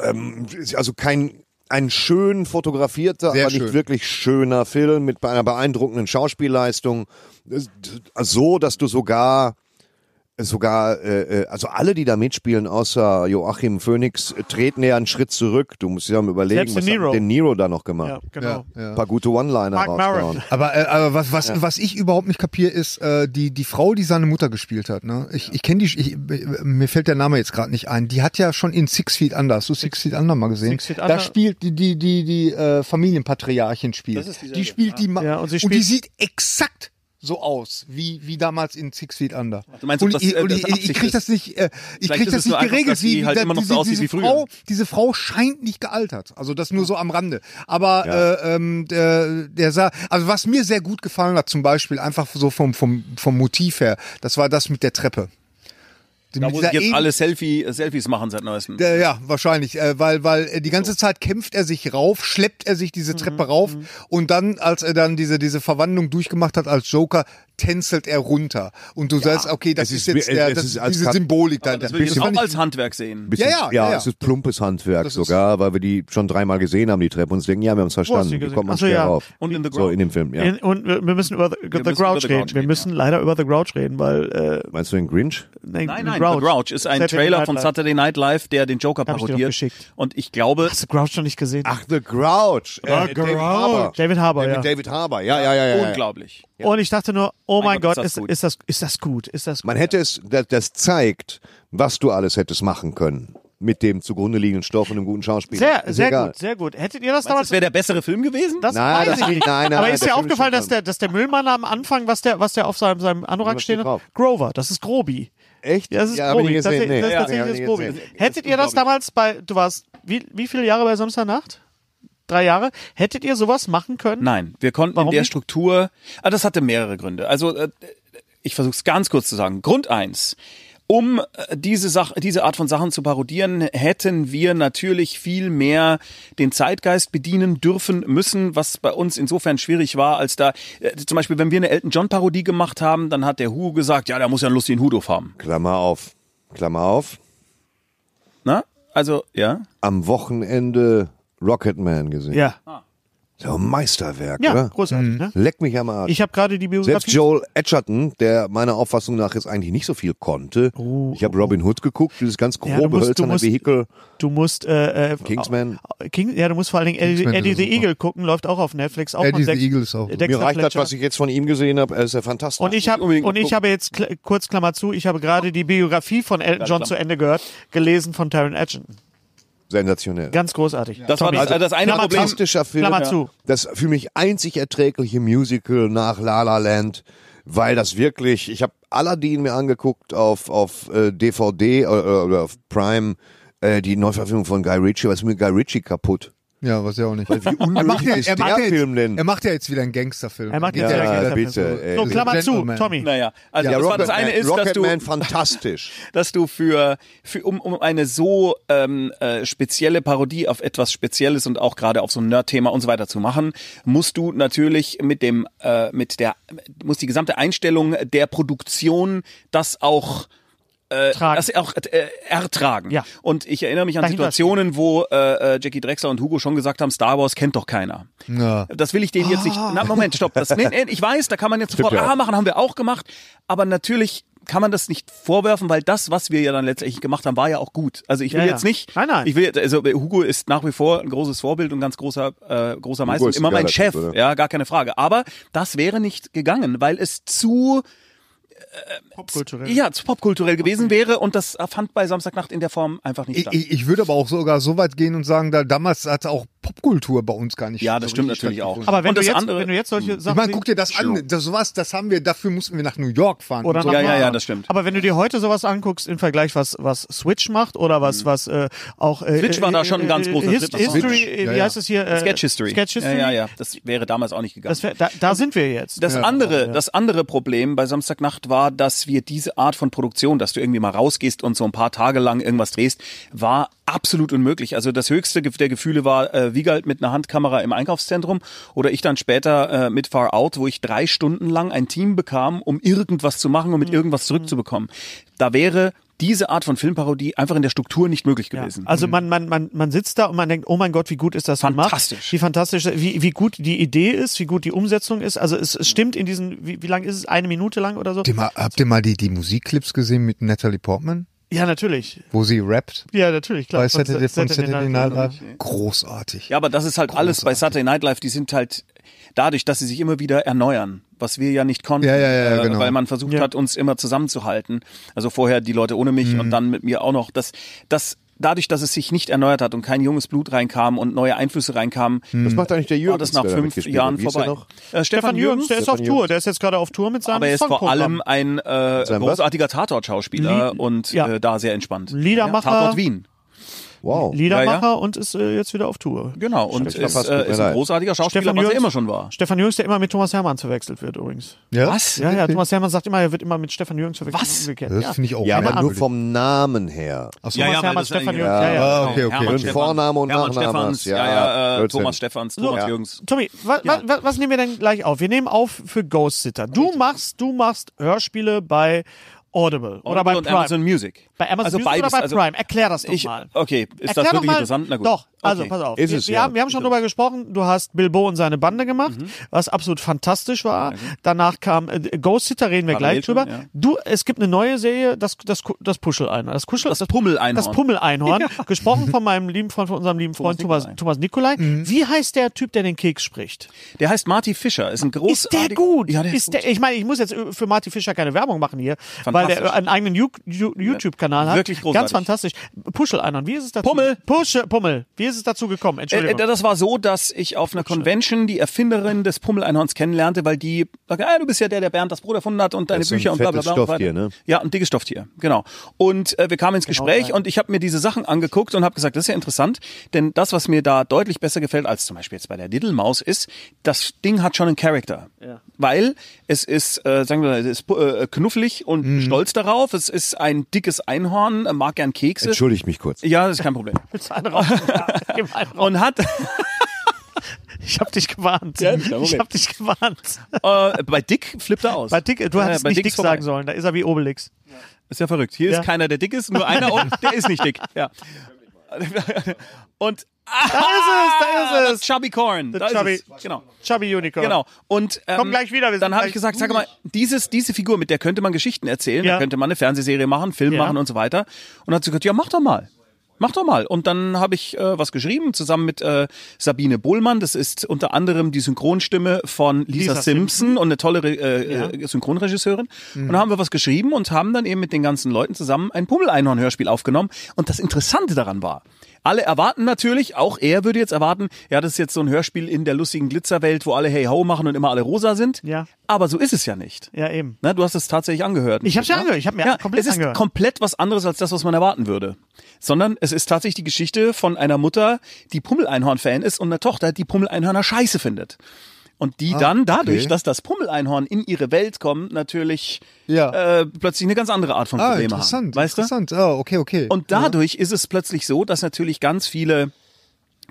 Speaker 5: ähm, ist also kein ein schön fotografierter,
Speaker 6: Sehr
Speaker 5: aber nicht
Speaker 6: schön.
Speaker 5: wirklich schöner Film mit einer beeindruckenden Schauspielleistung. Das- So, dass du sogar sogar, äh, äh, also alle, die da mitspielen, außer Joachim Phoenix, äh, treten ja einen Schritt zurück. Du musst dir dann überlegen,
Speaker 2: Selbst
Speaker 5: was
Speaker 2: De Niro.
Speaker 5: hat den Niro da noch gemacht?
Speaker 2: ja, genau.
Speaker 6: Ja, ja.
Speaker 5: Ein paar gute One-Liner
Speaker 2: Mark
Speaker 5: rausgehauen.
Speaker 2: Maron.
Speaker 6: Aber, äh, aber was, was, was ich überhaupt nicht kapiere, ist äh, die, die Frau, die seine Mutter gespielt hat. Ne? Ich, ich kenne die, ich, mir fällt der Name jetzt gerade nicht ein. Die hat ja schon in Six Feet Under, hast du Six Feet Under mal gesehen?
Speaker 2: Six Feet Under-
Speaker 6: Da spielt die, die, die, die äh, Familienpatriarchin spielt.
Speaker 1: Das ist dieselbe.
Speaker 6: die spielt die Ma
Speaker 2: Ja, und sie
Speaker 6: und die
Speaker 2: spielt-
Speaker 6: sieht exakt so aus, wie, wie damals in Six Feet Under.
Speaker 1: Du meinst, ob
Speaker 6: und
Speaker 1: das,
Speaker 6: ich,
Speaker 1: äh,
Speaker 6: und
Speaker 1: das
Speaker 6: ich, ich, ich
Speaker 1: Absicht
Speaker 6: krieg
Speaker 1: ist?
Speaker 6: das nicht, äh, ich
Speaker 1: Vielleicht
Speaker 6: krieg
Speaker 1: ist
Speaker 6: das
Speaker 1: es nur
Speaker 6: nicht
Speaker 1: einfach,
Speaker 6: geregelt,
Speaker 1: dass die
Speaker 6: wie,
Speaker 1: halt
Speaker 6: da-
Speaker 1: immer noch so
Speaker 6: diese,
Speaker 1: aussieht
Speaker 6: diese
Speaker 1: wie früher.
Speaker 6: Frau, diese Frau scheint nicht gealtert. Also das nur so am Rande. Aber äh, ähm, der, der sah, also was mir sehr gut gefallen hat, zum Beispiel einfach so vom, vom, vom Motiv her, das war das mit der Treppe. Die-
Speaker 1: Da
Speaker 6: mit
Speaker 1: muss
Speaker 6: dieser
Speaker 1: ich jetzt
Speaker 6: Eben-
Speaker 1: alle Selfie, Selfies machen seit neuestem.
Speaker 6: der, ja, wahrscheinlich, äh, weil weil äh, die ganze Zeit kämpft er sich rauf, schleppt er sich
Speaker 1: Mhm,
Speaker 6: diese Treppe rauf und dann, als er dann diese diese Verwandlung durchgemacht hat als Joker, tänzelt er runter und du sagst, okay, das
Speaker 5: es
Speaker 6: ist
Speaker 5: ist
Speaker 6: jetzt
Speaker 5: wie-
Speaker 6: der,
Speaker 5: es
Speaker 6: das
Speaker 5: ist
Speaker 6: ist
Speaker 5: als
Speaker 6: diese
Speaker 5: Kat-
Speaker 6: Symbolik da.
Speaker 1: das will ich jetzt auch
Speaker 6: fand
Speaker 1: als Handwerk sehen.
Speaker 5: Bisschen,
Speaker 6: Ja, ja,
Speaker 5: ja,
Speaker 6: ja, ja.
Speaker 5: es ist plumpes Handwerk
Speaker 6: Das ist-
Speaker 5: sogar, weil wir die schon dreimal gesehen haben, die Treppe, und uns denken, ja, wir haben es
Speaker 2: hast du
Speaker 5: verstanden,
Speaker 2: die
Speaker 5: wir
Speaker 2: gesehen?
Speaker 5: kommen man
Speaker 2: Ach so,
Speaker 5: schwer
Speaker 2: ja.
Speaker 5: rauf.
Speaker 1: Und in The Ground.
Speaker 5: So, in dem Film, ja.
Speaker 2: In, und äh, wir wir müssen über The, the,
Speaker 1: müssen
Speaker 2: Grouch
Speaker 1: über The
Speaker 2: reden.
Speaker 1: Grouch
Speaker 2: Wir
Speaker 1: reden,
Speaker 2: müssen leider über The Grouch reden, weil äh,
Speaker 5: Meinst du den Grinch?
Speaker 1: Nein, nein, The Grouch ist ein
Speaker 2: Saturday
Speaker 1: Trailer
Speaker 2: Night
Speaker 1: von
Speaker 2: Live.
Speaker 1: Saturday Night Live, der den Joker
Speaker 2: Hab ich dir doch
Speaker 1: parodiert.
Speaker 2: geschickt.
Speaker 1: Und ich glaube,
Speaker 2: Hast du Grouch noch nicht gesehen?
Speaker 5: Ach, The Grouch. Äh,
Speaker 2: The
Speaker 5: David Harbour.
Speaker 2: Ah, David Harbour,
Speaker 5: Mit
Speaker 2: ja.
Speaker 5: David Harbour, ja, ja, ja. ja, ja.
Speaker 1: unglaublich.
Speaker 2: Und ich dachte nur, oh mein, Gott, ist,
Speaker 1: gut.
Speaker 2: ist, das, ist das gut? Ist das gut?
Speaker 5: Man hätte es, das, das zeigt, was du alles hättest machen können. Mit dem zugrunde liegenden Stoff und einem guten Schauspiel.
Speaker 2: sehr,
Speaker 5: Ist
Speaker 2: sehr
Speaker 5: egal.
Speaker 2: gut, sehr gut. Hättet ihr das
Speaker 1: Das
Speaker 2: damals?
Speaker 1: wäre der bessere Film gewesen?
Speaker 2: Das
Speaker 5: Nein,
Speaker 2: weiß
Speaker 5: das-
Speaker 2: ich nicht.
Speaker 5: nein, nein,
Speaker 2: Aber ist
Speaker 5: der
Speaker 2: dir
Speaker 5: Film ist
Speaker 2: aufgefallen,
Speaker 5: schon
Speaker 2: dass der, dass der Müllmann am Anfang, was der, was der auf seinem, seinem Anorak
Speaker 5: Was
Speaker 2: stehen hat?
Speaker 5: steht drauf?
Speaker 2: Grover, das ist Grobi.
Speaker 5: Echt?
Speaker 2: Das ist
Speaker 5: ja, hab ich
Speaker 2: Grobi.
Speaker 5: nicht
Speaker 2: Tatsä-
Speaker 5: gesehen. Nee.
Speaker 2: das ist
Speaker 5: Ja,
Speaker 2: tatsächlich
Speaker 5: hab ich
Speaker 2: das
Speaker 5: nicht
Speaker 2: Grobi.
Speaker 5: gesehen.
Speaker 2: Hättet ihr das damals bei, du warst, wie, wie viele Jahre bei Samstagnacht? Drei Jahre? Hättet ihr sowas machen können?
Speaker 1: Nein, wir konnten
Speaker 2: Warum
Speaker 1: in der
Speaker 2: nicht?
Speaker 1: Struktur. Ah, das hatte mehrere Gründe. Also äh, ich versuche es ganz kurz zu sagen. Grund eins. Um äh, diese, Sache, diese Art von Sachen zu parodieren, hätten wir natürlich viel mehr den Zeitgeist bedienen dürfen müssen, was bei uns insofern schwierig war, als da, äh, zum Beispiel, wenn wir eine Elton John Parodie gemacht haben, dann hat der Hu gesagt, ja, der muss ja einen lustigen Hut haben.
Speaker 5: Klammer auf. Klammer auf.
Speaker 1: Na? Also, ja.
Speaker 6: Ah.
Speaker 5: Am Wochenende Rocketman gesehen.
Speaker 2: Ja.
Speaker 5: So ein Meisterwerk,
Speaker 2: Ja,
Speaker 5: oder?
Speaker 2: großartig,
Speaker 6: Mhm.
Speaker 2: ne?
Speaker 5: Leck mich am Arsch.
Speaker 2: Ich habe gerade die
Speaker 5: Selbst
Speaker 2: Biografie.
Speaker 5: Joel Edgerton, der meiner Auffassung nach jetzt eigentlich nicht so viel konnte. ich habe Robin Hood geguckt, dieses ganz grobe,
Speaker 2: Oh, Ja, du musst- du
Speaker 5: hölzerne
Speaker 2: musst-
Speaker 5: Vehikel.
Speaker 2: Du musst äh, äh,
Speaker 5: Kingsman.
Speaker 2: King, ja, du musst vor allen Dingen Eddie,
Speaker 6: Kingsman
Speaker 2: Eddie
Speaker 6: ist
Speaker 2: the
Speaker 6: super.
Speaker 2: Eagle gucken, läuft auch auf Netflix. Auch
Speaker 6: Eddie
Speaker 2: von
Speaker 6: the
Speaker 2: Dex-
Speaker 6: Eagle ist auch gut.
Speaker 2: Dexter
Speaker 5: Mir reicht das,
Speaker 2: Fletcher.
Speaker 5: was ich jetzt von ihm gesehen habe. Er ist ja fantastisch.
Speaker 2: Und ich habe
Speaker 1: unbedingt
Speaker 2: und ich
Speaker 1: gucken.
Speaker 2: habe jetzt kl- kurz Klammer zu, ich habe gerade die Biografie von Elton John zu Ende gehört, gelesen von Taron Edgerton.
Speaker 5: Sensationell.
Speaker 2: Ganz großartig.
Speaker 1: Das war das, äh, das eine
Speaker 2: Klammer
Speaker 1: Problem.
Speaker 2: zu.
Speaker 5: Fantastischer Film.
Speaker 2: Klammer zu.
Speaker 5: Das für mich einzig erträgliche Musical nach La La Land, weil das wirklich, ich habe Aladdin mir angeguckt auf, auf äh, DVD oder, oder auf Prime, äh, die Neuverfilmung von Guy Ritchie, was ist mit Guy Ritchie kaputt?
Speaker 6: Ja, was ja auch nicht.
Speaker 5: Wie
Speaker 6: Er
Speaker 5: unnötig
Speaker 6: macht, ja,
Speaker 5: ist
Speaker 6: er, macht
Speaker 5: der
Speaker 6: ja
Speaker 5: Film denn?
Speaker 6: jetzt, er macht ja jetzt wieder einen Gangsterfilm.
Speaker 2: Er macht
Speaker 6: Geht
Speaker 2: jetzt wieder
Speaker 5: ja,
Speaker 2: einen
Speaker 5: bitte.
Speaker 2: Gangsterfilm.
Speaker 5: ey.
Speaker 2: So, Klammer zu,
Speaker 6: Gentleman.
Speaker 2: Tommy.
Speaker 1: Naja, also
Speaker 5: Ja,
Speaker 1: das, war das
Speaker 5: Rocketman-
Speaker 1: eine ist, dass du,
Speaker 5: Rocketman fantastisch.
Speaker 1: dass du für, für um, um eine so ähm, äh, spezielle Parodie auf etwas Spezielles und auch gerade auf so ein Nerd-Thema und so weiter zu machen, musst du natürlich mit dem, äh, mit der, muss die gesamte Einstellung der Produktion das auch
Speaker 2: Tragen.
Speaker 1: das auch äh, ertragen.
Speaker 2: Ja.
Speaker 1: Und ich erinnere mich an
Speaker 2: Dahinter
Speaker 1: Situationen, wo äh, äh, Jackie Drexler und Hugo schon gesagt haben, Star Wars kennt doch keiner.
Speaker 6: Ja.
Speaker 1: Das will ich denen jetzt nicht. Na, Moment, stopp. Das, nee, nee, ich weiß, da kann man jetzt sofort
Speaker 5: Ah. ja auch.
Speaker 1: aha machen, haben wir auch gemacht. Aber natürlich kann man das nicht vorwerfen, weil das, was wir ja dann letztendlich gemacht haben, war ja auch gut. Also ich will
Speaker 2: Ja, ja.
Speaker 1: jetzt nicht.
Speaker 2: Nein, nein.
Speaker 1: Ich will jetzt, also Hugo ist nach wie vor ein großes Vorbild und ganz großer, äh, großer Meister und
Speaker 5: ist ein
Speaker 1: immer mein
Speaker 5: geiler
Speaker 1: Chef.
Speaker 5: Typ, oder?
Speaker 1: ja, gar keine Frage. Aber das wäre nicht gegangen, weil es zu
Speaker 2: Popkulturell.
Speaker 1: ja, zu popkulturell gewesen wäre und das fand bei Samstagnacht in der Form einfach nicht
Speaker 6: Ich,
Speaker 1: statt.
Speaker 6: ich, ich würde aber auch sogar so weit gehen und sagen, da, damals hat auch Popkultur bei uns gar nicht
Speaker 1: Ja, das
Speaker 6: so
Speaker 1: stimmt
Speaker 6: richtig
Speaker 1: natürlich auch.
Speaker 6: stattgefunden.
Speaker 2: Aber wenn
Speaker 1: Und
Speaker 2: du,
Speaker 1: das
Speaker 2: jetzt,
Speaker 1: andere-
Speaker 2: wenn du jetzt solche Sachen
Speaker 6: Ich meine,
Speaker 2: wie-
Speaker 6: guck dir das an, das, sowas, das haben wir, dafür mussten wir nach New York fahren.
Speaker 2: oder
Speaker 6: Und so.
Speaker 2: nach
Speaker 1: ja, ja,
Speaker 2: Japan.
Speaker 1: ja, das stimmt.
Speaker 2: Aber wenn du dir heute sowas anguckst im Vergleich, was, was Switch macht oder was, was äh, auch. Äh,
Speaker 1: Mhm. Switch war da schon ein ganz großer
Speaker 2: Hist
Speaker 1: Schritt nach vorne.
Speaker 2: History,
Speaker 6: Switch,
Speaker 2: äh,
Speaker 6: ja,
Speaker 2: wie
Speaker 6: ja.
Speaker 2: heißt es hier? Äh,
Speaker 1: Sketch History.
Speaker 2: Sketch History.
Speaker 1: Ja, ja, ja. Das wäre damals auch nicht gegangen.
Speaker 2: Das wär, da, da sind wir jetzt.
Speaker 1: Das andere, das andere Problem bei Samstagnacht war, dass wir diese Art von Produktion, dass du irgendwie mal rausgehst und so ein paar Tage lang irgendwas drehst, war absolut unmöglich. Also das höchste Ge- der Gefühle war äh, Wiegald mit einer Handkamera im Einkaufszentrum oder ich dann später äh, mit Far Out, wo ich drei Stunden lang ein Team bekam, um irgendwas zu machen und
Speaker 2: Mhm.
Speaker 1: mit irgendwas zurückzubekommen. Da wäre diese Art von Filmparodie einfach in der Struktur nicht möglich
Speaker 2: Ja.
Speaker 1: gewesen.
Speaker 2: Also
Speaker 6: Mhm.
Speaker 2: man, man, man, man sitzt da und man denkt, oh mein Gott, wie gut ist das
Speaker 1: Fantastisch.
Speaker 2: gemacht? Wie fantastisch, wie, wie gut die Idee ist, wie gut die Umsetzung ist. Also es, es stimmt in diesen, wie, wie lang ist es? Eine Minute lang oder so?
Speaker 6: Habt ihr mal, habt ihr mal die, die Musikclips gesehen mit Natalie Portman,
Speaker 2: Ja, natürlich.
Speaker 6: wo sie rappt?
Speaker 2: Ja, natürlich, klar.
Speaker 6: Bei
Speaker 2: Von
Speaker 6: Saturday,
Speaker 2: Sa-
Speaker 6: von
Speaker 2: Saturday
Speaker 6: Saturday
Speaker 2: Night
Speaker 6: Night Live. Großartig.
Speaker 1: Ja, aber das ist halt alles bei Saturday Night Live, die sind halt dadurch, dass sie sich immer wieder erneuern, was wir ja nicht konnten, äh,
Speaker 6: Ja, ja, ja, genau.
Speaker 1: weil man versucht hat, uns immer zusammenzuhalten. Also vorher die Leute ohne mich und dann mit mir auch noch. Das, das, dadurch, dass es sich nicht erneuert hat und kein junges Blut reinkam und neue Einflüsse reinkamen,
Speaker 5: Mhm. Das macht eigentlich der Jürgen.
Speaker 1: Hm. war das nach fünf Jahren vorbei. Äh,
Speaker 2: Stefan Jürgens, der ist auf
Speaker 5: Stefan
Speaker 2: Tour. Der ist jetzt gerade auf Tour mit seinem
Speaker 1: aber er ist vor allem
Speaker 2: Songprogramm.
Speaker 1: ein äh,
Speaker 5: seinem was?
Speaker 1: großartiger Tatort-Schauspieler
Speaker 2: Lied-
Speaker 1: und
Speaker 2: ja.
Speaker 1: äh, da sehr entspannt.
Speaker 2: Liedermacher.
Speaker 1: Ja, Tatort Wien.
Speaker 5: Wow.
Speaker 2: Liedermacher
Speaker 1: Ja,
Speaker 2: und ist äh, jetzt wieder auf Tour.
Speaker 1: Genau, und
Speaker 5: Stefan-
Speaker 1: ist, äh,
Speaker 5: Tut
Speaker 1: ist
Speaker 5: mir
Speaker 1: ein
Speaker 5: leid.
Speaker 1: großartiger Schauspieler,
Speaker 2: Stefan
Speaker 1: was er
Speaker 2: Jürgens-
Speaker 1: immer schon war.
Speaker 2: Stefan Jürgens, der immer mit Thomas Hermann verwechselt wird übrigens.
Speaker 6: Ja?
Speaker 1: Was?
Speaker 2: Ja, ja, Thomas Hermann sagt immer, er wird immer mit Stefan Jürgens verwechselt.
Speaker 1: Was?
Speaker 2: Umgekehrt.
Speaker 6: Das
Speaker 2: Ja.
Speaker 6: finde ich auch
Speaker 5: Ja, aber nur
Speaker 6: merkwürdig.
Speaker 5: vom Namen her.
Speaker 6: Achso,
Speaker 1: Ja, ja,
Speaker 2: Thomas
Speaker 1: weil
Speaker 2: Hermann,
Speaker 1: das
Speaker 2: Stefan
Speaker 1: eigentlich-
Speaker 2: Jürgens. Ja, ja.
Speaker 6: Ah, okay, okay.
Speaker 1: Hermann
Speaker 5: Und
Speaker 1: Stefan-
Speaker 5: Vorname und
Speaker 1: Hermann
Speaker 5: Nachname
Speaker 1: Stefans,
Speaker 5: hast,
Speaker 1: ja,
Speaker 5: ja,
Speaker 1: ja, äh,
Speaker 5: Blödsinn.
Speaker 1: Thomas Stefans, Thomas Jürgens.
Speaker 2: Tommy, wa wa wa was nehmen wir denn gleich auf? Wir nehmen auf für Ghost Sitter. Du machst, du machst Hörspiele bei Audible oder bei
Speaker 1: und
Speaker 2: Prime.
Speaker 1: Amazon Music.
Speaker 2: Bei Amazon
Speaker 1: also
Speaker 2: Music
Speaker 1: beides,
Speaker 2: oder bei
Speaker 1: also
Speaker 2: Prime? Erklär das doch
Speaker 1: ich-
Speaker 2: mal.
Speaker 1: okay, ist das
Speaker 2: Erklär doch
Speaker 1: wirklich
Speaker 2: mal,
Speaker 1: interessant? Na gut.
Speaker 2: Doch, also
Speaker 1: Okay.
Speaker 2: pass auf.
Speaker 5: Ist
Speaker 2: wir,
Speaker 5: es,
Speaker 2: wir,
Speaker 5: ja.
Speaker 2: haben, wir haben schon drüber gesprochen, du hast Bilbo und seine Bande gemacht,
Speaker 1: Mhm.
Speaker 2: was absolut fantastisch war. Danach kam äh, Ghost Sitter, reden wir
Speaker 1: Parallel
Speaker 2: gleich drüber.
Speaker 1: schon, ja.
Speaker 2: Du, es gibt eine neue Serie, das, das, Ku- das Puschel ein. Das, Kuschel,
Speaker 1: Das Pummeleinhorn.
Speaker 2: Das Pummeleinhorn, gesprochen von meinem lieben Freund, von unserem lieben Freund Thomas, Thomas Nikolai. Wie heißt der Typ, der den Keks spricht?
Speaker 1: Der heißt Marty Fischer, ist ein großer.
Speaker 2: Ist der gut?
Speaker 1: Ja, der ist,
Speaker 2: ist der, ich meine, ich muss jetzt äh, für Marty Fischer keine Werbung machen hier, weil
Speaker 1: Fantastisch.
Speaker 2: der äh, einen eigenen Ju- Ju- YouTube-Kanal hat.
Speaker 1: Wirklich großartig.
Speaker 2: Ganz fantastisch. Puschel einhorn wie ist es dazu?
Speaker 1: Pummel.
Speaker 2: Pusche, Pummel. Wie ist es dazu gekommen?
Speaker 1: Äh, äh,
Speaker 2: Entschuldigung.
Speaker 1: das war so, dass ich auf einer Convention die Erfinderin des Pummeleinhorns kennenlernte, weil die sagte, ah, du bist ja der, der Bernd das Brot erfunden hat und deine
Speaker 5: ist so ein
Speaker 1: Bücher und bla bla
Speaker 5: fettes
Speaker 1: bla. und so
Speaker 5: Stofftier,
Speaker 1: weiter.
Speaker 5: ne? Genau
Speaker 1: Ja, ein dickes Stofftier, genau. Und äh, wir kamen ins Gespräch
Speaker 2: ja.
Speaker 1: und ich habe mir diese Sachen angeguckt und habe gesagt, das ist ja interessant, denn das, was mir da deutlich besser gefällt als zum Beispiel jetzt bei der Diddle Maus ist, das Ding hat schon einen Charakter. Weil es ist, äh, sagen wir mal, es ist äh, knufflig und
Speaker 5: Mhm.
Speaker 1: stolz darauf, es ist ein dickes Einhorn, äh, mag gern Kekse.
Speaker 5: Entschuldigt mich kurz.
Speaker 1: Ja, das ist kein Problem.
Speaker 2: Willst du einen raus? Ja, gib einen raus.
Speaker 1: Und hat
Speaker 2: ich hab dich gewarnt.
Speaker 1: Ja, kein Problem.
Speaker 2: ich hab dich gewarnt.
Speaker 1: äh, bei Dick flippt er aus.
Speaker 2: Bei Dick, du
Speaker 1: Ja,
Speaker 2: hättest
Speaker 1: bei
Speaker 2: nicht
Speaker 1: Dick
Speaker 2: dick
Speaker 1: ist vorbei.
Speaker 2: sagen sollen, da ist er wie Obelix.
Speaker 1: Ist ja verrückt. Hier
Speaker 2: Ja.
Speaker 1: ist keiner, der dick ist, nur einer und der ist nicht dick. Ja. Und ah, da
Speaker 2: ist es, da ist es.
Speaker 1: Chubby Corn. Da
Speaker 2: Chubby.
Speaker 1: ist es. Genau.
Speaker 2: Chubby Unicorn.
Speaker 1: Genau. Und ähm,
Speaker 2: Komm gleich wieder, wir sind
Speaker 1: dann habe ich
Speaker 2: gleich
Speaker 1: gesagt, sag mal, dieses, diese Figur, mit der könnte man Geschichten erzählen,
Speaker 2: Ja.
Speaker 1: da könnte man eine Fernsehserie machen, einen Film
Speaker 2: Ja.
Speaker 1: machen und so weiter. Und dann hat sie gesagt, ja, mach doch mal. Mach doch mal. Und dann habe ich äh, was geschrieben, zusammen mit äh, Sabine Bohlmann. Das ist unter anderem die Synchronstimme von Lisa,
Speaker 2: Lisa
Speaker 1: Simpson, und eine tolle Re- äh, äh, Synchronregisseurin. Und dann haben wir was geschrieben und haben dann eben mit den ganzen Leuten zusammen ein Pummel-Einhorn-Hörspiel aufgenommen. Und das Interessante daran war, alle erwarten natürlich, auch er würde jetzt erwarten, ja, das ist jetzt so ein Hörspiel in der lustigen Glitzerwelt, wo alle Hey Ho machen und immer alle rosa sind.
Speaker 2: Ja.
Speaker 1: Aber so ist es ja nicht.
Speaker 2: Ja, eben.
Speaker 1: Na, Ne, du hast es tatsächlich angehört.
Speaker 2: Ich hab's ja
Speaker 1: Ne?
Speaker 2: angehört, ich hab mir komplett
Speaker 1: Es ist
Speaker 2: angehört.
Speaker 1: komplett was anderes als das, was man erwarten würde. Sondern es ist tatsächlich die Geschichte von einer Mutter, die Pummel-Einhorn-Fan ist und einer Tochter, die Pummel-Einhörner scheiße findet. Und
Speaker 2: Ah,
Speaker 1: die dann dadurch,
Speaker 4: okay.
Speaker 1: dass das Pummel-Einhorn in ihre Welt kommt, natürlich
Speaker 6: Ja.
Speaker 1: äh, plötzlich eine ganz andere Art von
Speaker 6: Ah,
Speaker 1: Probleme
Speaker 6: interessant.
Speaker 1: haben. Weißt du?
Speaker 6: interessant. Ah, okay, okay.
Speaker 1: Und dadurch ist es plötzlich so, dass natürlich ganz viele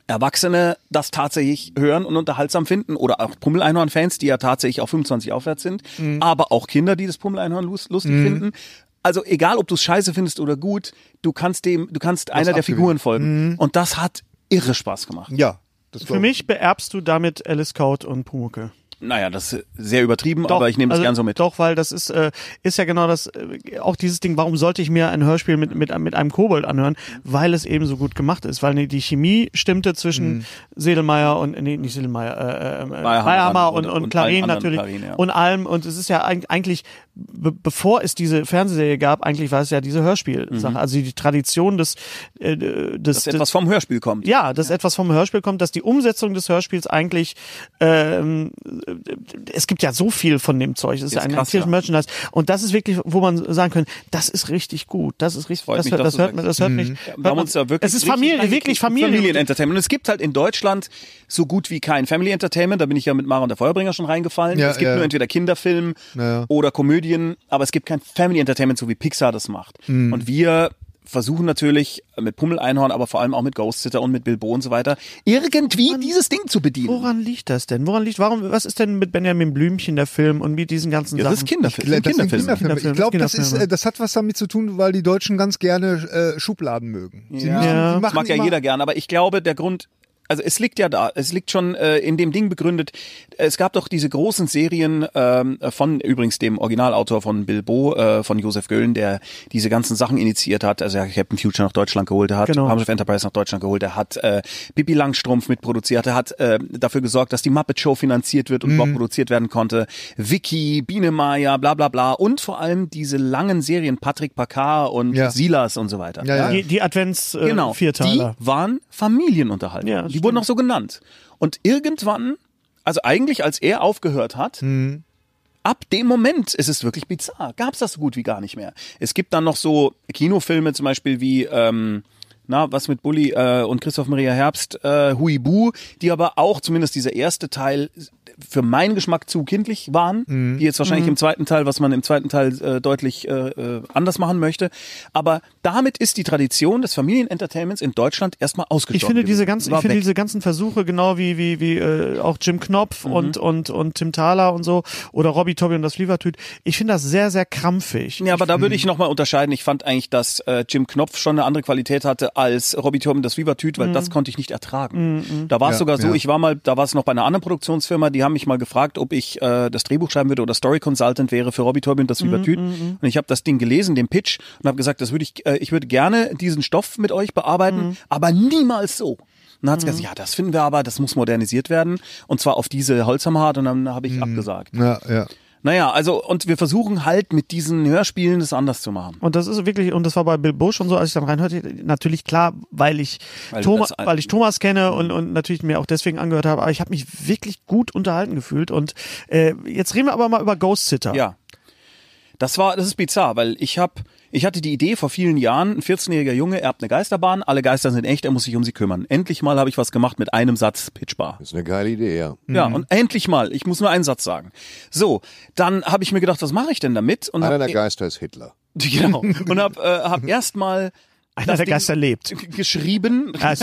Speaker 1: Erwachsene das tatsächlich hören und unterhaltsam finden oder auch Pummel-Einhorn-Fans, die ja tatsächlich auch 25 aufwärts sind,
Speaker 2: Mhm.
Speaker 1: aber auch Kinder, die das Pummel-Einhorn lus- lustig finden. Also egal, ob du es scheiße findest oder gut, du kannst dem, du kannst einer der
Speaker 6: abgewinnen.
Speaker 1: Figuren
Speaker 2: Mhm.
Speaker 1: folgen. Und das hat irre Spaß gemacht.
Speaker 6: ja, das glaub
Speaker 2: Für
Speaker 6: ich.
Speaker 2: mich beerbst du damit Alice Kaut und Pumuckel.
Speaker 1: Naja, das ist sehr übertrieben, aber ich nehme das
Speaker 2: also
Speaker 1: gern so mit.
Speaker 2: Doch, weil das ist, äh, ist ja genau das, äh, auch dieses Ding, warum sollte ich mir ein Hörspiel mit, mit, mit einem Kobold anhören? Weil es eben so gut gemacht ist, weil ne, die Chemie stimmte zwischen
Speaker 1: Mhm.
Speaker 2: Sedelmeier und, nee, nicht Sedelmeier, äh, äh,
Speaker 1: Bayerhammer
Speaker 2: Bayerhammer und,
Speaker 1: und-
Speaker 2: und,
Speaker 1: und allen
Speaker 2: Clarin
Speaker 1: anderen
Speaker 2: natürlich
Speaker 1: Clarin, ja.
Speaker 2: und allem und es ist ja eig- eigentlich, be bevor es diese Fernsehserie gab, eigentlich war es ja diese Hörspielsache, also die Tradition des, äh, des,
Speaker 1: Dass Mhm. etwas vom Hörspiel kommt.
Speaker 2: ja, dass etwas vom Hörspiel kommt, dass die Umsetzung des Hörspiels eigentlich, ähm, es gibt ja so viel von dem Zeug, es ist, ja ein
Speaker 1: krass,
Speaker 2: aktives
Speaker 1: ja.
Speaker 2: Merchandise und das ist wirklich, wo man sagen kann, das ist richtig gut, das ist richtig,
Speaker 1: Freut
Speaker 2: das,
Speaker 1: mich,
Speaker 2: hört,
Speaker 1: dass
Speaker 2: das,
Speaker 1: du
Speaker 2: hört
Speaker 1: sagst. Mhm.
Speaker 2: man, das hört nicht.
Speaker 1: Wir haben uns da wirklich
Speaker 2: es ist
Speaker 1: richtig
Speaker 2: Familie,
Speaker 1: reingekriegt.
Speaker 2: wirklich Familie.
Speaker 1: Familienentertainment. Und es gibt halt in Deutschland so gut wie kein Family Entertainment. Da bin ich ja mit Mara und der Feuerbringer schon reingefallen.
Speaker 6: Ja,
Speaker 1: es gibt
Speaker 6: ja.
Speaker 1: nur entweder Kinderfilm
Speaker 6: ja.
Speaker 1: oder Komödien, aber es gibt kein Family Entertainment, so wie Pixar das macht.
Speaker 6: Mhm.
Speaker 1: Und wir versuchen natürlich mit Pummel-Einhorn, aber vor allem auch mit Ghost Sitter und mit Bilbo und so weiter, irgendwie dieses Ding zu bedienen.
Speaker 2: Woran liegt das denn? Woran liegt, warum, was ist denn mit Benjamin Blümchen der Film und mit diesen ganzen
Speaker 1: Ja,
Speaker 2: Sachen?
Speaker 1: das ist Kinderfilm.
Speaker 6: Das
Speaker 1: Das
Speaker 6: sind
Speaker 1: sind Kinderfilme.
Speaker 6: Kinderfilme.
Speaker 2: Kinderfilme,
Speaker 6: Ich glaube, das, ist,
Speaker 2: Kinderfilme.
Speaker 6: äh, das hat was damit zu tun, weil die Deutschen ganz gerne äh, Schubladen mögen. Sie
Speaker 1: Ja.
Speaker 2: Ja.
Speaker 6: sie
Speaker 1: Das mag ja
Speaker 6: immer-
Speaker 1: jeder gerne, aber ich glaube, der Grund, also es liegt ja da, es liegt schon äh, in dem Ding begründet. Es gab doch diese großen Serien ähm, von übrigens dem Originalautor von Bilbo, äh, von Josef Göhlen, der diese ganzen Sachen initiiert hat. Also er hat Captain Future nach Deutschland geholt, er hat
Speaker 2: Genau.
Speaker 1: Arms of Enterprise nach Deutschland geholt, er hat äh, Pippi Langstrumpf mitproduziert, er hat äh, dafür gesorgt, dass die Muppet Show finanziert wird
Speaker 2: Mhm.
Speaker 1: und überhaupt produziert werden konnte. Vicky, Biene Maya, bla bla bla und vor allem diese langen Serien Patrick Packard und
Speaker 6: Ja.
Speaker 1: Silas und so weiter
Speaker 6: Ja, ja.
Speaker 2: Die, die Advents äh,
Speaker 1: genau,
Speaker 2: Vierteiler.
Speaker 1: die waren Familienunterhaltung.
Speaker 2: Ja,
Speaker 1: die
Speaker 2: stimmt.
Speaker 1: wurden auch so genannt. Und irgendwann, also eigentlich als er aufgehört hat,
Speaker 2: Hm.
Speaker 1: ab dem Moment ist es wirklich bizarr. Gab es das so gut wie gar nicht mehr. Es gibt dann noch so Kinofilme zum Beispiel wie, ähm, na, was mit Bully äh, und Christoph Maria Herbst, äh, Hui Bu, die aber auch zumindest dieser erste Teil für meinen Geschmack zu kindlich waren,
Speaker 2: Mhm.
Speaker 1: die jetzt wahrscheinlich im zweiten Teil, was man im zweiten Teil äh, deutlich äh, äh, anders machen möchte. Aber damit ist die Tradition des Familienentertainments in Deutschland erstmal ausgestorben.
Speaker 2: Ich finde diese ganzen, ich
Speaker 1: War
Speaker 2: finde
Speaker 1: weg.
Speaker 2: diese ganzen Versuche genau wie wie wie äh, auch Jim Knopf
Speaker 1: Mhm.
Speaker 2: und und und Tim Thaler und so oder Robbie Toby und das Flievertüt. Ich finde das sehr sehr krampfig.
Speaker 1: Ja, aber da würde ich nochmal unterscheiden. Ich fand eigentlich, dass äh, Jim Knopf schon eine andere Qualität hatte als Robbie Turm das Vivatüt, weil das konnte ich nicht ertragen. Da war es
Speaker 6: Mhm. Ja,
Speaker 1: sogar so,
Speaker 6: ja.
Speaker 1: ich war mal, da war es noch bei einer anderen Produktionsfirma, die haben mich mal gefragt, ob ich äh, das Drehbuch schreiben würde oder Story Consultant wäre für Robbie Turm und
Speaker 6: Mhm,
Speaker 1: das Vivatüt. Und ich habe das Ding gelesen, den Pitch, und habe gesagt, das würde ich, äh, ich würde gerne diesen Stoff mit euch bearbeiten,
Speaker 6: Mhm.
Speaker 1: aber niemals so. Und dann hat gesagt, ja, das finden wir aber, das muss modernisiert werden. Und zwar auf diese Holzhammerart und dann habe ich
Speaker 6: Mhm.
Speaker 1: abgesagt.
Speaker 6: Ja, ja.
Speaker 1: Naja, also, und wir versuchen halt mit diesen Hörspielen das anders zu machen.
Speaker 2: Und das ist wirklich, und das war bei Bilbo schon so, als ich dann reinhörte, natürlich klar, weil ich,
Speaker 1: Weil
Speaker 2: Thomas,
Speaker 1: das- Mhm.
Speaker 2: weil ich Thomas kenne und, und natürlich mir auch deswegen angehört habe, aber ich habe mich wirklich gut unterhalten gefühlt. Und äh, jetzt reden wir aber mal über Ghost Sitter.
Speaker 1: Ja. Das war, das ist bizarr, weil ich habe, ich hatte die Idee vor vielen Jahren, ein 14-jähriger Junge erbt eine Geisterbahn, alle Geister sind echt, er muss sich um sie kümmern. Endlich mal habe ich was gemacht mit einem Satz pitchbar.
Speaker 5: Das ist eine geile Idee, ja.
Speaker 1: Ja, und endlich mal, ich muss nur einen Satz sagen. So, dann habe ich mir gedacht, was mache ich denn damit? Und
Speaker 5: Einer
Speaker 1: hab,
Speaker 5: der Geister ist Hitler.
Speaker 1: genau. Und habe äh, hab erstmal
Speaker 2: Einer der
Speaker 1: Ding- Genau.
Speaker 2: Geister lebt.
Speaker 1: geschrieben.
Speaker 2: Das-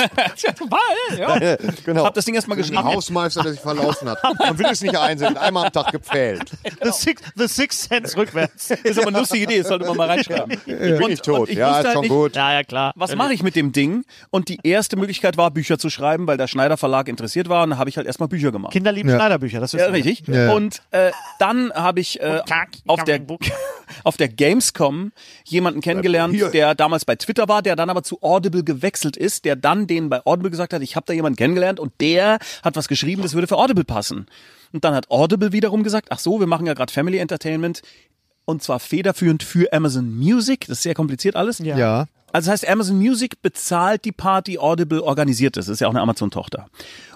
Speaker 1: Weil, ja.
Speaker 5: genau.
Speaker 1: Hab das Ding erstmal geschrieben.
Speaker 5: Hausmeister, der sich verlaufen hat. Man will es nicht einsehen. Einmal am Tag gepfählt.
Speaker 2: The, six, the Sixth Sense rückwärts.
Speaker 1: Ist aber eine lustige Idee, das sollte man mal reinschreiben.
Speaker 5: Bin ich tot.
Speaker 1: und ich
Speaker 5: ja,
Speaker 1: wusste
Speaker 5: ist
Speaker 1: halt
Speaker 5: schon
Speaker 1: nicht-
Speaker 5: gut.
Speaker 2: Ja, ja, klar.
Speaker 1: Was mache ich mit dem Ding? Und die erste Möglichkeit war, Bücher zu schreiben, weil der Schneider Verlag interessiert war. Und da habe ich halt erstmal Bücher gemacht.
Speaker 2: Kinder lieben Schneiderbücher, das ist
Speaker 1: Ja, richtig. Und äh, dann habe ich äh,
Speaker 2: Tag,
Speaker 1: auf, der,
Speaker 2: Gammelbuch.
Speaker 1: auf der Gamescom jemanden kennengelernt,
Speaker 5: Hier.
Speaker 1: der damals bei Twitter war, der dann aber zu Audible gewechselt ist, der dann denen bei Audible gesagt hat, ich habe da jemanden kennengelernt und der hat was geschrieben, das würde für Audible passen. Und dann hat Audible wiederum gesagt, ach so, wir machen ja gerade Family Entertainment und zwar federführend für Amazon Music, das ist sehr kompliziert alles.
Speaker 2: Ja.
Speaker 6: Ja.
Speaker 1: Also das heißt, Amazon Music bezahlt die Party, Audible organisiert es. Das ist ja auch eine Amazon-Tochter.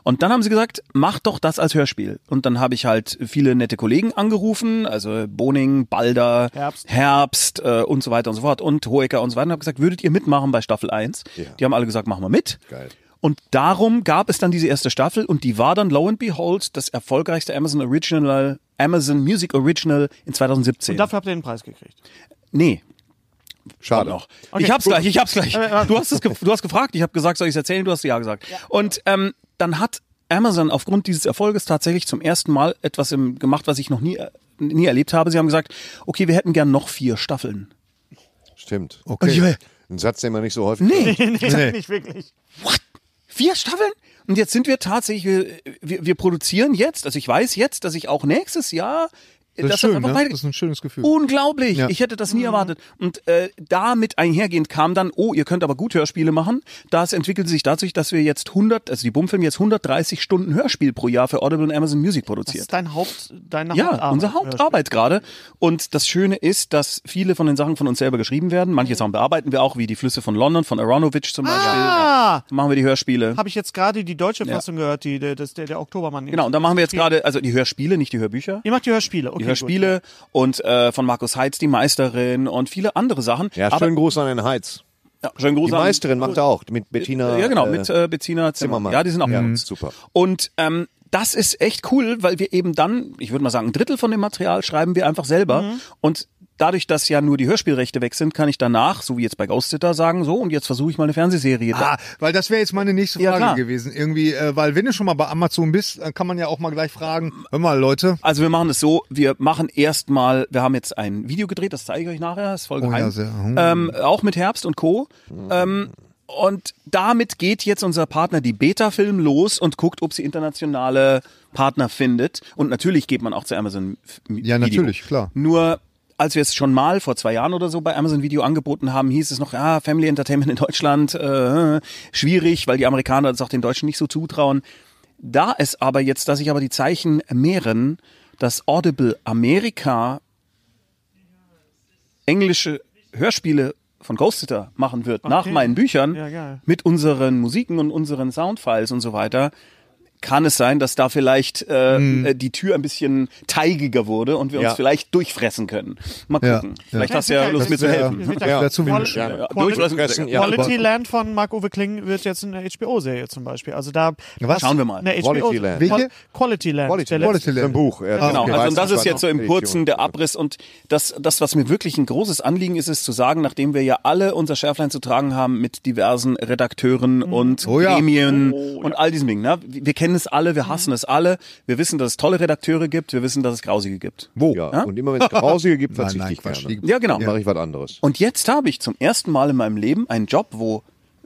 Speaker 1: Und dann haben sie gesagt, mach doch das als Hörspiel. Und dann habe ich halt viele nette Kollegen angerufen, also Boning, Balder,
Speaker 2: Herbst.
Speaker 1: Herbst äh, und so weiter und so fort und Hoeker und so weiter. Und habe gesagt, würdet ihr mitmachen bei Staffel 1? Die haben alle gesagt, machen wir mit.
Speaker 5: Geil.
Speaker 1: Und darum gab es dann diese erste Staffel und die war dann lo and behold das erfolgreichste Amazon Original, Amazon Music Original in 2017.
Speaker 2: Und dafür habt ihr den Preis gekriegt.
Speaker 1: nee,
Speaker 5: Schade.
Speaker 1: noch. ich hab's gleich, ich hab's gleich. Du hast, es ge du hast gefragt, ich habe gesagt, soll ich es erzählen? Du hast ja gesagt. Und ähm, dann hat Amazon aufgrund dieses Erfolges tatsächlich zum ersten Mal etwas im, gemacht, was ich noch nie, äh, nie erlebt habe. Sie haben gesagt, okay, wir hätten gern noch vier Staffeln.
Speaker 5: Stimmt.
Speaker 6: Okay.
Speaker 5: Ein Satz, den man nicht so häufig hört.
Speaker 2: Nicht wirklich.
Speaker 1: Vier Staffeln? Und jetzt sind wir tatsächlich, wir, wir, wir produzieren jetzt, also ich weiß jetzt, dass ich auch nächstes Jahr
Speaker 6: Das ist
Speaker 1: dass
Speaker 6: schön, ne?
Speaker 1: weiter-
Speaker 6: Das ist ein schönes Gefühl.
Speaker 1: Unglaublich.
Speaker 6: Ja. Mhm.
Speaker 1: Ich hätte das nie erwartet. Und äh, damit einhergehend kam dann, oh, ihr könnt aber gut Hörspiele machen. Das entwickelte sich dazu, dass wir jetzt 100, also die Bummfilm jetzt 130 Stunden Hörspiel pro Jahr für Audible und Amazon Music
Speaker 2: Das
Speaker 1: produziert.
Speaker 2: ist dein Haupt, deine
Speaker 1: Ja,
Speaker 2: Hauptarbeit.
Speaker 1: unsere Hauptarbeit gerade. Und das Schöne ist, dass viele von den Sachen von uns selber geschrieben werden.
Speaker 6: Mhm.
Speaker 1: Manche Sachen bearbeiten wir auch, wie die Flüsse von London, von Aronovich zum Beispiel.
Speaker 2: Ah!
Speaker 1: Machen wir die Hörspiele.
Speaker 2: Habe ich jetzt gerade die deutsche Fassung gehört, die, der- das, der, der Oktobermann.
Speaker 1: Genau, und da machen wir jetzt gerade, also die Hörspiele, nicht die Hörbücher.
Speaker 2: Ihr macht die Hörspiele. Okay,
Speaker 1: Die Hörspiele und äh, von Markus Heitz, die Meisterin und viele andere Sachen.
Speaker 5: Ja,
Speaker 1: Aber-
Speaker 5: schönen Gruß an den Heiz.
Speaker 1: Ja, schönen Gruß
Speaker 5: Die
Speaker 1: an-
Speaker 5: Meisterin macht er auch mit Bettina.
Speaker 1: Ja, genau,
Speaker 5: äh,
Speaker 1: mit äh, Bettina Zimmermann.
Speaker 5: Zimmermann.
Speaker 1: Ja, die sind auch
Speaker 5: Ja,
Speaker 1: bei uns.
Speaker 5: super.
Speaker 1: Und ähm, das ist echt cool, weil wir eben dann, ich würde mal sagen, ein Drittel von dem Material schreiben wir einfach selber. Und dadurch, dass ja nur die Hörspielrechte weg sind, kann ich danach, so wie jetzt bei Ghost Sitter, sagen, so, und jetzt versuche ich mal eine Fernsehserie.
Speaker 6: Ah, weil das wäre jetzt meine nächste
Speaker 1: Ja,
Speaker 6: Frage
Speaker 1: klar.
Speaker 6: gewesen. Irgendwie, äh, weil wenn du schon mal bei Amazon bist, dann kann man ja auch mal gleich fragen, hör mal Leute,
Speaker 1: Also wir machen es so, wir machen erstmal, wir haben jetzt ein Video gedreht, das zeige ich euch nachher, ist voll
Speaker 6: Oh ja,
Speaker 1: geheim.
Speaker 6: sehr. Hm.
Speaker 1: ähm, auch mit Herbst und Co. Ähm, und damit geht jetzt unser Partner die Beta-Film los und guckt, ob sie internationale Partner findet. Und natürlich geht man auch zu Amazon F-
Speaker 6: Ja, natürlich, klar.
Speaker 1: nur als wir es schon mal vor zwei Jahren oder so bei Amazon Video angeboten haben, hieß es noch, ja, Family Entertainment in Deutschland, äh, schwierig, weil die Amerikaner das auch den Deutschen nicht so zutrauen. Da es aber jetzt, dass sich aber die Zeichen mehren, dass Audible Amerika englische Hörspiele von Ghost Sitter machen wird, nach meinen Büchern,
Speaker 2: Ja, geil.
Speaker 1: mit unseren Musiken und unseren Soundfiles und so weiter, kann es sein, dass da vielleicht äh, äh, die Tür ein bisschen teigiger wurde und wir uns
Speaker 5: Ja.
Speaker 1: vielleicht durchfressen können. Mal
Speaker 6: Ja,
Speaker 1: gucken.
Speaker 6: ja.
Speaker 1: Vielleicht hast du ja Lust, mir zu
Speaker 2: äh,
Speaker 1: helfen.
Speaker 6: Ja, dazu will ich-
Speaker 2: ja,
Speaker 1: Durchfressen.
Speaker 5: Durchfressen, ja.
Speaker 2: Quality Land von Marc-Uwe Kling wird jetzt eine HBO-Serie zum Beispiel. Also da
Speaker 6: Was?
Speaker 1: Schauen wir mal.
Speaker 2: Eine HBO
Speaker 5: Quality Land.
Speaker 6: Welche?
Speaker 2: Quality Land.
Speaker 5: Quality
Speaker 2: der
Speaker 5: Land.
Speaker 2: letzte.
Speaker 5: Das ist Ein Buch. Ja,
Speaker 1: Genau,
Speaker 5: okay.
Speaker 1: also und das ist
Speaker 5: Weißt du,
Speaker 1: jetzt so im
Speaker 5: Edition.
Speaker 1: kurzen der Abriss und das, das, was mir wirklich ein großes Anliegen ist, ist zu sagen, nachdem wir ja alle unser Schärflein zu tragen haben mit diversen Redakteuren und
Speaker 6: Oh ja.
Speaker 1: Gremien und all diesen Dingen. Ne? Wir wir kennen es alle, wir hassen es alle, wir wissen, dass es tolle Redakteure gibt, wir wissen, dass es grausige gibt.
Speaker 5: Wo? Ja, und immer wenn es Grausige gibt, verzichte ich
Speaker 6: Quatsch,
Speaker 5: gerne.
Speaker 6: die-
Speaker 1: Ja, ne? genau.
Speaker 5: Dann mache ich was anderes.
Speaker 1: Und jetzt habe ich zum ersten Mal in meinem Leben einen Job, wo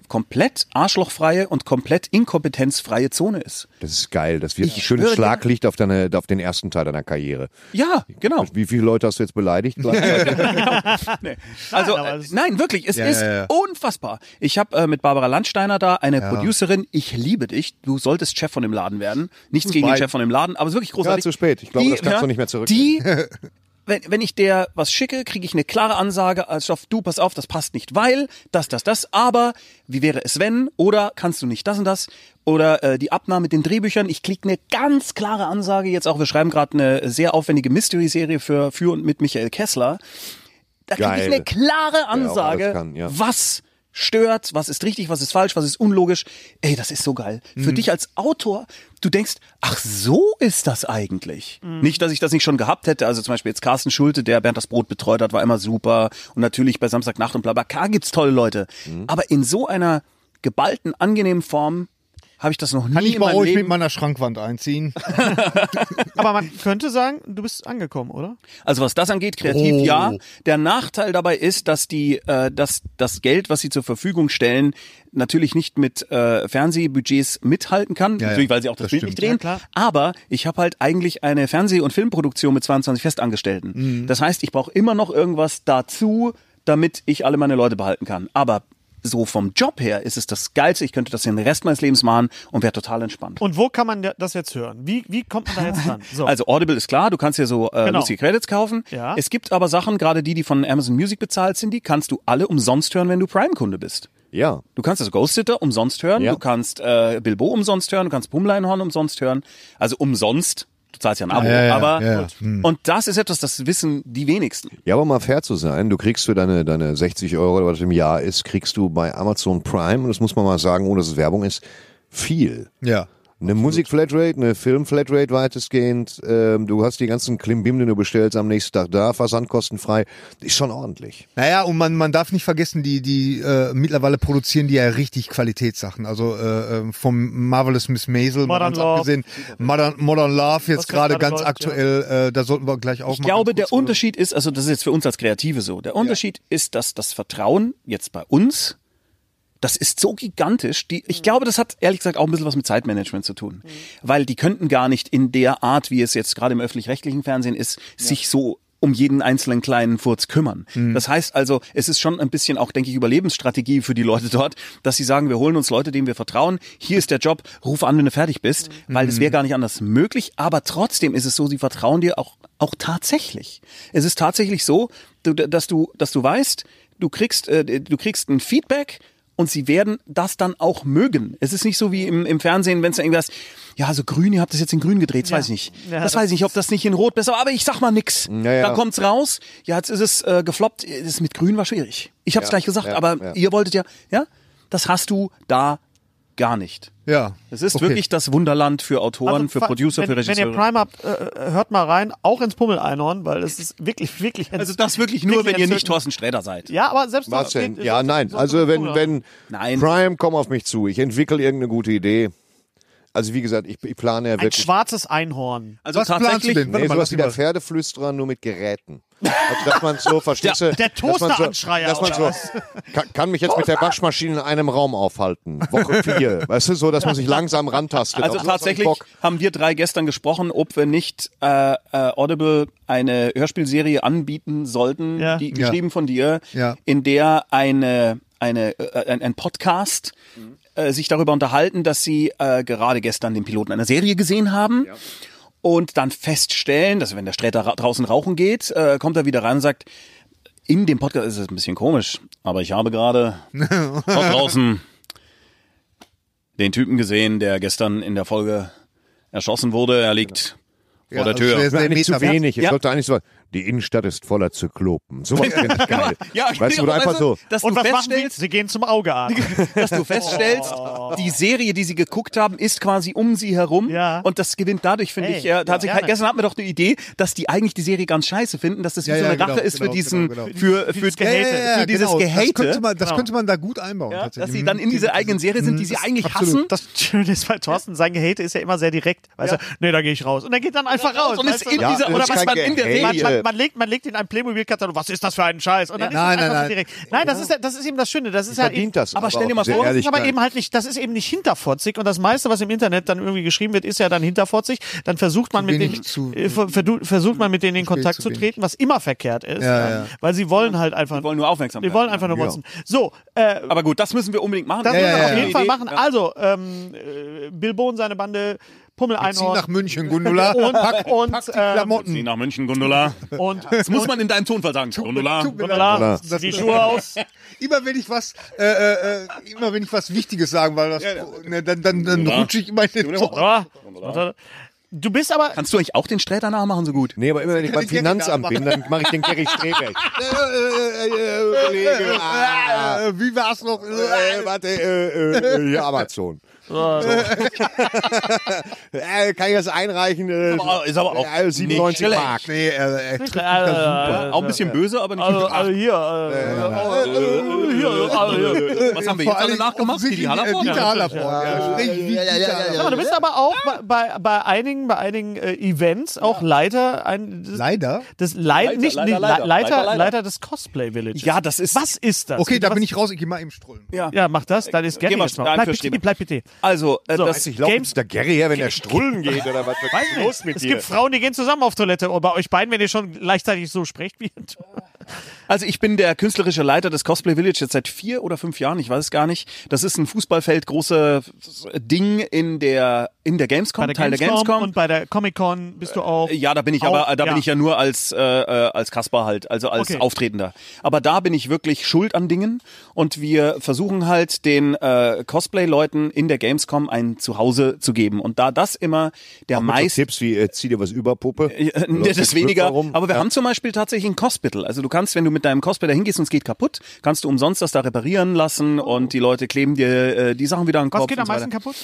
Speaker 1: komplett arschlochfreie und komplett inkompetenzfreie Zone ist.
Speaker 5: Das ist geil. Das wird ein schönes
Speaker 1: höre
Speaker 5: Schlaglicht auf, deine, auf den ersten Teil deiner Karriere.
Speaker 1: Ja, genau.
Speaker 5: Wie viele Leute hast du jetzt beleidigt?
Speaker 1: Also
Speaker 2: aber
Speaker 1: nein,
Speaker 2: es-
Speaker 1: nein wirklich, es ist
Speaker 6: ja, ja.
Speaker 1: unfassbar. Ich habe äh, mit Barbara Landsteiner da eine Producerin. Ich liebe dich. Du solltest Chef von dem Laden werden. Nichts gegen den
Speaker 6: weit.
Speaker 1: Chef von dem Laden, aber es ist wirklich großartig.
Speaker 5: zu spät. Ich glaube, das kannst du nicht mehr
Speaker 1: Die, wenn, wenn ich der was schicke, kriege ich eine klare Ansage als Stoff. Du pass auf, das passt nicht, weil das, das, das. Aber wie wäre es wenn? Oder kannst du nicht das und das? Oder äh, die Abnahme mit den Drehbüchern. Ich kriege eine ganz klare Ansage jetzt auch. Wir schreiben gerade eine sehr aufwendige Mystery-Serie für für und mit Michael Kessler. Da kriege ich
Speaker 5: Geil.
Speaker 1: eine klare
Speaker 5: alles
Speaker 1: Ansage,
Speaker 5: kann, ja.
Speaker 1: was stört, was ist richtig, was ist falsch, was ist unlogisch. Ey, das ist so geil. Für
Speaker 6: Mhm.
Speaker 1: dich als Autor, du denkst, ach, so ist das eigentlich.
Speaker 6: Mhm.
Speaker 1: Nicht, dass ich das nicht schon gehabt hätte. Also zum Beispiel jetzt Carsten Schulte, der Bernd das Brot betreut hat, war immer super. Und natürlich bei Samstagnacht und bla bla. Klar gibt's tolle Leute.
Speaker 6: Mhm.
Speaker 1: Aber in so einer geballten, angenehmen Form habe ich das noch nie
Speaker 6: Kann ich
Speaker 1: in
Speaker 6: mal
Speaker 1: meinem
Speaker 6: ruhig
Speaker 1: Leben.
Speaker 6: mit meiner Schrankwand einziehen?
Speaker 2: Aber man könnte sagen, du bist angekommen, oder?
Speaker 1: Also was das angeht, kreativ
Speaker 6: Oh.
Speaker 1: ja. Der Nachteil dabei ist, dass die, äh, dass das Geld, was sie zur Verfügung stellen, natürlich nicht mit äh, Fernsehbudgets mithalten kann,
Speaker 6: ja,
Speaker 1: natürlich, weil sie auch das,
Speaker 6: das
Speaker 1: Bild nicht
Speaker 6: stimmt.
Speaker 1: drehen.
Speaker 2: Ja, klar.
Speaker 1: Aber ich habe halt eigentlich eine Fernseh- und Filmproduktion mit 22 Festangestellten.
Speaker 6: Mhm.
Speaker 1: Das heißt, ich brauche immer noch irgendwas dazu, damit ich alle meine Leute behalten kann. Aber so vom Job her ist es das Geilste. Ich könnte das den Rest meines Lebens machen und wäre total entspannt.
Speaker 2: Und wo kann man da- das jetzt hören? Wie, wie kommt man da jetzt ran? So.
Speaker 1: Also Audible ist klar, du kannst dir so äh,
Speaker 2: Genau.
Speaker 1: lustige Credits kaufen.
Speaker 2: Ja.
Speaker 1: Es gibt aber Sachen, gerade die, die von Amazon Music bezahlt sind, die kannst du alle umsonst hören, wenn du Prime-Kunde bist.
Speaker 5: Ja.
Speaker 1: Du kannst also Ghost Sitter umsonst hören,
Speaker 5: Ja.
Speaker 1: du kannst äh, Bilbo umsonst hören, du kannst Pummeleinhorn umsonst hören. Also umsonst, du zahlst ja ein Abo,
Speaker 6: Ah, ja, ja,
Speaker 1: aber
Speaker 6: ja, Hm. ja.
Speaker 1: Und, und das ist etwas, das wissen die wenigsten.
Speaker 5: Ja, aber um mal fair zu sein, du kriegst für deine, deine 60 Euro, oder was im Jahr ist, kriegst du bei Amazon Prime, und das muss man mal sagen, ohne dass es Werbung ist, viel.
Speaker 6: Ja.
Speaker 5: Eine Musik-Flatrate, eine Film-Flatrate weitestgehend, ähm, du hast die ganzen Klimbim, den du bestellst, am nächsten Tag da, versandkostenfrei, ist schon ordentlich.
Speaker 6: Naja, und man, man darf nicht vergessen, die, die äh, mittlerweile produzieren die ja richtig Qualitätssachen. Also äh, äh, vom Marvelous Miss Maisel, mal
Speaker 2: Modern
Speaker 6: ganz
Speaker 2: Love.
Speaker 6: abgesehen, Modern, Modern Love jetzt
Speaker 2: Was
Speaker 6: gerade
Speaker 2: gerade
Speaker 6: ganz
Speaker 2: läuft,
Speaker 6: aktuell, äh, da sollten wir gleich auch
Speaker 1: Ich glaube, der Unterschied ist, also das ist jetzt für uns als Kreative so, der Unterschied ist, dass das Vertrauen jetzt bei uns, das ist so gigantisch, die, ich glaube, das hat ehrlich gesagt auch ein bisschen was mit Zeitmanagement zu tun. Weil die könnten gar nicht in der Art, wie es jetzt gerade im öffentlich-rechtlichen Fernsehen ist, sich so um jeden einzelnen kleinen Furz kümmern. Das heißt also, es ist schon ein bisschen auch, denke ich, Überlebensstrategie für die Leute dort, dass sie sagen, wir holen uns Leute, denen wir vertrauen. Hier ist der Job, ruf an, wenn du fertig bist, weil es wäre gar nicht anders möglich. Aber trotzdem ist es so, sie vertrauen dir auch, auch tatsächlich. Es ist tatsächlich so, du- dass du, dass du weißt, du kriegst, äh, du kriegst ein Feedback und sie werden das dann auch mögen. Es ist nicht so wie im, im Fernsehen, wenn es dann irgendwas, ja, so grün, ihr habt das jetzt in grün gedreht, das weiß ich nicht.
Speaker 2: Ja,
Speaker 1: das
Speaker 2: das-
Speaker 1: weiß ich nicht, ob das nicht in rot besser war, aber ich sag mal nix.
Speaker 5: Ja, ja.
Speaker 1: Da kommt's raus, ja, jetzt ist es äh, gefloppt, das mit grün war schwierig. Ich hab's
Speaker 5: Ja,
Speaker 1: gleich gesagt,
Speaker 5: ja,
Speaker 1: aber
Speaker 5: ja.
Speaker 1: ihr wolltet ja, ja, das hast du da gar nicht.
Speaker 6: Ja.
Speaker 1: Es ist
Speaker 6: Okay.
Speaker 1: wirklich das Wunderland für Autoren,
Speaker 2: Also,
Speaker 1: für
Speaker 2: fa-
Speaker 1: Producer,
Speaker 2: wenn,
Speaker 1: für Regisseure.
Speaker 2: Wenn ihr Prime habt, äh, hört mal rein, auch ins Pummel-Einhorn, weil es ist wirklich, wirklich...
Speaker 1: also das wirklich nur, wenn ihr nicht
Speaker 2: entzückend.
Speaker 1: Thorsten Sträter seid.
Speaker 2: Ja, aber selbst...
Speaker 5: Was denn?
Speaker 2: geht-
Speaker 5: Ja,
Speaker 2: selbst-
Speaker 5: nein.
Speaker 2: selbst-
Speaker 5: Also wenn, wenn
Speaker 1: Nein.
Speaker 5: Prime, komm auf mich zu, ich entwickle irgendeine gute Idee. Also wie gesagt, ich, ich plane ja
Speaker 2: Ein
Speaker 5: wirklich.
Speaker 2: schwarzes Einhorn.
Speaker 1: Also
Speaker 6: Was planst du
Speaker 1: tatsächlich,
Speaker 6: denn? Warte
Speaker 5: Nee,
Speaker 6: mal,
Speaker 5: sowas
Speaker 6: lass
Speaker 5: wie
Speaker 6: ihn
Speaker 5: der
Speaker 6: mal-
Speaker 5: Pferdeflüsterer, nur mit Geräten. Also, dass man so, verstehst du?
Speaker 2: der
Speaker 5: dass man so-
Speaker 2: Toasteranschreier,
Speaker 5: Dass man so,
Speaker 2: oder
Speaker 5: kann, kann mich jetzt mit der Waschmaschine in einem Raum aufhalten. Woche vier. Weißt du, so, dass man sich langsam rantastet.
Speaker 1: Also
Speaker 5: Auf sowas hab ich
Speaker 1: tatsächlich
Speaker 5: Bock.
Speaker 1: haben wir drei gestern gesprochen, ob wir nicht äh, äh, Audible eine Hörspielserie anbieten sollten,
Speaker 2: Ja.
Speaker 1: die
Speaker 6: Ja.
Speaker 1: geschrieben von dir,
Speaker 6: Ja.
Speaker 1: in der eine eine äh, ein, ein Podcast äh, sich darüber unterhalten, dass sie äh, gerade gestern den Piloten einer Serie gesehen haben. Und dann feststellen, dass wenn der Sträter ra draußen rauchen geht, äh, kommt er wieder rein und sagt, in dem Podcast ist es ein bisschen komisch, aber ich habe gerade dort draußen den Typen gesehen, der gestern in der Folge erschossen wurde. Er liegt vor
Speaker 6: Ja,
Speaker 1: der
Speaker 6: also
Speaker 1: Tür.
Speaker 6: der ist-
Speaker 5: Eigentlich zu
Speaker 6: Meter-
Speaker 5: wenig. Es
Speaker 1: Ja.
Speaker 5: sollte eigentlich so, die Innenstadt ist voller Zyklopen. So was finde ich geil. weißt du,
Speaker 1: genau.
Speaker 5: wo du einfach so,
Speaker 1: dass
Speaker 2: Und
Speaker 1: du
Speaker 2: was machen die?
Speaker 1: feststellst,
Speaker 2: Sie gehen zum Augearzt.
Speaker 1: dass du feststellst, die Serie, die sie geguckt haben, ist quasi um sie herum.
Speaker 2: Ja.
Speaker 1: Und das gewinnt dadurch, finde
Speaker 2: Hey,
Speaker 1: ich, äh, tatsächlich.
Speaker 2: gerne.
Speaker 1: Gestern hatten wir doch eine Idee, dass die eigentlich die Serie ganz scheiße finden, dass das wie
Speaker 6: Ja,
Speaker 1: so eine
Speaker 6: ja, genau,
Speaker 1: Rache ist für
Speaker 6: genau,
Speaker 1: diesen,
Speaker 6: genau, genau.
Speaker 1: für, für,
Speaker 2: dieses Gehate.
Speaker 6: Ja, ja, ja,
Speaker 1: für dieses
Speaker 6: genau.
Speaker 1: Gehate.
Speaker 6: Das könnte man, das
Speaker 2: Genau.
Speaker 6: könnte man da gut einbauen.
Speaker 1: Ja,
Speaker 6: tatsächlich. Mhm.
Speaker 1: dass sie dann in diese eigene Serie sind, die sie eigentlich hassen.
Speaker 2: Das Schöne ist bei Thorsten, sein Gehate ist ja immer sehr direkt. Weißt du, nee, da gehe ich raus. Und er geht dann einfach raus.
Speaker 1: und
Speaker 2: weißt
Speaker 1: ist
Speaker 2: du?
Speaker 1: in
Speaker 5: Ja,
Speaker 1: dieser,
Speaker 5: das
Speaker 1: oder
Speaker 5: ist
Speaker 1: was
Speaker 5: kein
Speaker 1: man in der
Speaker 5: Gehate.
Speaker 1: Serie
Speaker 2: Man, man, man, legt, man legt in einen Playmobil-Katalog, was ist das für ein Scheiß? Und dann
Speaker 6: Ja. Nein,
Speaker 2: ist es
Speaker 6: nein,
Speaker 2: einfach
Speaker 6: nein.
Speaker 2: so direkt. Nein, das ist, ja- das ist eben das Schöne. Das ist ja eben,
Speaker 5: verdient das.
Speaker 1: aber stell dir mal
Speaker 5: auch diese
Speaker 1: vor, das
Speaker 2: Das ist aber
Speaker 5: Ehrlichkeit.
Speaker 2: eben halt nicht, das ist eben nicht hinterfotzig und das meiste, was im Internet dann irgendwie geschrieben wird, ist ja dann hinterfotzig. Dann versucht man mit
Speaker 6: wenig
Speaker 2: denen,
Speaker 6: zu-
Speaker 2: äh, ver- verdu- versucht man mit denen in Kontakt
Speaker 6: zu
Speaker 2: zu
Speaker 6: wenig.
Speaker 2: treten, was immer verkehrt ist,
Speaker 6: Ja,
Speaker 2: ja.
Speaker 6: ja.
Speaker 2: weil sie wollen halt einfach,
Speaker 1: Die wollen nur aufmerksam
Speaker 2: die
Speaker 1: werden.
Speaker 2: wollen einfach nur motzen. So, äh,
Speaker 1: Aber gut, das müssen wir unbedingt machen.
Speaker 2: das
Speaker 6: Ja,
Speaker 2: müssen wir
Speaker 6: ja,
Speaker 2: auf
Speaker 6: ja.
Speaker 2: jeden Fall
Speaker 1: Idee.
Speaker 2: machen. Also, ähm, äh, Bilbo und seine Bande, Pummel
Speaker 6: Zieh nach
Speaker 2: Einhorn
Speaker 6: München, Gundula.
Speaker 2: und,
Speaker 6: pack,
Speaker 2: und,
Speaker 6: pack die
Speaker 1: Zieh
Speaker 2: ähm,
Speaker 6: Klamotten.
Speaker 1: nach München, Gundula.
Speaker 2: und
Speaker 1: Das muss man in deinem Tonfall sagen. Gundula.
Speaker 6: Tut mir
Speaker 2: Gundula,
Speaker 6: leid. Das-
Speaker 2: die Schuhe aus.
Speaker 6: Immer wenn ich was, äh, äh, äh, immer wenn ich was Wichtiges sagen, weil das, ne, dann, dann, dann rutsche ich immer in den Tor.
Speaker 2: Oder? Oder? Ah, Du bist aber.
Speaker 1: Kannst du eigentlich auch den Sträter nachmachen so gut?
Speaker 5: Nee, aber immer wenn ich beim
Speaker 6: den Gary
Speaker 5: Finanzamt
Speaker 6: da
Speaker 5: bin, dann mache ich den Gary Strebeck. Äh, äh, äh, Kollege, ah,
Speaker 6: Äh, wie war's noch?
Speaker 5: äh, warte, äh, äh, hier Amazon. So. äh, kann ich das einreichen? Äh,
Speaker 1: Ist aber- ist aber auch
Speaker 5: äh, 97
Speaker 1: nicht äh,
Speaker 5: Mark. Äh,
Speaker 6: Nee, er, er trifft
Speaker 2: Äh,
Speaker 6: mich da super.
Speaker 1: Auch ein bisschen böse, aber nicht
Speaker 2: Also,
Speaker 1: mit Acht.
Speaker 2: also hier, äh, äh, hier, also hier.
Speaker 1: Was haben wir
Speaker 6: Vor
Speaker 1: jetzt alle
Speaker 6: allem
Speaker 1: nachgemacht? Die, die
Speaker 6: offensichtlich, äh,
Speaker 1: Hallervorden?
Speaker 6: Dieter Hallervorden. Ja,
Speaker 5: Äh,
Speaker 6: sprich, wie Dieter
Speaker 2: Sag mal,
Speaker 6: Hallervorden.
Speaker 2: du bist aber auch bei, bei, bei einigen, bei einigen äh, Events auch Leiter ein, des,
Speaker 6: Leider.
Speaker 2: des Lei
Speaker 1: Leiter,
Speaker 2: nicht,
Speaker 1: Leiter,
Speaker 2: nee, Le-
Speaker 1: Leiter.
Speaker 2: Leiter,
Speaker 1: Leiter,
Speaker 2: Leiter,
Speaker 1: Leiter.
Speaker 2: des Cosplay Villages.
Speaker 1: Ja, das ist-
Speaker 2: Was ist das?
Speaker 6: Okay, da
Speaker 2: Was-
Speaker 6: bin ich raus. Ich gehe mal eben strollen.
Speaker 1: Ja.
Speaker 2: Ja, mach das, dann ist
Speaker 1: Geh
Speaker 2: Gary
Speaker 1: mal,
Speaker 2: jetzt mal.
Speaker 1: dann
Speaker 2: Bleib
Speaker 1: verstehen
Speaker 2: bitte,
Speaker 1: wir.
Speaker 2: bleib bitte.
Speaker 1: Also, äh,
Speaker 2: So.
Speaker 1: das,
Speaker 5: Ich laufe
Speaker 2: Games-
Speaker 5: der Gary her, wenn er strullen geht oder was? Was
Speaker 2: Weiß
Speaker 5: ist
Speaker 2: nicht.
Speaker 5: los mit
Speaker 2: es
Speaker 5: dir?
Speaker 2: gibt Frauen, die gehen zusammen auf Toilette. Und bei euch beiden, wenn ihr schon gleichzeitig so sprecht wie
Speaker 1: also ich bin der künstlerische Leiter des Cosplay Village jetzt seit vier oder fünf Jahren, ich weiß es gar nicht. Das ist ein Fußballfeld, große Ding in der, in der Gamescom,
Speaker 2: bei der
Speaker 1: Teil
Speaker 2: Gamescom,
Speaker 1: der Gamescom.
Speaker 2: und bei der Comic Con bist du auch.
Speaker 1: Ja, da bin ich
Speaker 2: auch,
Speaker 1: aber, da bin ich ja nur als äh, äh, als Kasper halt, also als
Speaker 2: Okay.
Speaker 1: Auftretender. Aber da bin ich wirklich schuld an Dingen und wir versuchen halt den äh, Cosplay-Leuten in der Gamescom ein Zuhause zu geben. Und da das immer der
Speaker 5: Mit
Speaker 1: meiste
Speaker 5: so Tipps wie, äh, zieh dir was über, Puppe.
Speaker 1: Äh,
Speaker 5: Läuft
Speaker 1: Das
Speaker 5: mit
Speaker 1: ist weniger.
Speaker 5: Schlüpfer rum.
Speaker 1: Aber wir haben zum Beispiel tatsächlich ein Cospittal. Also du kannst, wenn du mit deinem Cosplay da hingehst und es geht kaputt, kannst du umsonst das da reparieren lassen und die Leute kleben dir äh, die Sachen wieder an den Kopf.
Speaker 2: Oh. Was geht
Speaker 1: und
Speaker 2: am
Speaker 1: so
Speaker 2: meisten
Speaker 1: weiter.
Speaker 2: kaputt?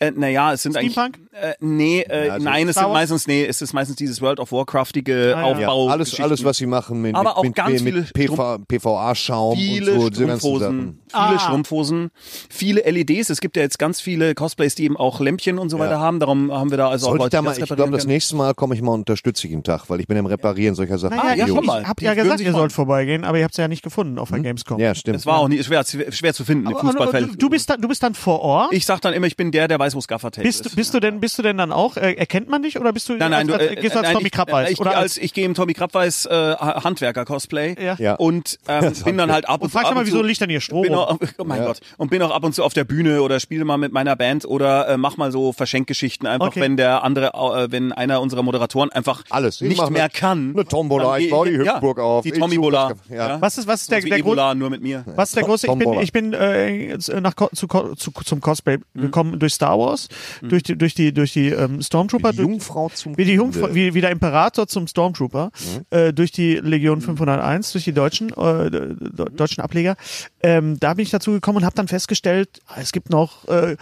Speaker 1: Äh, naja, es sind
Speaker 2: Steampunk?
Speaker 1: eigentlich. Äh, nee, äh,
Speaker 5: also
Speaker 1: nein, es
Speaker 2: Star
Speaker 1: sind
Speaker 2: Wars?
Speaker 1: meistens, nee, es ist meistens dieses World of Warcraftige
Speaker 2: Ah, ja.
Speaker 5: Ja,
Speaker 1: Aufbau.
Speaker 5: alles, alles, was sie machen mit,
Speaker 1: Aber auch
Speaker 5: mit,
Speaker 1: ganz
Speaker 5: mit, mit
Speaker 1: viele
Speaker 5: PV, PVA-Schaum und
Speaker 1: Viele
Speaker 5: so, diese ganzen Sachen.
Speaker 1: Strumpfhosen,
Speaker 2: Ah.
Speaker 1: viele Strumpfhosen, viele LEDs. Es gibt ja jetzt ganz viele Cosplays, die eben auch Lämpchen und so weiter haben. Darum haben wir da also
Speaker 5: Sollte
Speaker 1: auch
Speaker 5: ich da mal,
Speaker 1: die
Speaker 5: ich
Speaker 1: das
Speaker 5: glaube, das
Speaker 1: reparieren
Speaker 5: nächste Mal komme ich mal und unterstütze ich den Tag, weil ich bin im Reparieren solcher Sachen.
Speaker 1: Ah, ja,
Speaker 5: Idiot.
Speaker 1: komm mal.
Speaker 2: Ich hab
Speaker 1: Die
Speaker 2: ja
Speaker 1: würden
Speaker 2: gesagt,
Speaker 1: sich
Speaker 2: ihr
Speaker 1: freuen. Mhm.
Speaker 2: sollt vorbeigehen, aber ihr habt es ja nicht gefunden auf der Gamescom.
Speaker 5: ja,
Speaker 1: können.
Speaker 5: stimmt.
Speaker 1: Es war auch nicht schwer, schwer zu finden im
Speaker 2: Aber- aber
Speaker 1: Fußballfeld.
Speaker 2: du, du bist dann, du bist dann vor Ort.
Speaker 1: Ich sag dann immer, ich bin der, der weiß, wo es Gaffertape
Speaker 2: bist,
Speaker 1: ist.
Speaker 2: du- bist du denn, bist du denn dann auch? Äh, erkennt man dich oder bist du?
Speaker 1: Nein, nein,
Speaker 2: als,
Speaker 1: du,
Speaker 2: als,
Speaker 1: äh,
Speaker 2: gehst du als
Speaker 1: nein,
Speaker 2: Tommy
Speaker 1: ich-
Speaker 2: Krabbeis
Speaker 1: äh, Ich,
Speaker 2: oder
Speaker 1: als, ich gehe im Tommy Krabbeis äh, Ha- Handwerker-Cosplay
Speaker 2: Ja.
Speaker 5: Ja.
Speaker 1: und ähm, bin dann halt ab und,
Speaker 2: und fragst
Speaker 1: ab
Speaker 2: immer,
Speaker 1: und
Speaker 2: wieso
Speaker 1: zu-
Speaker 2: liegt denn hier Stroh?
Speaker 1: bin
Speaker 2: rum?
Speaker 1: auch, oh mein Gott. Und bin auch ab und zu auf der Bühne oder spiele mal mit meiner Band oder äh, mach mal so Verschenkgeschichten, einfach
Speaker 2: Okay.
Speaker 1: wenn der andere, äh, wenn einer unserer Moderatoren einfach
Speaker 5: Alles. Ich mach
Speaker 1: nicht mehr
Speaker 5: eine-
Speaker 1: kann.
Speaker 5: eine Tombola,
Speaker 1: dann
Speaker 5: ich
Speaker 1: geh-
Speaker 5: baue die Hüpfburg
Speaker 1: ja,
Speaker 5: auf.
Speaker 1: Die
Speaker 5: Ich
Speaker 1: Tommy
Speaker 5: such
Speaker 1: Bola. Also
Speaker 5: das- ja.
Speaker 2: Was ist, was ist der,
Speaker 1: Wie
Speaker 2: der Grund?
Speaker 1: Ebola, nur mit mir.
Speaker 2: Was ist der große? Ich bin,
Speaker 5: Tombola.
Speaker 2: ich bin äh, jetzt, äh, nach, Co- zu, Co- zu, zum Cosplay gekommen durch Star Wars, durch die, durch die, durch die ähm, Stormtrooper,
Speaker 5: Die
Speaker 2: durch-
Speaker 5: Jungfrau zum
Speaker 2: wie, die Jungfrau,
Speaker 5: Kinde.
Speaker 2: wie, wie der Imperator zum Stormtrooper, äh, durch die Legion 501, durch die deutschen, äh, de- de- deutschen Ableger. Ähm, da bin ich dazu gekommen und habe dann festgestellt, ah, es gibt noch äh,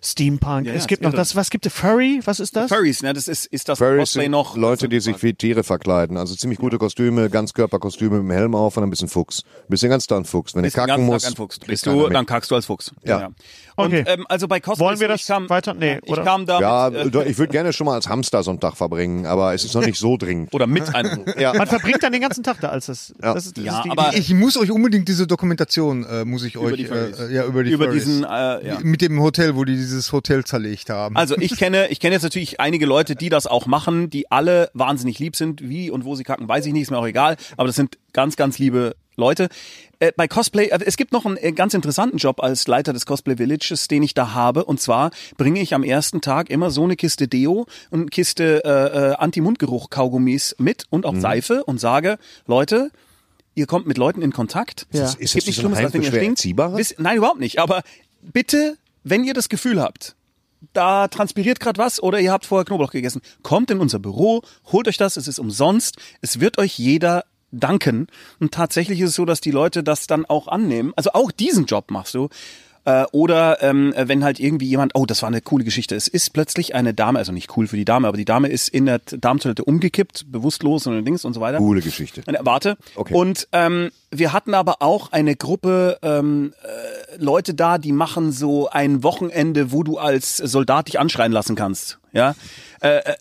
Speaker 2: Steampunk,
Speaker 1: Ja, ja,
Speaker 2: es gibt
Speaker 1: ist
Speaker 2: noch
Speaker 1: irre.
Speaker 2: das, was gibt es? Furry, was ist das?
Speaker 1: Furries, ne? Das ist, ist das
Speaker 5: Furries
Speaker 1: Cosplay
Speaker 5: sind
Speaker 1: noch.
Speaker 5: Leute, die sich wie Tiere verkleiden. Also ziemlich gute Kostüme, Ganzkörperkostüme mit dem Helm auf und ein bisschen Fuchs. Ein bisschen ganz dann Fuchs. Wenn du
Speaker 1: Bist den
Speaker 5: kacken
Speaker 1: ganzen Tag
Speaker 5: musst,
Speaker 1: ein Fuchs.
Speaker 5: kriegt
Speaker 1: Bist
Speaker 5: keiner
Speaker 1: du,
Speaker 5: mit.
Speaker 1: dann kackst du als Fuchs.
Speaker 5: Ja.
Speaker 1: Und
Speaker 2: Okay.
Speaker 1: ähm, also bei Cosplays,
Speaker 2: Wollen wir das
Speaker 1: ich kam,
Speaker 2: weiter- nee, oder?
Speaker 1: Ich kam da
Speaker 5: Ja,
Speaker 1: mit, äh,
Speaker 5: doch, ich würde gerne schon mal als Hamster so einen Tag verbringen, aber es ist noch nicht so dringend.
Speaker 1: oder mit einem.
Speaker 5: Ja.
Speaker 2: Man verbringt dann den ganzen Tag da als das. das, ist- das
Speaker 1: Ja,
Speaker 2: ist die,
Speaker 1: aber-
Speaker 6: Ich muss euch unbedingt diese Dokumentation, äh, muss ich euch,
Speaker 1: die Furries.
Speaker 6: äh, ja, über die
Speaker 1: über
Speaker 6: Furries.
Speaker 1: diesen, äh, ja.
Speaker 6: Mit dem Hotel, wo die dieses Hotel zerlegt haben.
Speaker 1: Also ich kenne, ich kenne jetzt natürlich einige Leute, die das auch machen, die alle wahnsinnig lieb sind. Wie und wo sie kacken, weiß ich nicht, ist mir auch egal. Aber das sind ganz, ganz liebe Leute. Äh, bei Cosplay, äh, es gibt noch einen äh, ganz interessanten Job als Leiter des Cosplay Villages, den ich da habe. Und zwar bringe ich am ersten Tag immer so eine Kiste Deo und eine Kiste äh, äh, Anti-Mundgeruch-Kaugummis mit und auch Seife und sage, Leute, ihr kommt mit Leuten in Kontakt.
Speaker 2: Ja.
Speaker 5: das- ist
Speaker 1: Gibt
Speaker 5: das
Speaker 1: nichts
Speaker 5: so ein
Speaker 1: Schlimmes, als wenn ihr
Speaker 5: heimlich schwer
Speaker 1: stinkt.
Speaker 5: erziehbares?
Speaker 1: Wisst- Nein, überhaupt nicht. Aber bitte, wenn ihr das Gefühl habt, da transpiriert gerade was oder ihr habt vorher Knoblauch gegessen, kommt in unser Büro, holt euch das, es ist umsonst, es wird euch jeder danken. Und tatsächlich ist es so, dass die Leute das dann auch annehmen. Also auch diesen Job machst du. Äh, Oder ähm, wenn halt irgendwie jemand, oh, das war eine coole Geschichte. Es ist plötzlich eine Dame, also nicht cool für die Dame, aber die Dame ist in der Darmtoilette umgekippt, bewusstlos und Dings und so weiter.
Speaker 5: Coole Geschichte.
Speaker 1: Und, äh, Warte.
Speaker 5: Okay.
Speaker 1: Und ähm, wir hatten aber auch eine Gruppe ähm, äh, Leute da, die machen so ein Wochenende, wo du als Soldat dich anschreien lassen kannst. Ja. Äh, äh,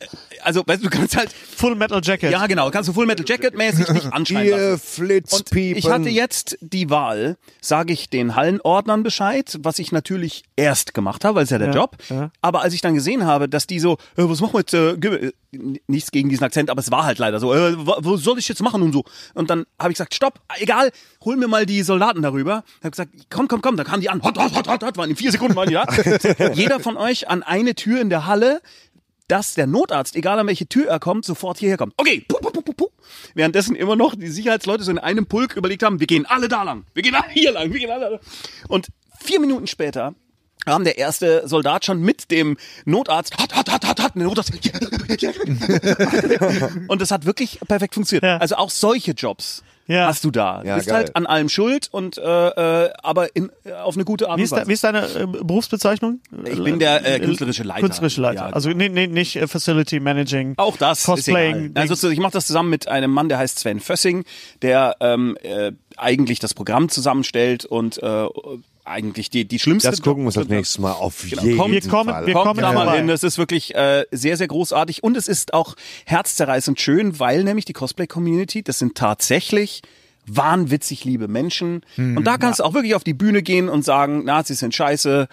Speaker 1: also, weißt du, du kannst halt.
Speaker 2: Full Metal Jacket.
Speaker 1: Ja, genau. Kannst du Full Metal Jacket mäßig dich anschreien lassen.
Speaker 5: Ihr
Speaker 1: Und
Speaker 5: Flitzpiepen.
Speaker 1: ich hatte jetzt die Wahl, sage ich den Hallenordnern Bescheid, was ich natürlich erst gemacht habe, weil es ja der Job. Aber als ich dann gesehen habe, dass die so, äh, was machen wir jetzt? Äh, gib- äh, n- nichts gegen diesen Akzent, aber es war halt leider so, äh, wa- was soll ich jetzt machen und so. Und dann habe ich gesagt, stopp, egal, hol mir mal die Soldaten darüber. Habe gesagt, komm, komm, komm, da kamen die an, hot, hot, hot, hot, hot, waren in vier Sekunden waren die da. Jeder von euch an eine Tür in der Halle, dass der Notarzt, egal an welche Tür er kommt, sofort hierher kommt. Okay, puh, puh, puh, puh, puh. währenddessen immer noch die Sicherheitsleute so in einem Pulk überlegt haben, wir gehen alle da lang, wir gehen alle hier lang, wir gehen alle da lang. Und vier Minuten später haben der erste Soldat schon mit dem Notarzt hat hat hat hat hat der Notarzt und das hat wirklich perfekt funktioniert.
Speaker 2: Ja.
Speaker 1: Also auch solche Jobs
Speaker 2: Ja.
Speaker 1: hast du da.
Speaker 5: Ja,
Speaker 1: Bist
Speaker 5: geil.
Speaker 1: halt an allem schuld und äh, äh, aber in, auf eine gute Art
Speaker 2: Wie
Speaker 1: und
Speaker 2: ist, de,
Speaker 1: Weise.
Speaker 2: wie ist deine äh, Berufsbezeichnung?
Speaker 1: Ich bin der äh, künstlerische Leiter.
Speaker 2: Künstlerische Leiter.
Speaker 1: Ja,
Speaker 2: also nee, nee, nicht äh, Facility Managing.
Speaker 1: Auch das ist
Speaker 2: Cosplaying.
Speaker 1: egal. Also ich mache das zusammen mit einem Mann, der heißt Sven Fössing, der ähm, äh, eigentlich das Programm zusammenstellt und äh, eigentlich die die schlimmste.
Speaker 5: Das gucken wir uns das nächste Mal auf jeden
Speaker 1: Genau. Komm,
Speaker 2: wir kommen-
Speaker 5: Fall.
Speaker 2: wir
Speaker 1: Kommt
Speaker 2: kommen
Speaker 1: da mal
Speaker 2: vorbei.
Speaker 1: hin, das ist wirklich äh, sehr, sehr großartig und es ist auch herzzerreißend schön, weil nämlich die Cosplay-Community, das sind tatsächlich wahnwitzig liebe Menschen und da kannst du auch wirklich auf die Bühne gehen und sagen, Nazis sind scheiße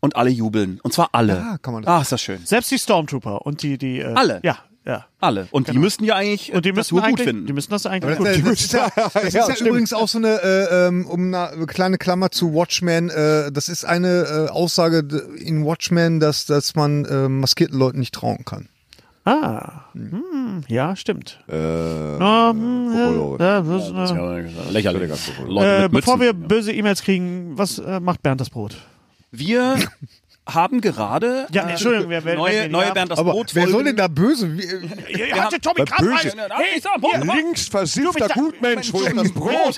Speaker 1: und alle jubeln und zwar alle.
Speaker 4: Ja, kann man das-
Speaker 1: Ach, ist das schön.
Speaker 2: Selbst die Stormtrooper und die die äh,
Speaker 1: Alle.
Speaker 2: Ja, ja.
Speaker 1: Alle. Und die müssten ja eigentlich
Speaker 2: Und die
Speaker 1: das
Speaker 2: müssen
Speaker 1: nur gut
Speaker 2: eigentlich,
Speaker 1: finden.
Speaker 2: die müssen das eigentlich
Speaker 6: Das,
Speaker 2: gut.
Speaker 6: ist ja, das
Speaker 5: Ja,
Speaker 6: ist ja übrigens auch so eine, äh, ähm, um eine kleine Klammer zu Watchmen, äh, das ist eine äh, Aussage d- in Watchmen, dass, dass man äh, maskierten Leuten nicht trauen kann.
Speaker 2: Ah, hm, ja, stimmt. Ah, hm,
Speaker 5: Kokolores.
Speaker 2: ja, das ist, äh,
Speaker 1: genau. lächerlich.
Speaker 2: äh, bevor wir böse E-Mails kriegen, was äh, macht Bernd das Brot?
Speaker 1: wir haben gerade
Speaker 2: Ja,
Speaker 1: äh,
Speaker 2: Entschuldigung, wir werden-
Speaker 1: neue,
Speaker 2: werden-
Speaker 1: neue
Speaker 2: ja.
Speaker 1: Bernd das
Speaker 6: Aber
Speaker 1: Brot
Speaker 6: wer soll
Speaker 1: Folgen-
Speaker 6: denn da böse? Wie, äh,
Speaker 2: Ihr hattet Tommy
Speaker 5: Kraft Böses. rein.
Speaker 1: Hey, hier,
Speaker 5: Linksversiffter Gutmensch, hol das Brot.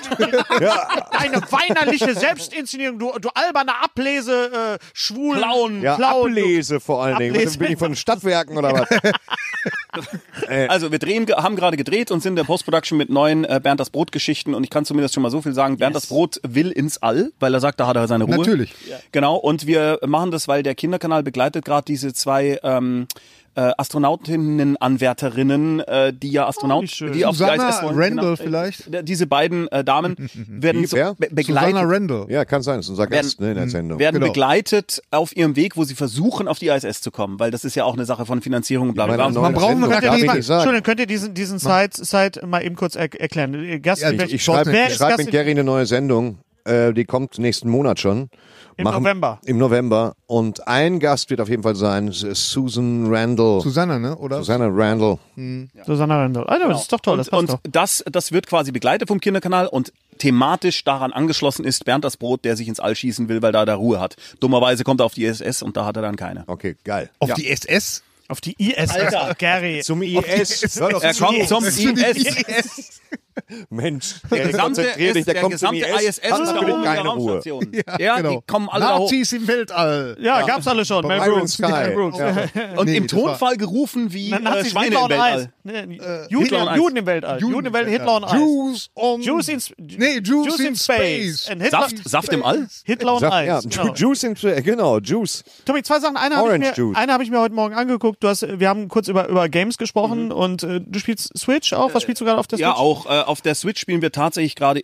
Speaker 2: Eine weinerliche Selbstinszenierung, du, du alberner Ablese, äh, schwul.
Speaker 1: Clown.
Speaker 5: Ja,
Speaker 2: Clown, du-
Speaker 5: ablese vor allen Dingen.
Speaker 2: Ablese.
Speaker 5: Bin ich von Stadtwerken oder was?
Speaker 1: Also wir drehen, ge- haben gerade gedreht und sind in der Post-Production mit neuen äh, Bernd das Brot Geschichten und ich kann zumindest schon mal so viel sagen, Bernd das Brot will ins All, weil er sagt, da hat er seine Ruhe.
Speaker 6: Natürlich.
Speaker 1: Genau, und wir machen das, weil der Kinderkanal begleitet gerade diese zwei ähm, äh, Astronautinnen-Anwärterinnen, äh, die ja Astronauten,
Speaker 2: schön.
Speaker 1: die auf die
Speaker 6: Oh, Susanna
Speaker 1: ISS wollen.
Speaker 6: Randall
Speaker 1: Äh,
Speaker 6: vielleicht?
Speaker 1: d- Diese beiden äh, Damen werden so
Speaker 5: wer?
Speaker 1: be begleitet.
Speaker 6: Susanna Randall.
Speaker 5: Ja, kann sein. Das ist unser Gast ne, in der Sendung.
Speaker 1: werden
Speaker 6: Genau.
Speaker 1: begleitet auf ihrem Weg, wo sie versuchen, auf die ISS zu kommen, weil das ist ja auch eine Sache von Finanzierung und bla bla Also
Speaker 5: Meine
Speaker 1: bla.
Speaker 5: neue
Speaker 6: Man braucht
Speaker 5: Sendung,
Speaker 6: man
Speaker 5: darf
Speaker 6: gar
Speaker 5: ich
Speaker 6: nicht-
Speaker 5: nicht sagen.
Speaker 2: Entschuldigung, könnt ihr diesen, diesen Side, Side mal eben kurz er erklären? Äh, Gast,
Speaker 6: Ja,
Speaker 2: wer-
Speaker 5: Ich schreibe
Speaker 2: wer
Speaker 5: ich
Speaker 2: ist
Speaker 5: schreib
Speaker 2: Gast
Speaker 5: mit
Speaker 2: in-
Speaker 5: Gary eine neue Sendung. Äh, die kommt nächsten Monat schon.
Speaker 2: Im November.
Speaker 5: Im November. Und ein Gast wird auf jeden Fall sein. Es ist Susan Randall.
Speaker 6: Susanne, ne? Oder?
Speaker 5: Susanne Randall.
Speaker 2: Susanna Randall. Alter, das ist doch toll,
Speaker 1: und,
Speaker 2: das passt
Speaker 1: Genau. und
Speaker 2: doch.
Speaker 1: Das, das wird quasi begleitet vom Kinderkanal und thematisch daran angeschlossen ist Bernd das Brot, der sich ins All schießen will, weil da da Ruhe hat. Dummerweise kommt er auf die ISS und da hat er dann keine.
Speaker 5: Okay, geil.
Speaker 6: Auf die SS?
Speaker 2: Auf die IS,
Speaker 1: Alter.
Speaker 2: Gary.
Speaker 5: Zum IS. Hör doch
Speaker 1: Er
Speaker 5: zu.
Speaker 1: kommt zum ISS.
Speaker 6: SS.
Speaker 5: Mensch, der
Speaker 1: gesamte,
Speaker 5: konzentrier dich,
Speaker 1: der
Speaker 5: kommt zum
Speaker 1: gesamte ISS ist
Speaker 5: Hast
Speaker 1: da
Speaker 5: bitte
Speaker 1: oben in der
Speaker 5: keine Ruhe.
Speaker 1: Raumstation. Ja, die kommen alle da hoch.
Speaker 6: Genau. Nazis im Weltall.
Speaker 2: Ja, gab's alle schon. Mel
Speaker 5: Iron
Speaker 2: Brooks.
Speaker 5: Sky.
Speaker 2: Mel Brooks.
Speaker 5: Ja.
Speaker 1: Und
Speaker 6: Nee,
Speaker 1: im
Speaker 6: das war-
Speaker 1: Tonfall gerufen wie
Speaker 2: Na,
Speaker 1: äh,
Speaker 2: Nazis,
Speaker 1: Schweine
Speaker 2: Hitler
Speaker 1: im
Speaker 2: und Eis.
Speaker 1: Weltall.
Speaker 2: Nee, Juden,
Speaker 1: Hitler und Eis.
Speaker 2: Juden im Weltall. Juden, im Weltall, Hitler und Eis.
Speaker 6: Jews on...
Speaker 2: Jews in,
Speaker 6: Nee, Jews in Space.
Speaker 2: And Hitler,
Speaker 1: Saft, Saft im All?
Speaker 2: Hitler und
Speaker 5: Sag,
Speaker 2: Eis.
Speaker 5: ja,
Speaker 2: genau.
Speaker 5: Juice im genau, Juice.
Speaker 2: Tommy, zwei Sachen. Eine habe ich,
Speaker 5: Orange
Speaker 2: mir-
Speaker 5: Juice.
Speaker 2: eine hab ich mir heute Morgen angeguckt. Du hast, wir haben kurz über, über Games gesprochen und äh, du spielst Switch auch. Was spielst du gerade auf der Switch?
Speaker 1: Mhm. Äh, Ja, auch. Äh, auf der Switch spielen wir tatsächlich gerade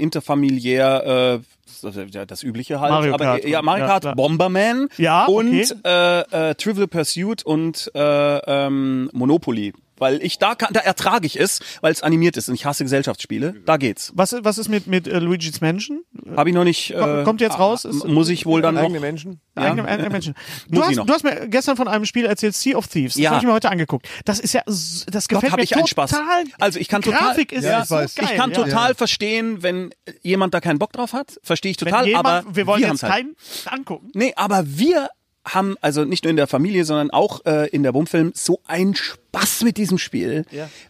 Speaker 1: interfamiliär äh, das übliche halt.
Speaker 2: Mario
Speaker 1: aber,
Speaker 2: Kart.
Speaker 1: äh, ja, Mario
Speaker 2: Ja,
Speaker 1: Kart,
Speaker 2: klar.
Speaker 1: Bomberman
Speaker 2: Ja,
Speaker 1: und
Speaker 2: okay.
Speaker 1: äh, äh, Trivial Pursuit und äh, ähm, Monopoly. Weil ich da kann, da ertrage ich es, weil es animiert ist und ich hasse Gesellschaftsspiele. Da geht's.
Speaker 2: Was, was ist mit, mit äh, Luigi's Mansion?
Speaker 1: Habe ich noch nicht.
Speaker 2: Ko-
Speaker 1: Äh,
Speaker 2: kommt jetzt raus? Ist-
Speaker 1: muss ich wohl dann
Speaker 6: Äh,
Speaker 1: noch.
Speaker 5: Eigene Menschen.
Speaker 1: Ja.
Speaker 2: Eigene, eigene Menschen. Du
Speaker 1: Muss ich
Speaker 2: hast,
Speaker 1: noch.
Speaker 2: du hast mir gestern von einem Spiel erzählt, Sea of Thieves. Das
Speaker 1: Ja.
Speaker 2: habe ich mir heute angeguckt. Das ist ja, s- das
Speaker 1: Gott,
Speaker 2: gefällt
Speaker 1: hab
Speaker 2: mir
Speaker 1: ich
Speaker 2: total.
Speaker 1: einen Spaß. Also ich kann
Speaker 2: Die
Speaker 1: total.
Speaker 2: Grafik ist
Speaker 6: Ja,
Speaker 2: ja,
Speaker 6: ich
Speaker 2: so geil.
Speaker 6: weiß.
Speaker 1: Ich kann
Speaker 2: ja.
Speaker 1: total verstehen, wenn jemand da keinen Bock drauf hat. Verstehe ich
Speaker 2: Wenn
Speaker 1: total.
Speaker 2: jemand,
Speaker 1: aber
Speaker 2: wir wollen
Speaker 1: haben's
Speaker 2: jetzt
Speaker 1: halt.
Speaker 2: keinen angucken.
Speaker 1: Nee, aber wir haben, also nicht nur in der Familie, sondern auch äh, in der Bummfilm, so einen Spaß mit diesem Spiel.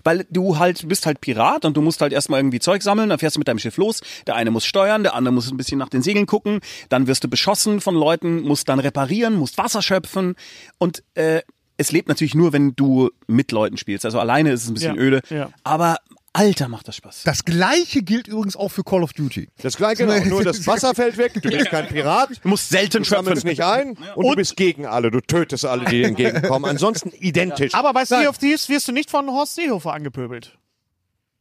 Speaker 1: Weil du halt, du bist halt Pirat und du musst halt erstmal irgendwie Zeug sammeln, dann fährst du mit deinem Schiff los, der eine muss steuern, der andere muss ein bisschen nach den Segeln gucken, dann wirst du beschossen von Leuten, musst dann reparieren, musst Wasser schöpfen und äh, es lebt natürlich nur, wenn du mit Leuten spielst. Also alleine ist es ein bisschen
Speaker 2: Ja,
Speaker 1: öde.
Speaker 2: ja.
Speaker 1: Aber Alter, macht das Spaß.
Speaker 6: Das gleiche gilt übrigens auch für Call of Duty.
Speaker 5: Das gleiche, genau. nur das Wasser fällt weg, du bist kein Pirat,
Speaker 1: Du musst selten
Speaker 5: du sammelst
Speaker 1: schöpfen.
Speaker 5: nicht ein und, du bist gegen alle, du tötest alle, die dir entgegenkommen. Ansonsten identisch.
Speaker 2: Aber bei Sea of Thieves wirst du nicht von Horst Seehofer angepöbelt.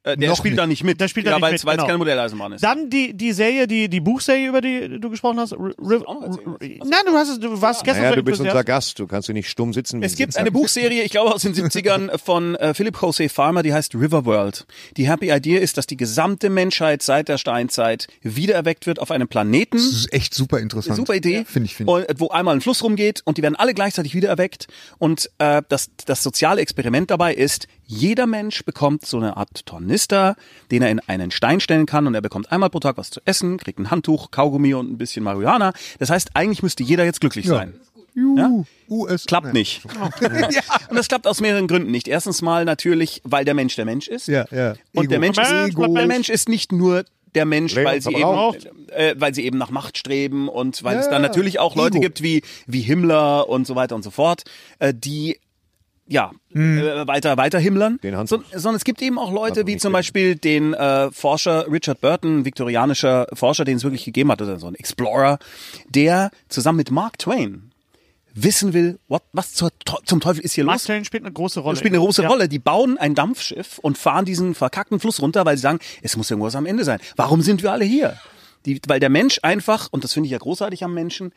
Speaker 1: Äh, der
Speaker 6: Noch
Speaker 1: spielt
Speaker 6: nicht.
Speaker 1: da nicht mit.
Speaker 2: Der spielt da
Speaker 1: ja,
Speaker 2: nicht
Speaker 1: weil's-
Speaker 2: mit,
Speaker 1: weil's
Speaker 2: genau.
Speaker 1: kein Modelleisenbahn ist.
Speaker 2: Dann die, die Serie, die, die Buchserie, über die du gesprochen hast. R R
Speaker 1: auch noch erzählen
Speaker 2: R Nein, du hast es, du warst gestern
Speaker 5: naja,
Speaker 2: so
Speaker 5: du bist unser
Speaker 2: enthusiastisch.
Speaker 5: Gast, du kannst hier nicht stumm sitzen.
Speaker 1: Es gibt eine Buchserie, ich glaube aus den 70ern, von äh, Philip Jose Farmer, die heißt Riverworld. Die Happy Idea ist, dass die gesamte Menschheit seit der Steinzeit wiedererweckt wird auf einem Planeten.
Speaker 6: Das ist echt super interessant.
Speaker 1: Super Idee.
Speaker 6: Finde ich, finde ich.
Speaker 1: Und, äh, wo einmal ein Fluss rumgeht und die werden alle gleichzeitig wiedererweckt. Und äh, das, das soziale Experiment dabei ist, Jeder Mensch bekommt so eine Art Tornister, den er in einen Stein stellen kann und er bekommt einmal pro Tag was zu essen, kriegt ein Handtuch, Kaugummi und ein bisschen Marihuana. Das heißt, eigentlich müsste jeder jetzt glücklich sein.
Speaker 6: Juhu, US.
Speaker 1: Klappt
Speaker 6: Nein.
Speaker 1: nicht. Und das klappt aus mehreren Gründen nicht. Erstens mal natürlich, weil der Mensch der Mensch ist.
Speaker 6: Ja, ja.
Speaker 1: Und der
Speaker 6: Ego.
Speaker 1: Mensch, ist,
Speaker 2: Ego.
Speaker 1: der Mensch ist nicht nur der Mensch, weil sie,
Speaker 5: verbraucht.
Speaker 1: eben, äh, weil sie eben nach Macht streben und weil es dann natürlich auch Leute gibt wie, wie Himmler und so weiter und so fort, äh, die ja,
Speaker 6: Hm.
Speaker 1: äh, weiter, weiter himmeln.
Speaker 5: Den Hans-
Speaker 1: So, sondern es gibt eben auch Leute, wie zum Beispiel den äh, Forscher Richard Burton, viktorianischer Forscher, den es wirklich gegeben hat, oder so ein Explorer, der zusammen mit Mark Twain wissen will, what, was zur, zum Teufel ist hier
Speaker 2: Mark
Speaker 1: los?
Speaker 2: Twain spielt eine große Rolle.
Speaker 1: Das spielt eine große
Speaker 2: Ja.
Speaker 1: Rolle. Die bauen ein Dampfschiff und fahren diesen verkackten Fluss runter, weil sie sagen, es muss irgendwas am Ende sein. Warum sind wir alle hier? Die, weil der Mensch einfach, und das finde ich ja großartig am Menschen,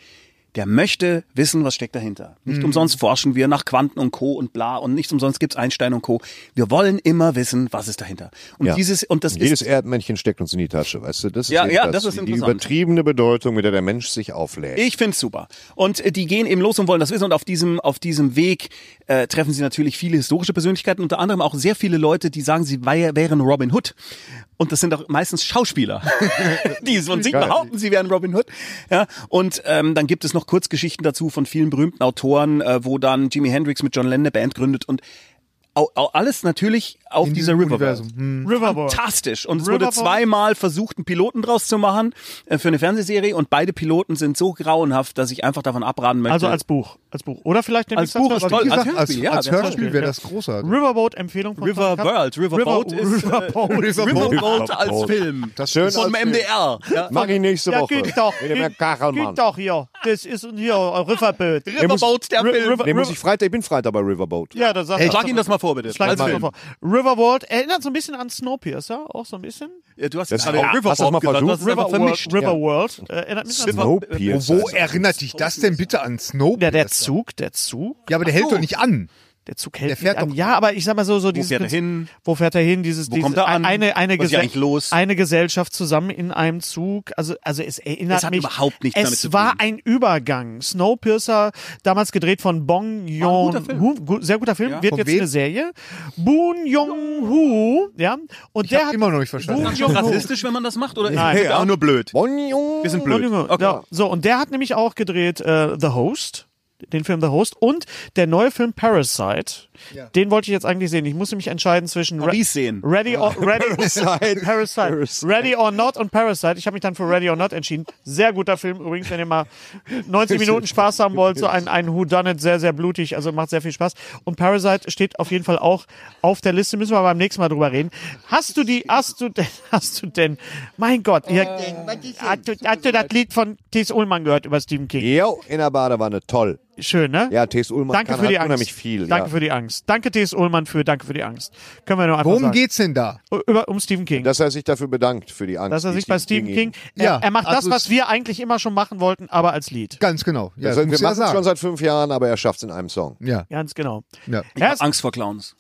Speaker 1: der möchte wissen, was steckt dahinter.
Speaker 5: Mhm.
Speaker 1: Nicht umsonst forschen wir nach Quanten und Co. und bla und nicht umsonst gibt's Einstein und Co. Wir wollen immer wissen, was ist dahinter. Und
Speaker 5: Ja.
Speaker 1: dieses, und das
Speaker 5: Jedes
Speaker 1: ist,
Speaker 5: Erdmännchen steckt uns in die Tasche, weißt du? Das ist
Speaker 1: Ja,
Speaker 5: eben
Speaker 1: ja, das ist
Speaker 5: die
Speaker 1: interessant.
Speaker 5: übertriebene Bedeutung, mit der der Mensch sich auflädt.
Speaker 1: Ich find's super. Und äh, die gehen eben los und wollen das wissen. Und auf diesem, auf diesem Weg äh, treffen sie natürlich viele historische Persönlichkeiten, unter anderem auch sehr viele Leute, die sagen, sie wei- wären Robin Hood. Und das sind auch meistens Schauspieler, die es von sich
Speaker 5: Geil.
Speaker 1: behaupten, sie wären Robin Hood. Ja, und ähm, dann gibt es noch Kurzgeschichten dazu von vielen berühmten Autoren, äh, wo dann Jimi Hendrix mit John Lennon eine Band gründet und au, au, alles natürlich auf
Speaker 6: In
Speaker 1: dieser
Speaker 6: diesem
Speaker 1: Riverwelt.
Speaker 6: Universum. Hm.
Speaker 2: Riverboat.
Speaker 1: Fantastisch. Und es wurde
Speaker 2: Riverboat.
Speaker 1: zweimal versucht, einen Piloten draus zu machen äh, für eine Fernsehserie. Und beide Piloten sind so grauenhaft, dass ich einfach davon abraten möchte.
Speaker 2: Also als Buch. Als Buch. Oder vielleicht
Speaker 1: Als
Speaker 2: demnächst
Speaker 1: Buch ist
Speaker 2: als
Speaker 1: toll.
Speaker 6: Wie gesagt, als,
Speaker 1: Hörspiel, ja,
Speaker 6: als
Speaker 1: das Hörspiel,
Speaker 6: Hörspiel wäre
Speaker 2: ja.
Speaker 6: das großartig.
Speaker 2: Riverboat-Empfehlung von
Speaker 1: River
Speaker 2: Tom Kapp.
Speaker 1: World. Riverboat
Speaker 2: River-
Speaker 1: ist
Speaker 2: Riverboat.
Speaker 1: äh, Riverboat,
Speaker 5: Riverboat.
Speaker 1: als Film.
Speaker 5: Das Schön
Speaker 1: Von
Speaker 5: als-
Speaker 1: MDR. Ja.
Speaker 5: Mach ich nächste
Speaker 2: Ja,
Speaker 5: Woche.
Speaker 2: geht doch.
Speaker 5: Mit dem Herrn
Speaker 2: Geht,
Speaker 5: Kachelmann.
Speaker 2: geht doch hier. Das ist hier äh, Riverboat.
Speaker 1: Riverboat, der
Speaker 2: Ri-
Speaker 1: Film.
Speaker 2: River-
Speaker 5: Den muss ich Freitag, ich bin Freitag bei Riverboat.
Speaker 2: Ja, das sagt
Speaker 1: Ey, schlag Ihnen das mal vor, bitte.
Speaker 2: Schlag
Speaker 1: Als
Speaker 2: das mal
Speaker 1: Film.
Speaker 2: vor. Riverworld erinnert so ein bisschen an Snowpiercer, auch so ein bisschen.
Speaker 1: Ja, Du hast
Speaker 5: Das
Speaker 1: gerade
Speaker 5: ist auch-
Speaker 1: Riverboat
Speaker 5: hast du das mal
Speaker 1: gesagt, du hast es einfach
Speaker 2: Riverworld,
Speaker 1: vermischt.
Speaker 2: Riverworld äh, erinnert mich an Snowpiercer.
Speaker 5: Snowpiercer.
Speaker 6: Wo erinnert dich das denn bitte an Snow?
Speaker 2: Ja, der Zug, der Zug.
Speaker 6: Ja, aber der hält doch nicht an.
Speaker 2: Der Zug hält
Speaker 6: Der fährt
Speaker 2: nicht an.
Speaker 6: doch-
Speaker 2: Ja, aber ich sag mal so, so dieses
Speaker 1: fährt er
Speaker 2: Prinzip-
Speaker 1: hin?
Speaker 2: Wo fährt er hin? Dieses,
Speaker 1: Wo
Speaker 2: dieses
Speaker 1: kommt er an?
Speaker 2: eine eine,
Speaker 1: Was ist hier
Speaker 2: Gesell-
Speaker 1: eigentlich los?
Speaker 2: eine Gesellschaft zusammen in einem Zug. Also also es erinnert
Speaker 1: Es hat
Speaker 2: mich
Speaker 1: überhaupt nichts
Speaker 2: Es
Speaker 1: damit zu
Speaker 2: war
Speaker 1: tun.
Speaker 2: ein Übergang. Snowpiercer damals gedreht von Bong Joon
Speaker 1: guter Film.
Speaker 2: Hu, gu- sehr guter Film,
Speaker 1: Ja.
Speaker 2: wird
Speaker 6: Von
Speaker 2: jetzt
Speaker 6: wem?
Speaker 2: eine Serie. Boon Jong Hu, ja? Und der
Speaker 6: hab
Speaker 2: hat
Speaker 6: immer noch nicht verstanden.
Speaker 2: Boon
Speaker 1: Ist das
Speaker 2: Jong Hu.
Speaker 1: rassistisch, wenn man das macht? Oder
Speaker 2: Nein.
Speaker 1: ist das auch nur blöd? Wir sind blöd.
Speaker 2: Junge,
Speaker 1: Okay.
Speaker 2: ja. So, und der hat nämlich auch gedreht äh, The Host, den Film The Host und der neue Film Parasite. Den wollte ich jetzt eigentlich sehen. Ich musste mich entscheiden zwischen Re
Speaker 1: Dies sehen.
Speaker 2: Ready or Ready Parasite. Ready or Not und Parasite. Ich habe mich dann für Ready or Not entschieden. Sehr guter Film übrigens, wenn ihr mal 90 Minuten Spaß haben wollt, so ein ein Who Done It sehr sehr blutig, also macht sehr viel Spaß. Und Parasite steht auf jeden Fall auch auf der Liste. Müssen wir beim nächsten Mal drüber reden. Hast du die hast du denn hast du denn mein Gott, ihr, hast, du, hast du das Lied von T.S. Ullmann gehört über Stephen King?
Speaker 5: Jo, in der Badewanne, toll.
Speaker 2: Schön, ne?
Speaker 5: Ja, T.S. Ullmann
Speaker 2: Danke
Speaker 5: kann
Speaker 2: für die
Speaker 5: halt
Speaker 2: Angst.
Speaker 5: unheimlich viel.
Speaker 2: Danke
Speaker 5: ja.
Speaker 2: für die Angst. Danke T.S. Ullmann für Danke für die Angst. Können wir nur einfach
Speaker 6: Worum
Speaker 2: sagen.
Speaker 6: geht's denn da?
Speaker 2: über um Stephen King.
Speaker 5: Dass er sich dafür bedankt, für die Angst.
Speaker 2: dass er
Speaker 5: die
Speaker 2: sich bei Stephen King, er,
Speaker 6: Ja,
Speaker 2: er macht
Speaker 6: also
Speaker 2: das,
Speaker 6: es-
Speaker 2: was wir eigentlich immer schon machen wollten, aber als Lied.
Speaker 6: Ganz genau.
Speaker 5: Das
Speaker 6: Ja, das
Speaker 5: heißt, wir
Speaker 6: muss ich ja
Speaker 5: machen es schon
Speaker 6: sagen.
Speaker 5: seit fünf Jahren, aber er schafft es in einem Song.
Speaker 6: Ja,
Speaker 2: Ganz genau.
Speaker 6: ja.
Speaker 2: Ja, es,
Speaker 1: Angst vor Clowns.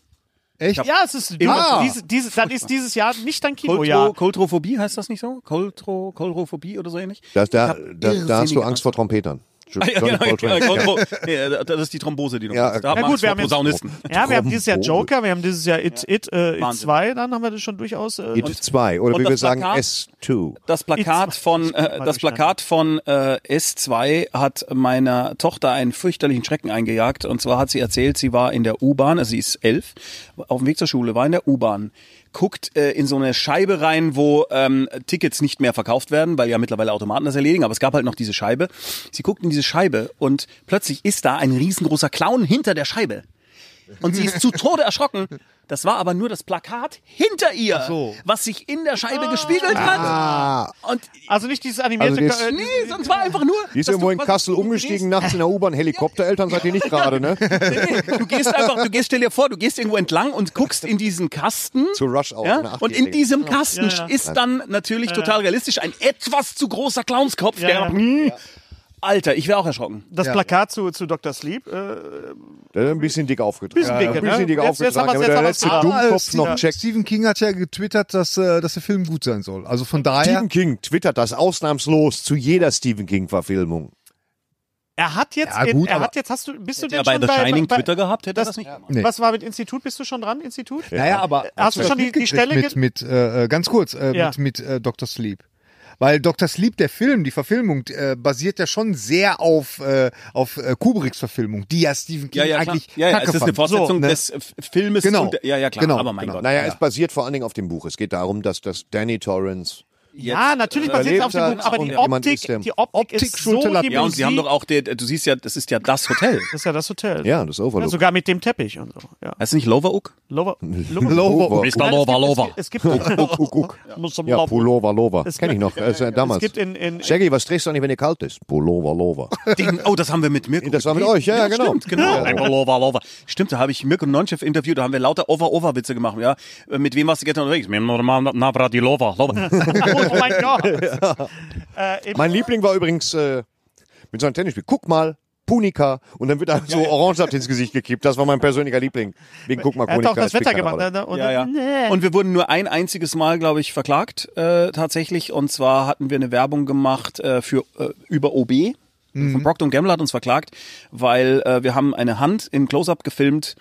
Speaker 6: Echt?
Speaker 2: ja, es ist
Speaker 6: Ah.
Speaker 2: diese, diese, dann ist dieses Jahr nicht dein
Speaker 1: Kultro,
Speaker 2: Kinojahr.
Speaker 1: Kultrophobie heißt das nicht so? Kultro, Kultrophobie oder so ähnlich?
Speaker 5: Da, da,
Speaker 1: hab
Speaker 5: da, da hast
Speaker 1: irrsinnige
Speaker 5: du Angst vor Trompetern.
Speaker 1: Ah, ja,
Speaker 5: Johnny
Speaker 1: genau,
Speaker 5: Coltrane.
Speaker 1: ja, Kontro- nee, äh, das ist die Thrombose, die du
Speaker 5: Ja,
Speaker 1: meinst. Da hat
Speaker 2: Na
Speaker 1: man
Speaker 2: gut, wir
Speaker 1: Angst vor
Speaker 2: haben jetzt,
Speaker 1: Posaunisten.
Speaker 2: ja, wir haben dieses Jahr
Speaker 5: Trombone.
Speaker 2: Joker, wir haben dieses Jahr It, It, äh, It
Speaker 1: Wahnsinn.
Speaker 2: 2, dann haben wir das schon durchaus. Äh,
Speaker 5: It 2 oder
Speaker 1: und
Speaker 5: wie wir
Speaker 1: das
Speaker 5: sagen
Speaker 1: Plakat?
Speaker 5: S2.
Speaker 1: Das Plakat
Speaker 2: Jetzt-
Speaker 1: von,
Speaker 2: Warte,
Speaker 1: äh, das
Speaker 2: ich schneide.
Speaker 1: Plakat von äh, S2 hat meiner Tochter einen fürchterlichen Schrecken eingejagt. Und zwar hat sie erzählt, sie war in der U-Bahn, also sie ist elf, auf dem Weg zur Schule, war in der U-Bahn, guckt äh, in so eine Scheibe rein, wo ähm, Tickets nicht mehr verkauft werden, weil ja mittlerweile Automaten das erledigen, aber es gab halt noch diese Scheibe. Sie guckt in diese Scheibe und plötzlich ist da ein riesengroßer Clown hinter der Scheibe. Und sie ist zu Tode erschrocken. Das war aber nur das Plakat hinter ihr, was sich in der Scheibe gespiegelt hat.
Speaker 5: Ah.
Speaker 1: Und
Speaker 2: also nicht dieses animierte.
Speaker 5: Also das-
Speaker 2: äh,
Speaker 1: nee, sonst war einfach nur.
Speaker 5: Die ist
Speaker 1: dass
Speaker 5: irgendwo
Speaker 1: du
Speaker 5: in
Speaker 1: quasi-
Speaker 5: Kassel
Speaker 1: du
Speaker 5: umgestiegen, nachts in der U-Bahn. Helikoptereltern seid ihr nicht gerade, ne?
Speaker 1: Gehst, nee, du gehst einfach, du gehst, stell dir vor, du gehst irgendwo entlang und guckst in diesen Kasten.
Speaker 5: Zu Rush Hour, eine
Speaker 1: Ja? Und
Speaker 5: Achtjährige.
Speaker 1: in diesem Kasten
Speaker 2: Ja, ja.
Speaker 1: ist dann natürlich total realistisch ein etwas zu großer Clownskopf, der.
Speaker 2: Ja, ja.
Speaker 1: Hm, Alter, ich wäre auch erschrocken.
Speaker 2: das Plakat zu, zu Dr. Sleep. Äh,
Speaker 5: Der ist ein bisschen dick aufgetragen.
Speaker 2: Bisschen dicker,
Speaker 5: ein bisschen
Speaker 2: ne?
Speaker 5: dick
Speaker 2: Jetzt- jetzt haben
Speaker 5: aufgetragen,
Speaker 2: wir's-
Speaker 5: damit
Speaker 2: jetzt
Speaker 5: der
Speaker 2: haben
Speaker 5: letzte
Speaker 2: wir's-
Speaker 6: Ah,
Speaker 2: Dummkopf
Speaker 6: äh,
Speaker 5: Dummkopf
Speaker 6: Stephen,
Speaker 5: noch checkt.
Speaker 6: Stephen King hat ja getwittert, dass, äh, dass der Film gut sein soll. Also von daher.
Speaker 5: Stephen King twittert das ausnahmslos zu jeder Stephen King-Verfilmung.
Speaker 2: Er hat jetzt,
Speaker 6: Ja, gut,
Speaker 2: er
Speaker 6: aber-
Speaker 2: hat jetzt, hast du, bist du
Speaker 1: Ja,
Speaker 2: denn
Speaker 1: bei
Speaker 2: schon
Speaker 1: The Shining
Speaker 2: bei, bei,
Speaker 1: Twitter gehabt, hätte er
Speaker 2: das-
Speaker 1: das nicht gemacht.
Speaker 6: Nee.
Speaker 2: Was war mit Institut? Bist du schon dran, Institut?
Speaker 6: Naja, aber
Speaker 2: Hast du
Speaker 6: das
Speaker 2: schon die, die
Speaker 6: mitgekriegt
Speaker 2: Stelle ge-
Speaker 6: mit, mit äh, äh, ganz kurz äh,
Speaker 2: Ja.
Speaker 6: mit, mit äh, Dr. Sleep. Weil Dr. Sleep, der Film, die Verfilmung, äh, basiert ja schon sehr auf, äh, auf äh, Kubricks Verfilmung, die ja Stephen King
Speaker 1: Ja, ja, klar.
Speaker 6: eigentlich
Speaker 1: ja, ja,
Speaker 6: kacke
Speaker 1: es ist eine
Speaker 6: fand.
Speaker 1: Fortsetzung
Speaker 6: So, ne?
Speaker 1: des äh, Filmes.
Speaker 6: Genau.
Speaker 1: Und, ja, ja, klar,
Speaker 6: Genau,
Speaker 1: aber mein
Speaker 6: genau.
Speaker 1: Gott.
Speaker 5: Oh. Naja, es basiert vor allen Dingen auf dem Buch. Es geht darum, dass das Danny Torrance.
Speaker 2: Ja, natürlich basiert es auf dem
Speaker 5: überlebt
Speaker 2: Buch,
Speaker 5: hat
Speaker 2: aber die
Speaker 5: äh, und jemand
Speaker 2: Optik,
Speaker 5: ist, der-
Speaker 2: die Optik,
Speaker 6: Optik
Speaker 2: ist so
Speaker 6: schon
Speaker 1: ja, und sie haben doch
Speaker 2: auch
Speaker 1: auch, der, du siehst ja, das ist ja das Hotel.
Speaker 2: das ist ja das Hotel.
Speaker 5: Ja, das
Speaker 2: Ja,
Speaker 5: Overlook.
Speaker 2: sogar mit dem Teppich und so. Ja.
Speaker 1: Heißt nicht Loverook?
Speaker 2: Lover,
Speaker 5: Lover.
Speaker 1: Äh, Mr. Lover, Lover.
Speaker 2: Es gibt, es gibt,
Speaker 5: Guck, guck, guck.
Speaker 2: muss zum
Speaker 5: Ja,
Speaker 2: Lover.
Speaker 5: Pullover, Lover.
Speaker 2: Es
Speaker 5: Kenn ich noch. Das ist ja damals.
Speaker 2: Es gibt in, in
Speaker 5: Shaggy, was trägst du eigentlich, wenn dir kalt ist? Pullover, Lover.
Speaker 1: Den, oh, das haben wir mit Mirko.
Speaker 5: Das war mit
Speaker 1: gedreht.
Speaker 5: euch, ja, ja, genau.
Speaker 1: Stimmt, genau.
Speaker 5: Ja.
Speaker 1: Einfach Lover, Lover. Stimmt, da habe ich Mirko Nonchef interviewt, da haben wir lauter Over-Over-Witze gemacht, ja. Äh, Mit wem warst du gestern unterwegs? Mit normal Nabradilova, Lover.
Speaker 2: oh, oh mein Gott. äh, im,
Speaker 5: Mein Liebling war übrigens äh, mit so einem Tennisspiel. Guck mal. Punika und dann wird einem so Orangesaft ins Gesicht gekippt. Das war mein persönlicher Liebling. Wegen Guck mal,
Speaker 2: er hat
Speaker 5: Punika.
Speaker 2: auch das
Speaker 5: spielt
Speaker 2: Wetter
Speaker 5: keine
Speaker 2: gemacht.
Speaker 5: Rolle.
Speaker 2: Ne? Und,
Speaker 1: Ja, ja. Und wir wurden nur ein einziges Mal, glaube ich, verklagt äh, tatsächlich. Und zwar hatten wir eine Werbung gemacht äh, für äh, über OB. Von Procter Gamble hat uns verklagt, weil äh, wir haben eine Hand im Close-up gefilmt,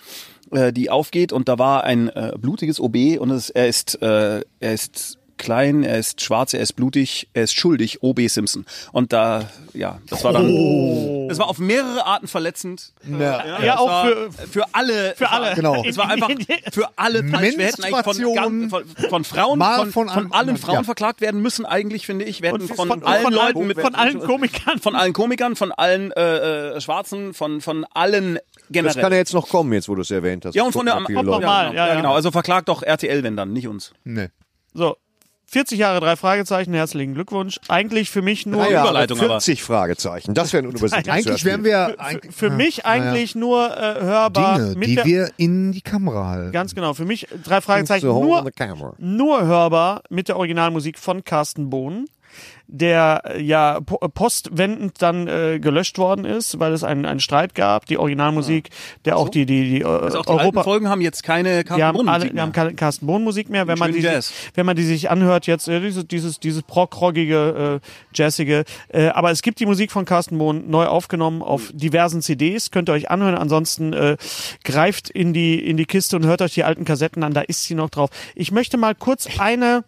Speaker 1: äh, die aufgeht und da war ein äh, blutiges OB und es, er ist äh, er ist klein, er ist schwarz, er ist blutig, er ist schuldig, OB Simpson. Und da, ja, das war dann, das war auf mehrere Arten verletzend.
Speaker 6: Ne.
Speaker 2: Ja,
Speaker 1: äh, das
Speaker 2: auch
Speaker 1: war
Speaker 2: für-
Speaker 1: für alle. Für
Speaker 2: alle.
Speaker 6: Genau.
Speaker 1: Es war einfach für alle falsch. Wir hätten eigentlich von,
Speaker 6: Menstruation.
Speaker 1: ganz- von, von Frauen,
Speaker 6: Mal
Speaker 1: von, von,
Speaker 6: von an-
Speaker 1: allen
Speaker 6: ja.
Speaker 1: Frauen verklagt werden müssen eigentlich, finde ich. Wir hätten
Speaker 2: Und
Speaker 1: von,
Speaker 2: von-
Speaker 1: allen
Speaker 2: von allen-
Speaker 1: Leuten, mit,
Speaker 2: von allen Komikern.
Speaker 1: von allen Komikern, von allen äh, äh, Schwarzen, von, von allen
Speaker 5: Das kann
Speaker 1: generell.
Speaker 5: ja jetzt noch kommen, jetzt wo du es erwähnt hast.
Speaker 1: Ja, und von der,
Speaker 5: Gucken mal, viele
Speaker 2: Ob
Speaker 5: Leute.
Speaker 2: normal. ja, ja.
Speaker 1: genau. Also verklagt doch RTL, wenn dann, nicht uns.
Speaker 6: Ne.
Speaker 2: So, 40 Jahre, drei Fragezeichen, herzlichen Glückwunsch. Eigentlich für mich nur,
Speaker 5: Ah ja, aber
Speaker 1: Überleitung aber.
Speaker 5: 40 Fragezeichen. Das wäre ein Universitätswerk.
Speaker 6: Eigentlich wären wir eigentlich,
Speaker 2: für mich eigentlich nur äh, hörbar
Speaker 6: Dinge,
Speaker 2: mit
Speaker 6: die
Speaker 2: der,
Speaker 6: wir in die Kamera halten.
Speaker 2: ganz genau, für mich äh, drei Fragezeichen nur, nur hörbar mit der Originalmusik von Carsten Bohnen. der äh, ja po- äh, postwendend dann äh, gelöscht worden ist, weil es einen, einen Streit gab, die Originalmusik, der auch die die die, äh,
Speaker 1: Also auch die alten
Speaker 2: Europa
Speaker 1: Folgen haben jetzt keine
Speaker 2: die
Speaker 1: Karten
Speaker 2: haben,
Speaker 1: Brunnen
Speaker 2: alle, die haben keine Carsten Bohn Musik mehr, wenn man die
Speaker 1: schönen Jazz.
Speaker 2: wenn man die sich anhört jetzt äh, dieses dieses dieses prog-roggige äh, jazzige, äh, aber es gibt die Musik von Carsten Bohn neu aufgenommen auf
Speaker 1: Hm.
Speaker 2: diversen CDs, könnt ihr euch anhören, ansonsten äh, greift in die in die Kiste und hört euch die alten Kassetten an, da ist sie noch drauf. Ich möchte mal kurz eine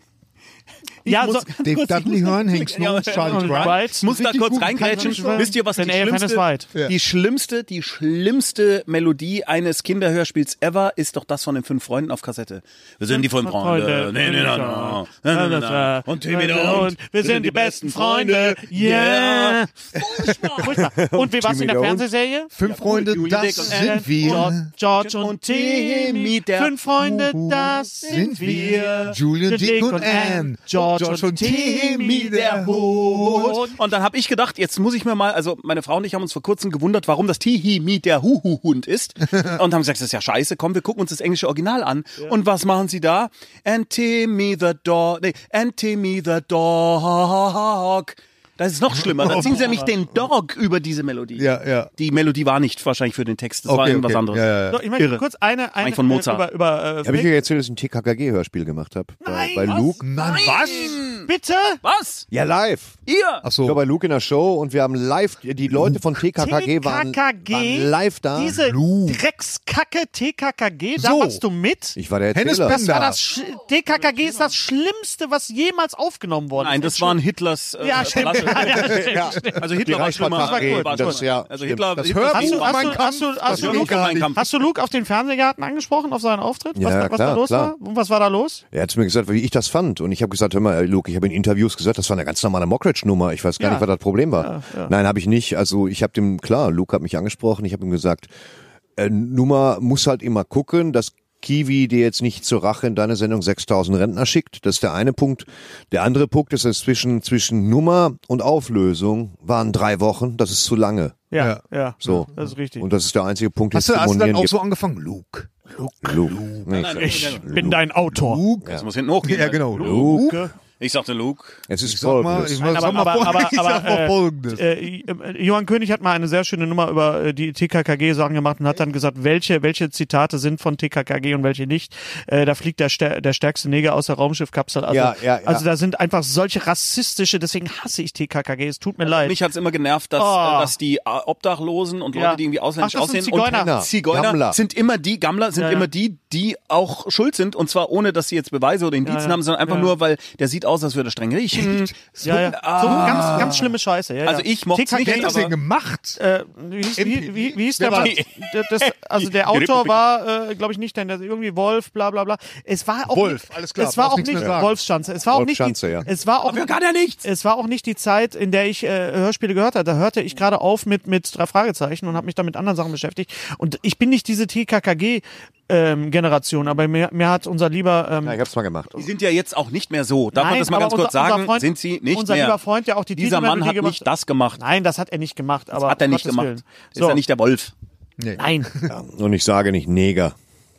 Speaker 2: ja, so,
Speaker 6: Dave Dudley hören, Hank Snow, Charlie
Speaker 2: Right.
Speaker 6: Brown.
Speaker 1: Ich muss da
Speaker 6: Richtig
Speaker 1: kurz
Speaker 6: guten
Speaker 1: reingrätschen.
Speaker 6: Kandidaten.
Speaker 1: Wisst ihr, was die
Speaker 2: Denn AFN ist
Speaker 1: schlimmste,
Speaker 2: weit.
Speaker 6: Ja.
Speaker 1: die schlimmste, die schlimmste Melodie eines Kinderhörspiels ever ist doch das von den fünf Freunden auf Kassette. Wir sind die fünf Freunde. Nee, nee, nee, nee, nee, nee, nee, nee. Und Timmy der Hund.
Speaker 2: Wir sind die besten Freunde. Yeah. Furchtbar. Und wie war es in der
Speaker 5: Timmy der Hund.
Speaker 2: Fernsehserie?
Speaker 6: Fünf Freunde,
Speaker 1: Julie
Speaker 6: das
Speaker 1: Dick und
Speaker 6: sind wir.
Speaker 2: Äh, George, George
Speaker 1: und
Speaker 2: und
Speaker 1: Timmy,
Speaker 2: Timmy,
Speaker 1: der
Speaker 2: fünf Freunde, das sind wir.
Speaker 6: Julian, Dick und Anne.
Speaker 2: Ann, George,
Speaker 6: George
Speaker 2: und
Speaker 6: und
Speaker 2: Timmy, der
Speaker 6: Hund.
Speaker 2: Hund.
Speaker 1: Und dann habe ich gedacht, jetzt muss ich mir mal, also meine Frau und ich haben uns vor kurzem gewundert, warum das Tihimi der Huhu-Hund ist. Und haben gesagt, das ist ja scheiße, komm, wir gucken uns das englische Original an. Und was machen sie da? And Timmy the Dog, nee, and Timmy the Dog. Das ist noch schlimmer. Da ziehen sie nämlich den Dog über diese Melodie.
Speaker 6: Ja, ja.
Speaker 1: Die Melodie war nicht wahrscheinlich für den Text, das war
Speaker 6: Okay,
Speaker 1: irgendwas
Speaker 6: okay.
Speaker 1: anderes.
Speaker 6: Ja, ja, ja.
Speaker 2: So, ich möchte
Speaker 1: Irre.
Speaker 2: kurz eine, eine
Speaker 1: Eigentlich von
Speaker 2: äh,
Speaker 1: Mozart.
Speaker 2: über, über äh,
Speaker 5: Habe ich dir
Speaker 2: Flick.
Speaker 5: erzählt, dass ich ein TKKG-Hörspiel gemacht habe? Bei, bei Luke?
Speaker 6: Mann, was?
Speaker 2: bitte?
Speaker 1: Was?
Speaker 5: Ja, live.
Speaker 1: Ihr?
Speaker 6: Ach
Speaker 5: Ich war
Speaker 6: so.
Speaker 5: bei Luke in der Show und wir haben live, die Leute von TKKG waren,
Speaker 2: TKKG?
Speaker 5: waren live da.
Speaker 2: Diese
Speaker 6: Luke.
Speaker 2: Dreckskacke TKKG, da
Speaker 6: So.
Speaker 2: warst du mit?
Speaker 5: ich war der
Speaker 6: Hennes
Speaker 5: Erzähler.
Speaker 6: Bender.
Speaker 2: Das war das Sch TKKG ist das Schlimmste, was jemals aufgenommen worden
Speaker 1: Nein,
Speaker 2: ist.
Speaker 1: das waren Hitlers äh,
Speaker 2: Ja, stimmt.
Speaker 1: Flasche.
Speaker 5: Ja.
Speaker 1: Also
Speaker 5: Die
Speaker 1: Hitler war schlimmer.
Speaker 5: Reichspartei reden,
Speaker 1: war
Speaker 5: das-
Speaker 1: schlimmer.
Speaker 5: ja,
Speaker 1: also
Speaker 5: stimmt.
Speaker 1: Hitler,
Speaker 5: Das
Speaker 1: Hitler
Speaker 6: Hörbuch
Speaker 2: Hast du,
Speaker 6: Mein
Speaker 2: hast, du,
Speaker 6: Kampf,
Speaker 2: hast, du, hast,
Speaker 1: das
Speaker 2: du
Speaker 1: Hörbuch
Speaker 2: Luke,
Speaker 1: von Mein Kampf.
Speaker 2: hast du Luke auf den Fernsehgarten angesprochen, auf seinen Auftritt? Was,
Speaker 5: Ja,
Speaker 2: was da
Speaker 5: klar,
Speaker 2: los
Speaker 5: klar.
Speaker 2: war? Und was war da los?
Speaker 5: Er hat mir gesagt, wie ich das fand. Und ich habe gesagt, hör mal, Luke, ich habe in Interviews gesagt, das war eine ganz normale Mockridge-Nummer. Ich weiß gar
Speaker 2: Ja.
Speaker 5: nicht, was das Problem war. Nein, habe ich nicht. Also ich habe dem, klar, Luke hat mich angesprochen, ich habe ihm gesagt, äh, Nummer muss halt immer gucken, dass Kiwi dir jetzt nicht zur Rache in deine Sendung 6000 Rentner schickt. Das ist der eine Punkt. Der andere Punkt ist, dass zwischen, zwischen Nummer und Auflösung waren drei Wochen. Das ist zu lange.
Speaker 2: Ja, ja.
Speaker 6: Ja.
Speaker 5: So.
Speaker 2: Das ist richtig.
Speaker 5: Und das ist der einzige Punkt, den
Speaker 6: Hast du,
Speaker 5: es zu
Speaker 6: hast du dann
Speaker 5: monieren
Speaker 6: auch
Speaker 5: gibt.
Speaker 6: so angefangen? Luke. Luke.
Speaker 5: Luke. Nee,
Speaker 2: ich bin dein Autor.
Speaker 6: Luke.
Speaker 1: Das muss hinten hochgehen.
Speaker 6: Ja, genau.
Speaker 5: Luke.
Speaker 1: Ich sagte Luke.
Speaker 5: Es ist
Speaker 6: Sag mal,
Speaker 5: folgendes.
Speaker 6: ich sag
Speaker 2: Aber-
Speaker 6: mal,
Speaker 2: aber-
Speaker 6: vor-
Speaker 2: aber-
Speaker 6: ich sag
Speaker 2: aber,
Speaker 6: mal
Speaker 2: äh,
Speaker 6: folgendes.
Speaker 2: Äh, Johann König hat mal eine sehr schöne Nummer über äh, die TKKG-Sachen gemacht und hat dann gesagt, welche, welche Zitate sind von TKKG und welche nicht. Äh, da fliegt der, stär der stärkste Neger aus der Raumschiffkapsel. Also,
Speaker 4: Ja, ja, ja.
Speaker 2: also da sind einfach solche rassistische, deswegen hasse ich TKKG, es tut mir leid.
Speaker 1: Mich hat's immer genervt, dass,
Speaker 2: Oh.
Speaker 1: äh, dass die äh, Obdachlosen und Leute,
Speaker 2: Ja.
Speaker 1: die irgendwie ausländisch
Speaker 2: Ach, das sind
Speaker 1: aussehen,
Speaker 2: Zigeuner.
Speaker 1: und Zigeuner
Speaker 5: Gammler.
Speaker 1: sind immer die, Gammler sind
Speaker 2: Ja, ja.
Speaker 1: immer die, die auch schuld sind. Und zwar ohne, dass sie jetzt Beweise oder Indizien
Speaker 2: Ja, ja.
Speaker 1: haben, sondern einfach
Speaker 2: Ja.
Speaker 1: nur, weil der sieht aus, als würde er streng riechen. Hm.
Speaker 2: ja, ja. Ah. So ganz, ganz schlimme Scheiße. Ja,
Speaker 1: Ah. Also
Speaker 2: ja.
Speaker 1: ich mocht's
Speaker 2: TKKG
Speaker 1: nicht,
Speaker 6: Wer hat das
Speaker 1: aber-
Speaker 6: denn gemacht?
Speaker 2: äh, wie, hieß, wie, wie, wie hieß
Speaker 6: Wer
Speaker 2: der
Speaker 6: war
Speaker 2: Mann? das, Also der Autor war, äh, glaube ich, nicht, denn der- irgendwie Wolf, bla bla bla. Es war auch
Speaker 6: Wolf,
Speaker 2: nicht,
Speaker 6: alles klar,
Speaker 2: Es war
Speaker 6: brauchst
Speaker 2: auch
Speaker 6: nichts
Speaker 2: nicht
Speaker 6: mehr sagen.
Speaker 2: Wolfschanze. Es war auch nicht,
Speaker 5: Wolfschanze,
Speaker 2: die,
Speaker 5: ja.
Speaker 2: es war auch,
Speaker 1: Dafür kann er nichts.
Speaker 2: es war auch nicht die Zeit, in der ich äh, Hörspiele gehört hatte. Da hörte ich gerade auf mit mit drei Fragezeichen und habe mich dann mit anderen Sachen beschäftigt. Und ich bin nicht diese TKKG. Ähm, Generation, aber mir, mir hat unser lieber ähm,
Speaker 5: Ja, ich hab's mal gemacht.
Speaker 1: Die sind ja jetzt auch nicht mehr so. Darf man
Speaker 2: Nein,
Speaker 1: das mal
Speaker 2: aber
Speaker 1: ganz kurz
Speaker 2: unser- unser
Speaker 1: sagen?
Speaker 2: Freund-
Speaker 1: sind sie nicht
Speaker 2: unser
Speaker 1: mehr.
Speaker 2: lieber Freund, der auch die
Speaker 1: Dieser
Speaker 2: Titelmelodie
Speaker 1: Mann hat
Speaker 2: gemacht-
Speaker 1: nicht das gemacht.
Speaker 2: Nein, das hat er nicht gemacht. Aber
Speaker 1: hat er
Speaker 2: um
Speaker 1: nicht
Speaker 2: Gottes
Speaker 1: gemacht.
Speaker 2: Willen.
Speaker 1: Ist er nicht der Wolf?
Speaker 2: Nein,
Speaker 5: Und ich sage nicht Neger.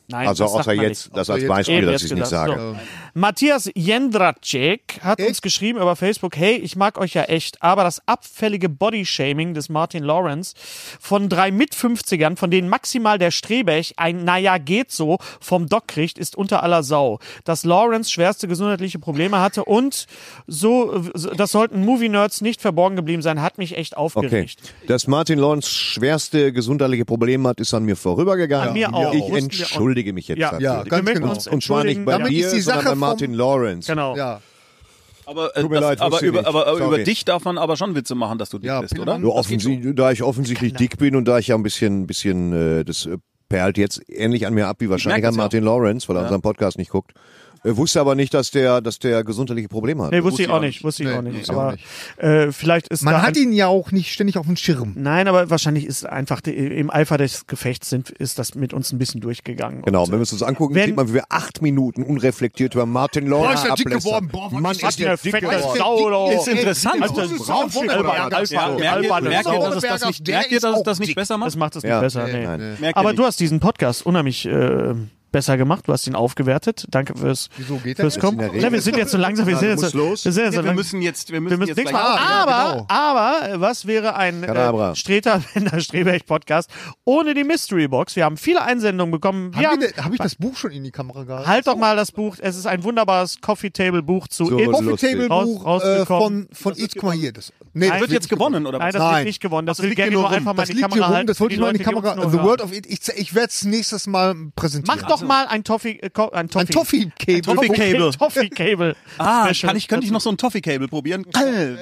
Speaker 2: nein.
Speaker 5: Also
Speaker 2: das sagt
Speaker 5: außer
Speaker 2: man
Speaker 5: jetzt,
Speaker 2: nicht.
Speaker 5: das als Beispiel,
Speaker 2: Eben
Speaker 5: dass
Speaker 2: jetzt
Speaker 5: ich es nicht
Speaker 2: gesagt,
Speaker 5: sage.
Speaker 2: So. Matthias Jendracek hat
Speaker 6: Ich?
Speaker 2: uns geschrieben über Facebook, hey, ich mag euch ja echt, aber das abfällige Bodyshaming des Martin Lawrence von drei Mit-50ern, von denen maximal der Strebech ein Naja geht so vom Doc kriegt, ist unter aller Sau. Dass Lawrence schwerste gesundheitliche Probleme hatte und so, das sollten Movie-Nerds nicht verborgen geblieben sein, hat mich echt
Speaker 5: Okay.
Speaker 2: aufgeregt.
Speaker 5: Dass Martin Lawrence schwerste gesundheitliche Probleme hat, ist an mir vorübergegangen.
Speaker 2: An mir auch.
Speaker 5: Ich
Speaker 2: Wussten wir
Speaker 5: entschuldige mich jetzt.
Speaker 2: Ja.
Speaker 5: dafür.
Speaker 6: Ja,
Speaker 2: Wir
Speaker 6: ganz
Speaker 2: möchten
Speaker 6: genau.
Speaker 2: uns
Speaker 5: Und zwar nicht bei
Speaker 2: entschuldigen.
Speaker 6: Damit
Speaker 5: dir,
Speaker 6: ist die
Speaker 5: sondern
Speaker 6: Sache
Speaker 5: bei
Speaker 6: vom-
Speaker 5: Martin Lawrence.
Speaker 2: Genau.
Speaker 6: Ja,
Speaker 1: Aber, äh,
Speaker 5: Tut mir
Speaker 1: das,
Speaker 5: leid,
Speaker 1: aber,
Speaker 5: wusste ich
Speaker 1: über,
Speaker 5: nicht.
Speaker 1: aber äh, über
Speaker 5: Sorry.
Speaker 1: dich darf man aber schon Witze machen, dass du dick
Speaker 6: Ja,
Speaker 1: bist, oder?
Speaker 6: Pillemann-
Speaker 5: Nur offensi- da ich offensichtlich dick bin und da ich ja ein bisschen, bisschen äh, das äh, perlt jetzt ähnlich an mir ab wie wahrscheinlich
Speaker 1: merke
Speaker 5: an
Speaker 1: das ja.
Speaker 5: Martin Lawrence, weil er unseren Podcast nicht guckt. Äh, wusste aber nicht, dass der, dass der gesundheitliche Probleme hat.
Speaker 2: Nee, wusste ich auch nicht, wusste ich
Speaker 6: Nee,
Speaker 2: auch nicht.
Speaker 6: wusste ich auch
Speaker 2: Aber äh, vielleicht ist da
Speaker 6: man
Speaker 2: ein-
Speaker 6: hat ihn ja auch nicht ständig auf dem Schirm.
Speaker 2: Nein, aber wahrscheinlich ist einfach die, im Eifer des Gefechts sind, ist das mit uns ein bisschen durchgegangen.
Speaker 5: Genau,
Speaker 2: Und,
Speaker 5: wenn wir uns das angucken,
Speaker 2: Wenn-
Speaker 5: sieht man, wie wir acht Minuten unreflektiert über Martin Lawrence
Speaker 6: ist der dick
Speaker 5: ablästern.
Speaker 6: geworden. Boah, was
Speaker 5: Mann,
Speaker 6: ist
Speaker 5: ist der
Speaker 2: eine
Speaker 5: dick
Speaker 2: fette
Speaker 5: geworden.
Speaker 2: Sau, oder?
Speaker 1: Ist interessant.
Speaker 2: Also, das ist Alba-
Speaker 1: merkt ihr,
Speaker 2: Alba-
Speaker 1: merkt ihr, dass es das
Speaker 6: Alba-
Speaker 1: nicht,
Speaker 6: der
Speaker 1: merkt ihr, dass
Speaker 6: ist
Speaker 1: es
Speaker 6: auch
Speaker 1: das nicht
Speaker 6: dick.
Speaker 1: besser macht?
Speaker 2: das macht es nicht
Speaker 5: Ja,
Speaker 2: besser.
Speaker 5: nee,
Speaker 2: Nee,
Speaker 5: nein.
Speaker 1: Merkt ihr
Speaker 2: Aber
Speaker 1: nicht.
Speaker 2: du hast diesen Podcast unheimlich äh, besser gemacht. Du hast ihn aufgewertet. Danke fürs,
Speaker 6: Wieso geht das
Speaker 2: fürs
Speaker 6: jetzt?
Speaker 2: Kommen.
Speaker 5: In der Regel-
Speaker 2: Nein, wir sind jetzt so langsam. Wir
Speaker 5: Ja,
Speaker 2: sind
Speaker 5: du
Speaker 2: jetzt
Speaker 5: musst
Speaker 2: so,
Speaker 5: los.
Speaker 2: Wir sind jetzt so
Speaker 1: Nee, wir
Speaker 2: langsam.
Speaker 1: müssen jetzt, wir müssen
Speaker 2: Wir müssen
Speaker 1: jetzt
Speaker 2: nichts
Speaker 1: gleich-
Speaker 2: machen.
Speaker 6: Ah, ja,
Speaker 2: Aber,
Speaker 6: genau.
Speaker 2: aber, äh, was wäre ein
Speaker 5: Kadabra.
Speaker 2: äh, Streter Bender Streberich Podcast ohne die Mystery Box? Wir haben viele Einsendungen bekommen. Wir
Speaker 6: Habe
Speaker 2: haben,
Speaker 6: ich, hab ich das Buch schon in die Kamera gehalten?
Speaker 2: halt doch mal das Buch. Es ist ein wunderbares Coffee Table Buch zu
Speaker 5: So,
Speaker 2: It.
Speaker 5: los.
Speaker 6: Coffee Table
Speaker 2: Raus-
Speaker 6: Buch äh,
Speaker 2: rausgekommen.
Speaker 6: von, von It, guck mal hier. Das, nee,
Speaker 2: Nein,
Speaker 6: das
Speaker 1: Wird jetzt gewonnen, oder
Speaker 2: Nein,
Speaker 1: was?
Speaker 2: das
Speaker 6: Nein.
Speaker 2: wird nicht gewonnen. Das,
Speaker 6: Das
Speaker 2: will
Speaker 6: liegt hier
Speaker 2: gerne
Speaker 6: nur
Speaker 2: nur
Speaker 6: rum.
Speaker 2: einfach mal
Speaker 6: Das
Speaker 2: in die
Speaker 6: liegt
Speaker 2: Kamera
Speaker 6: hier rum.
Speaker 2: halten.
Speaker 6: Das wollte
Speaker 2: Die
Speaker 6: ich nur in die
Speaker 2: Leute, die
Speaker 6: Kamera.
Speaker 2: uns nur
Speaker 6: The
Speaker 2: hören.
Speaker 6: World of It. Ich, ze- ich werde es nächstes Mal präsentieren.
Speaker 2: Mach doch mal ein Toffee, äh, Ko- ein Toffee.
Speaker 6: ein Toffee Cable.
Speaker 1: Toffee Cable.
Speaker 2: Toffee Cable.
Speaker 1: Ah,
Speaker 2: Special.
Speaker 1: kann ich, könnte ich noch so ein Toffee-Cable probieren?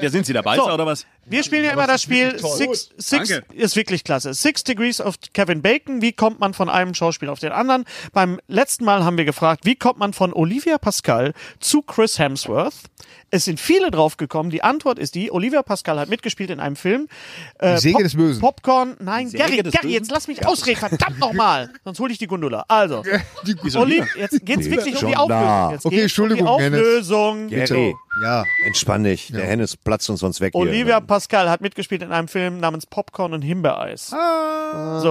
Speaker 1: Wer sind Sie dabei,
Speaker 2: So.
Speaker 1: oder was?
Speaker 2: Wir spielen ja immer das Spiel
Speaker 6: toll.
Speaker 2: Six, Six
Speaker 1: Danke.
Speaker 2: ist wirklich klasse. Six Degrees of Kevin Bacon. Wie kommt man von einem Schauspieler auf den anderen? Beim letzten Mal haben wir gefragt, wie kommt man von Olivia Pascal zu Chris Hemsworth? Es sind viele draufgekommen. Die Antwort ist die, Olivia Pascal hat mitgespielt in einem Film. Äh,
Speaker 6: Die Säge des Bösen.
Speaker 2: Popcorn, nein,
Speaker 1: Säge
Speaker 2: Gary,
Speaker 1: des
Speaker 2: Gary,
Speaker 1: Bösen?
Speaker 2: jetzt lass mich ausreden, verdammt nochmal. Sonst hole ich die Gundula. Also,
Speaker 6: Die
Speaker 2: Oli, jetzt geht's wirklich um die
Speaker 5: Schon da.
Speaker 2: Auflösung. Jetzt geht's
Speaker 6: Okay,
Speaker 2: um die
Speaker 6: Entschuldigung, Hennes.
Speaker 2: Auflösung.
Speaker 5: Gary,
Speaker 6: Ja.
Speaker 5: entspann dich. Der Hennes platzt uns sonst weg
Speaker 2: Olivia
Speaker 5: hier.
Speaker 2: Pascal hat mitgespielt in einem Film namens Popcorn und Himbeereis. So,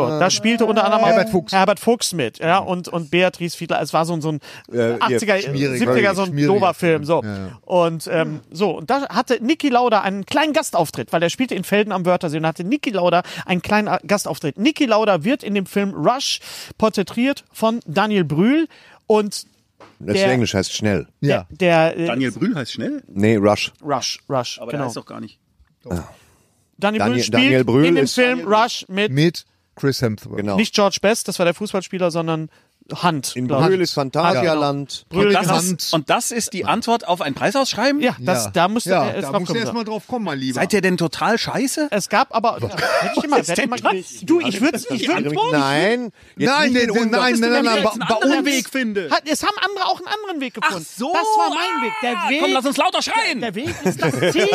Speaker 2: da spielte unter anderem auch
Speaker 6: Ah. Herbert Fuchs.
Speaker 2: Herbert Fuchs mit, ja, und, und Beatrice Fiedler. Es war so, ein- so ein
Speaker 5: Äh, ihr
Speaker 2: 80er,
Speaker 5: schmieriger-
Speaker 2: 70er, so ein
Speaker 6: schmieriger
Speaker 2: dober
Speaker 6: Film.
Speaker 2: Film. So.
Speaker 6: Ja.
Speaker 2: Und ähm, so, und da hatte Niki Lauda einen kleinen Gastauftritt, weil er spielte in Felden am Wörthersee und hatte Niki Lauda einen kleinen äh, Gastauftritt. Niki Lauda wird in dem Film Rush porträtiert von Daniel Brühl und
Speaker 5: Das
Speaker 2: der-
Speaker 5: Englisch heißt schnell.
Speaker 6: Ja.
Speaker 2: der äh,
Speaker 1: Daniel Brühl heißt schnell,
Speaker 5: Nee, Rush.
Speaker 2: Rush, Rush,
Speaker 1: aber der
Speaker 2: genau.
Speaker 1: heißt doch gar nicht.
Speaker 2: Daniel,
Speaker 5: Daniel-
Speaker 2: Brühl spielt
Speaker 5: Daniel Brühl
Speaker 2: in dem
Speaker 5: ist-
Speaker 2: Film Rush mit
Speaker 6: Mit Chris Hemsworth.
Speaker 5: Genau.
Speaker 2: Nicht George Best, das war der Fußballspieler, sondern Hunt.
Speaker 5: In
Speaker 2: glaub ich.
Speaker 5: Brühl ist Phantasialand.
Speaker 2: Brühl,
Speaker 1: Das
Speaker 2: genau.
Speaker 1: ist, und das ist die Antwort auf ein Preisausschreiben?
Speaker 2: ja, das, da musste
Speaker 6: ja,
Speaker 2: er erst
Speaker 6: da
Speaker 2: noch
Speaker 6: musst du
Speaker 2: kommen.
Speaker 6: erst mal drauf kommen, mein Lieber.
Speaker 1: Seid ihr denn total scheiße?
Speaker 2: es gab aber. Ja, hätte ich immer, hätte ich mal, du, ich würde. Ich würd,
Speaker 5: Nein, jetzt
Speaker 6: Nein,
Speaker 5: nicht den
Speaker 6: nein,
Speaker 5: Unter-
Speaker 6: nein, nein, nein,
Speaker 1: Wenn ich jetzt
Speaker 6: bei-
Speaker 1: einen
Speaker 6: bei
Speaker 1: anderen
Speaker 6: uns-
Speaker 1: Weg finde.
Speaker 2: hat, es haben andere auch einen anderen Weg gefunden.
Speaker 1: Ach so,
Speaker 2: Das war mein Weg. Der
Speaker 1: ah,
Speaker 2: Weg.
Speaker 1: komm, lass uns lauter schreien.
Speaker 2: Der Weg ist das Ziel.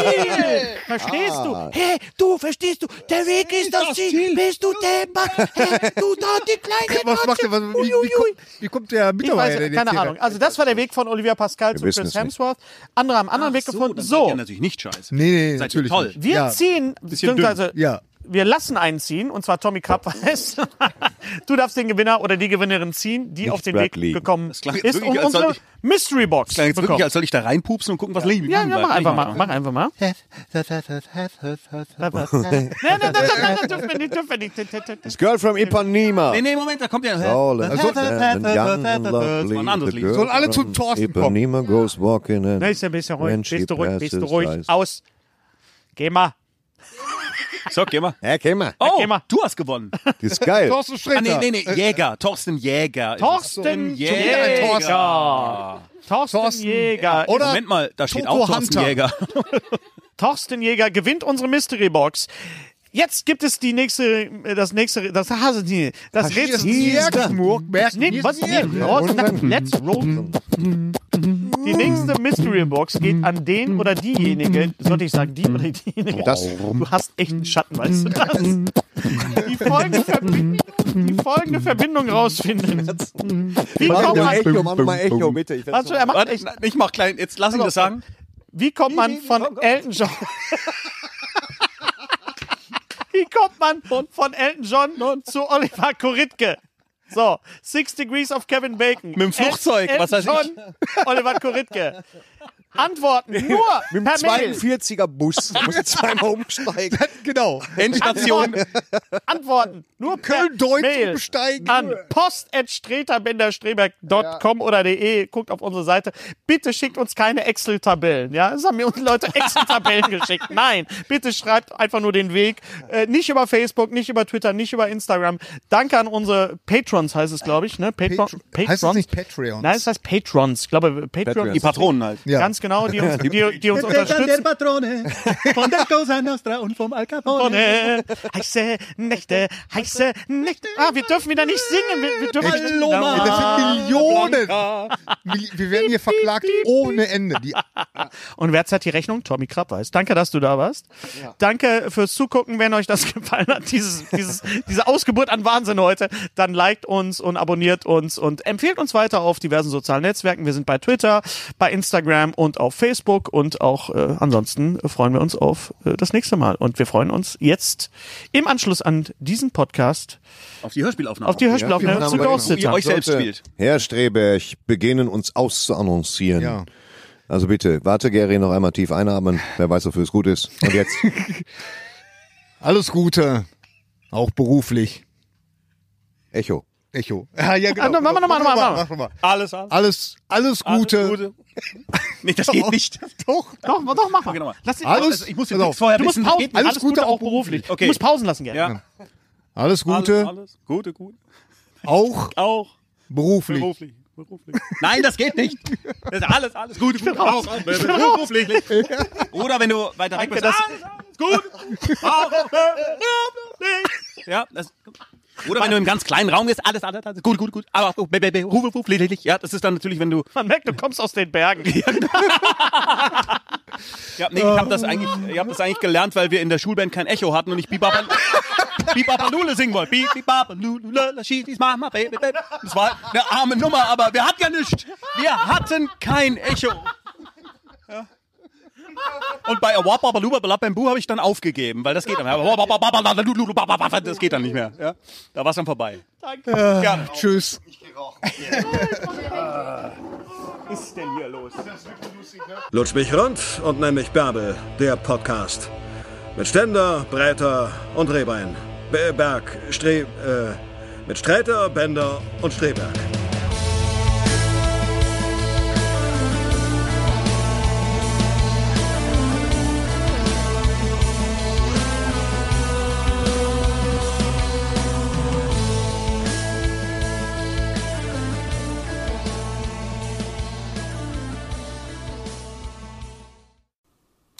Speaker 2: Verstehst du? Hey, du, verstehst du? Der Weg ist das, Ziel. Bist du dämmer? Hey, du da, die kleine
Speaker 6: was macht
Speaker 2: Notze.
Speaker 6: der? Was, wie,
Speaker 2: Uiuiui.
Speaker 6: wie, kommt, wie kommt der
Speaker 2: Ich weiß,
Speaker 6: Mitarbeiter denn jetzt
Speaker 2: keine
Speaker 6: hier
Speaker 2: Ahnung.
Speaker 6: rein?
Speaker 2: Also das war der Weg von Olivia Pascal zu
Speaker 5: wissen
Speaker 2: Chris
Speaker 5: es nicht.
Speaker 2: Hemsworth. Andere haben einen anderen Weg
Speaker 1: Ach so,
Speaker 2: gefunden.
Speaker 1: Dann seid
Speaker 2: So,
Speaker 1: ihr natürlich nicht scheiße.
Speaker 6: Nee, nee,
Speaker 1: seid
Speaker 6: natürlich
Speaker 1: ihr toll.
Speaker 6: nicht.
Speaker 2: wir
Speaker 6: Ja.
Speaker 2: ziehen, beziehungsweise
Speaker 6: Ja.
Speaker 2: wir lassen einen ziehen, und zwar Tommy Kappweis. du darfst den Gewinner oder die Gewinnerin ziehen, die auf den
Speaker 5: breit
Speaker 2: Weg
Speaker 5: liegen.
Speaker 2: gekommen
Speaker 1: Das klang jetzt
Speaker 2: ist
Speaker 1: wirklich,
Speaker 2: und
Speaker 1: als
Speaker 2: unsere
Speaker 1: sollte
Speaker 2: Mystery Box
Speaker 1: Klang jetzt
Speaker 2: bekommt.
Speaker 1: wirklich, als soll ich da reinpupsen und gucken, was liegen
Speaker 2: Ja, ja, mach einfach mal. Mach einfach mal. Nein, nein, nein, nein, nein, nein, dürfen wir nicht, dürfen wir nicht.
Speaker 5: Das Girl from Ipanema.
Speaker 1: Nee, nee, Moment, da kommt ja.
Speaker 5: All in
Speaker 1: Also,
Speaker 5: the sand and young and lovely,
Speaker 1: ein anderes
Speaker 5: the
Speaker 1: Lied.
Speaker 5: girl
Speaker 6: Sollen alle zu
Speaker 5: from
Speaker 6: Thorsten kommen?
Speaker 5: Ipanema goes walking and
Speaker 2: Na, ist ja ein bisschen
Speaker 5: when
Speaker 2: ruhig.
Speaker 5: she
Speaker 2: Bist du ruhig, bist du
Speaker 5: passes
Speaker 2: ruhig.
Speaker 5: lies.
Speaker 2: Aus. Geh mal.
Speaker 1: so, geh mal.
Speaker 5: Ja, geh mal.
Speaker 1: Oh,
Speaker 2: geh mal.
Speaker 1: du hast gewonnen.
Speaker 5: Die ist geil.
Speaker 6: Thorsten
Speaker 1: Ah, nee,
Speaker 6: Sträter.
Speaker 1: nee, nee, Jäger. Torsten
Speaker 2: Äh,
Speaker 1: Jäger.
Speaker 2: Thorsten
Speaker 1: wieder ein Thorsten.
Speaker 2: Jäger. Thorsten Jäger.
Speaker 6: Oder
Speaker 1: Moment mal, da steht
Speaker 6: Toto
Speaker 1: auch Torsten
Speaker 6: Hunter.
Speaker 1: Jäger.
Speaker 2: Thorsten Jäger gewinnt unsere Mystery Box. Jetzt gibt es die nächste, äh, das nächste, das Hase, das
Speaker 6: Ist
Speaker 2: Rätsel. Nee, was? Nee, Roll- Let's roll. Die nächste Mystery Box geht an den oder diejenige, sollte ich sagen, die oder diejenige.
Speaker 5: Das-
Speaker 2: du hast echt einen Schatten, weißt du das? Die folgende, Verbi die folgende Verbindung rausfinden. Wie kommt man,
Speaker 5: Echo, Also, mach mal Echo, bitte. Ich
Speaker 2: Warte, er macht
Speaker 1: Warte,
Speaker 2: echt,
Speaker 1: ich mach klein, jetzt lass ihn das sagen.
Speaker 2: wie kommt man von Elton John? Wie kommt man von Elton John zu Oliver Koritke? So, Six Degrees of Kevin Bacon. Mit
Speaker 1: dem Flugzeug, was weiß ich.
Speaker 2: ich. Oliver Koritke. Antworten nur per Mail.
Speaker 5: 42er Bus. Du musst zweimal umsteigen.
Speaker 6: Genau.
Speaker 1: Endstation.
Speaker 2: Antworten nur per
Speaker 6: Köln-Deutsch
Speaker 2: Mail
Speaker 6: umsteigen.
Speaker 2: an post.streterbinderstreberg.com oder de. Guckt auf unsere Seite. Bitte schickt uns keine Excel-Tabellen. Ja, es haben mir Leute Excel-Tabellen geschickt. Nein, bitte schreibt einfach nur den Weg. Äh, nicht über Facebook, nicht über Twitter, nicht über Instagram. Danke an unsere Patrons, heißt es, glaube ich. Ne? Patron,
Speaker 6: Patr- heißt es nicht Patreons?
Speaker 2: Nein, es heißt Patrons. Ich glaube, Patreon.
Speaker 1: Die Patronen halt.
Speaker 6: Ja.
Speaker 2: Ganz genau, die uns, die, die uns unterstützen.
Speaker 7: Patrone von der Cosa Nostra und vom Al Capone.
Speaker 2: Sonne, heiße Nächte, heiße Nächte. Ah, wir dürfen wieder nicht singen. Wir, wir dürfen nicht
Speaker 6: Ey, Das
Speaker 2: singen.
Speaker 6: sind Millionen. Milli- Wir werden hier verklagt ohne Ende. Die
Speaker 2: Und wer zahlt die Rechnung? Tommy Krabbeis. Danke, dass du da warst. Danke fürs Zugucken. Wenn euch das gefallen hat, dieses, dieses, diese Ausgeburt an Wahnsinn heute, dann liked uns und abonniert uns und empfehlt uns weiter auf diversen sozialen Netzwerken. Wir sind bei Twitter, bei Instagram und auf Facebook und auch äh, ansonsten freuen wir uns auf äh, das nächste Mal. Und wir freuen uns jetzt im Anschluss an diesen Podcast
Speaker 1: Auf die Hörspielaufnahme.
Speaker 2: auf die Hörspielaufnahme
Speaker 5: Hörspielaufnahme
Speaker 2: zu
Speaker 5: bei
Speaker 1: Wie ihr
Speaker 2: Ghost Sitter.
Speaker 1: euch selbst spielt.
Speaker 5: Herr Streberg, beginnen uns auszuannoncieren.
Speaker 6: Ja.
Speaker 5: Also bitte, warte, Gary, noch einmal tief einatmen. Wer weiß, wofür es gut ist. Und jetzt.
Speaker 6: Alles Gute. Auch beruflich.
Speaker 5: Echo.
Speaker 6: Echo. Ja, ja, genau.
Speaker 2: Ah, machen wir nochmal,
Speaker 6: Mach
Speaker 2: nochmal,
Speaker 6: mach nochmal.
Speaker 2: Alles, alles.
Speaker 6: Alles, alles Gute.
Speaker 1: Nee, das geht nicht.
Speaker 6: Doch.
Speaker 2: Doch, doch, mach mal.
Speaker 1: Genau mal.
Speaker 2: Lass ihn
Speaker 6: Alles-
Speaker 2: alles,
Speaker 1: Ich muss den
Speaker 6: Pass
Speaker 1: Text
Speaker 6: auf.
Speaker 1: vorher
Speaker 2: du musst
Speaker 1: wissen.
Speaker 2: pausen.
Speaker 1: das geht
Speaker 2: alles
Speaker 1: nicht.
Speaker 2: Gute, auch beruflich.
Speaker 1: Okay.
Speaker 2: Du musst pausen lassen, gerne.
Speaker 1: Ja.
Speaker 6: Alles Gute.
Speaker 1: Alles, alles. Gute, gut.
Speaker 6: Auch
Speaker 1: Auch
Speaker 6: beruflich.
Speaker 1: beruflich. beruflich. Nein, das geht nicht. Das ist alles, alles gut. gut. Auch, auch, beruflich. Oder wenn du weiter weg bist.
Speaker 2: das-
Speaker 1: Alles, alles gut. Auch, beruflich. Ja, das. Oder wenn du im ganz kleinen Raum bist, alles, alles, alles, gut, gut, gut, aber auch, beruflich, ja, das ist dann natürlich, wenn du,
Speaker 2: Man merkt, du kommst aus den Bergen.
Speaker 1: ja, nee, ich habe das eigentlich, ich habe das eigentlich gelernt, weil wir in der Schulband kein Echo hatten und ich Bibabal, Bibabalule singen wollte, Bibabalule, she's mama, baby, baby, das war eine arme Nummer, aber wir hatten ja nichts, wir hatten kein Echo. Ja. Und bei Awababalubabalababu habe ich dann aufgegeben, weil das geht dann. Das geht dann nicht mehr. Ja? Da war es dann vorbei. Danke. Gerne.
Speaker 6: Tschüss.
Speaker 3: Lutsch mich rund und nenn mich Bärbel, der Podcast. Mit Ständer, Breiter und Rehbein. Be- Berg, Stre... Äh, mit Sträter, Bender und Streberg.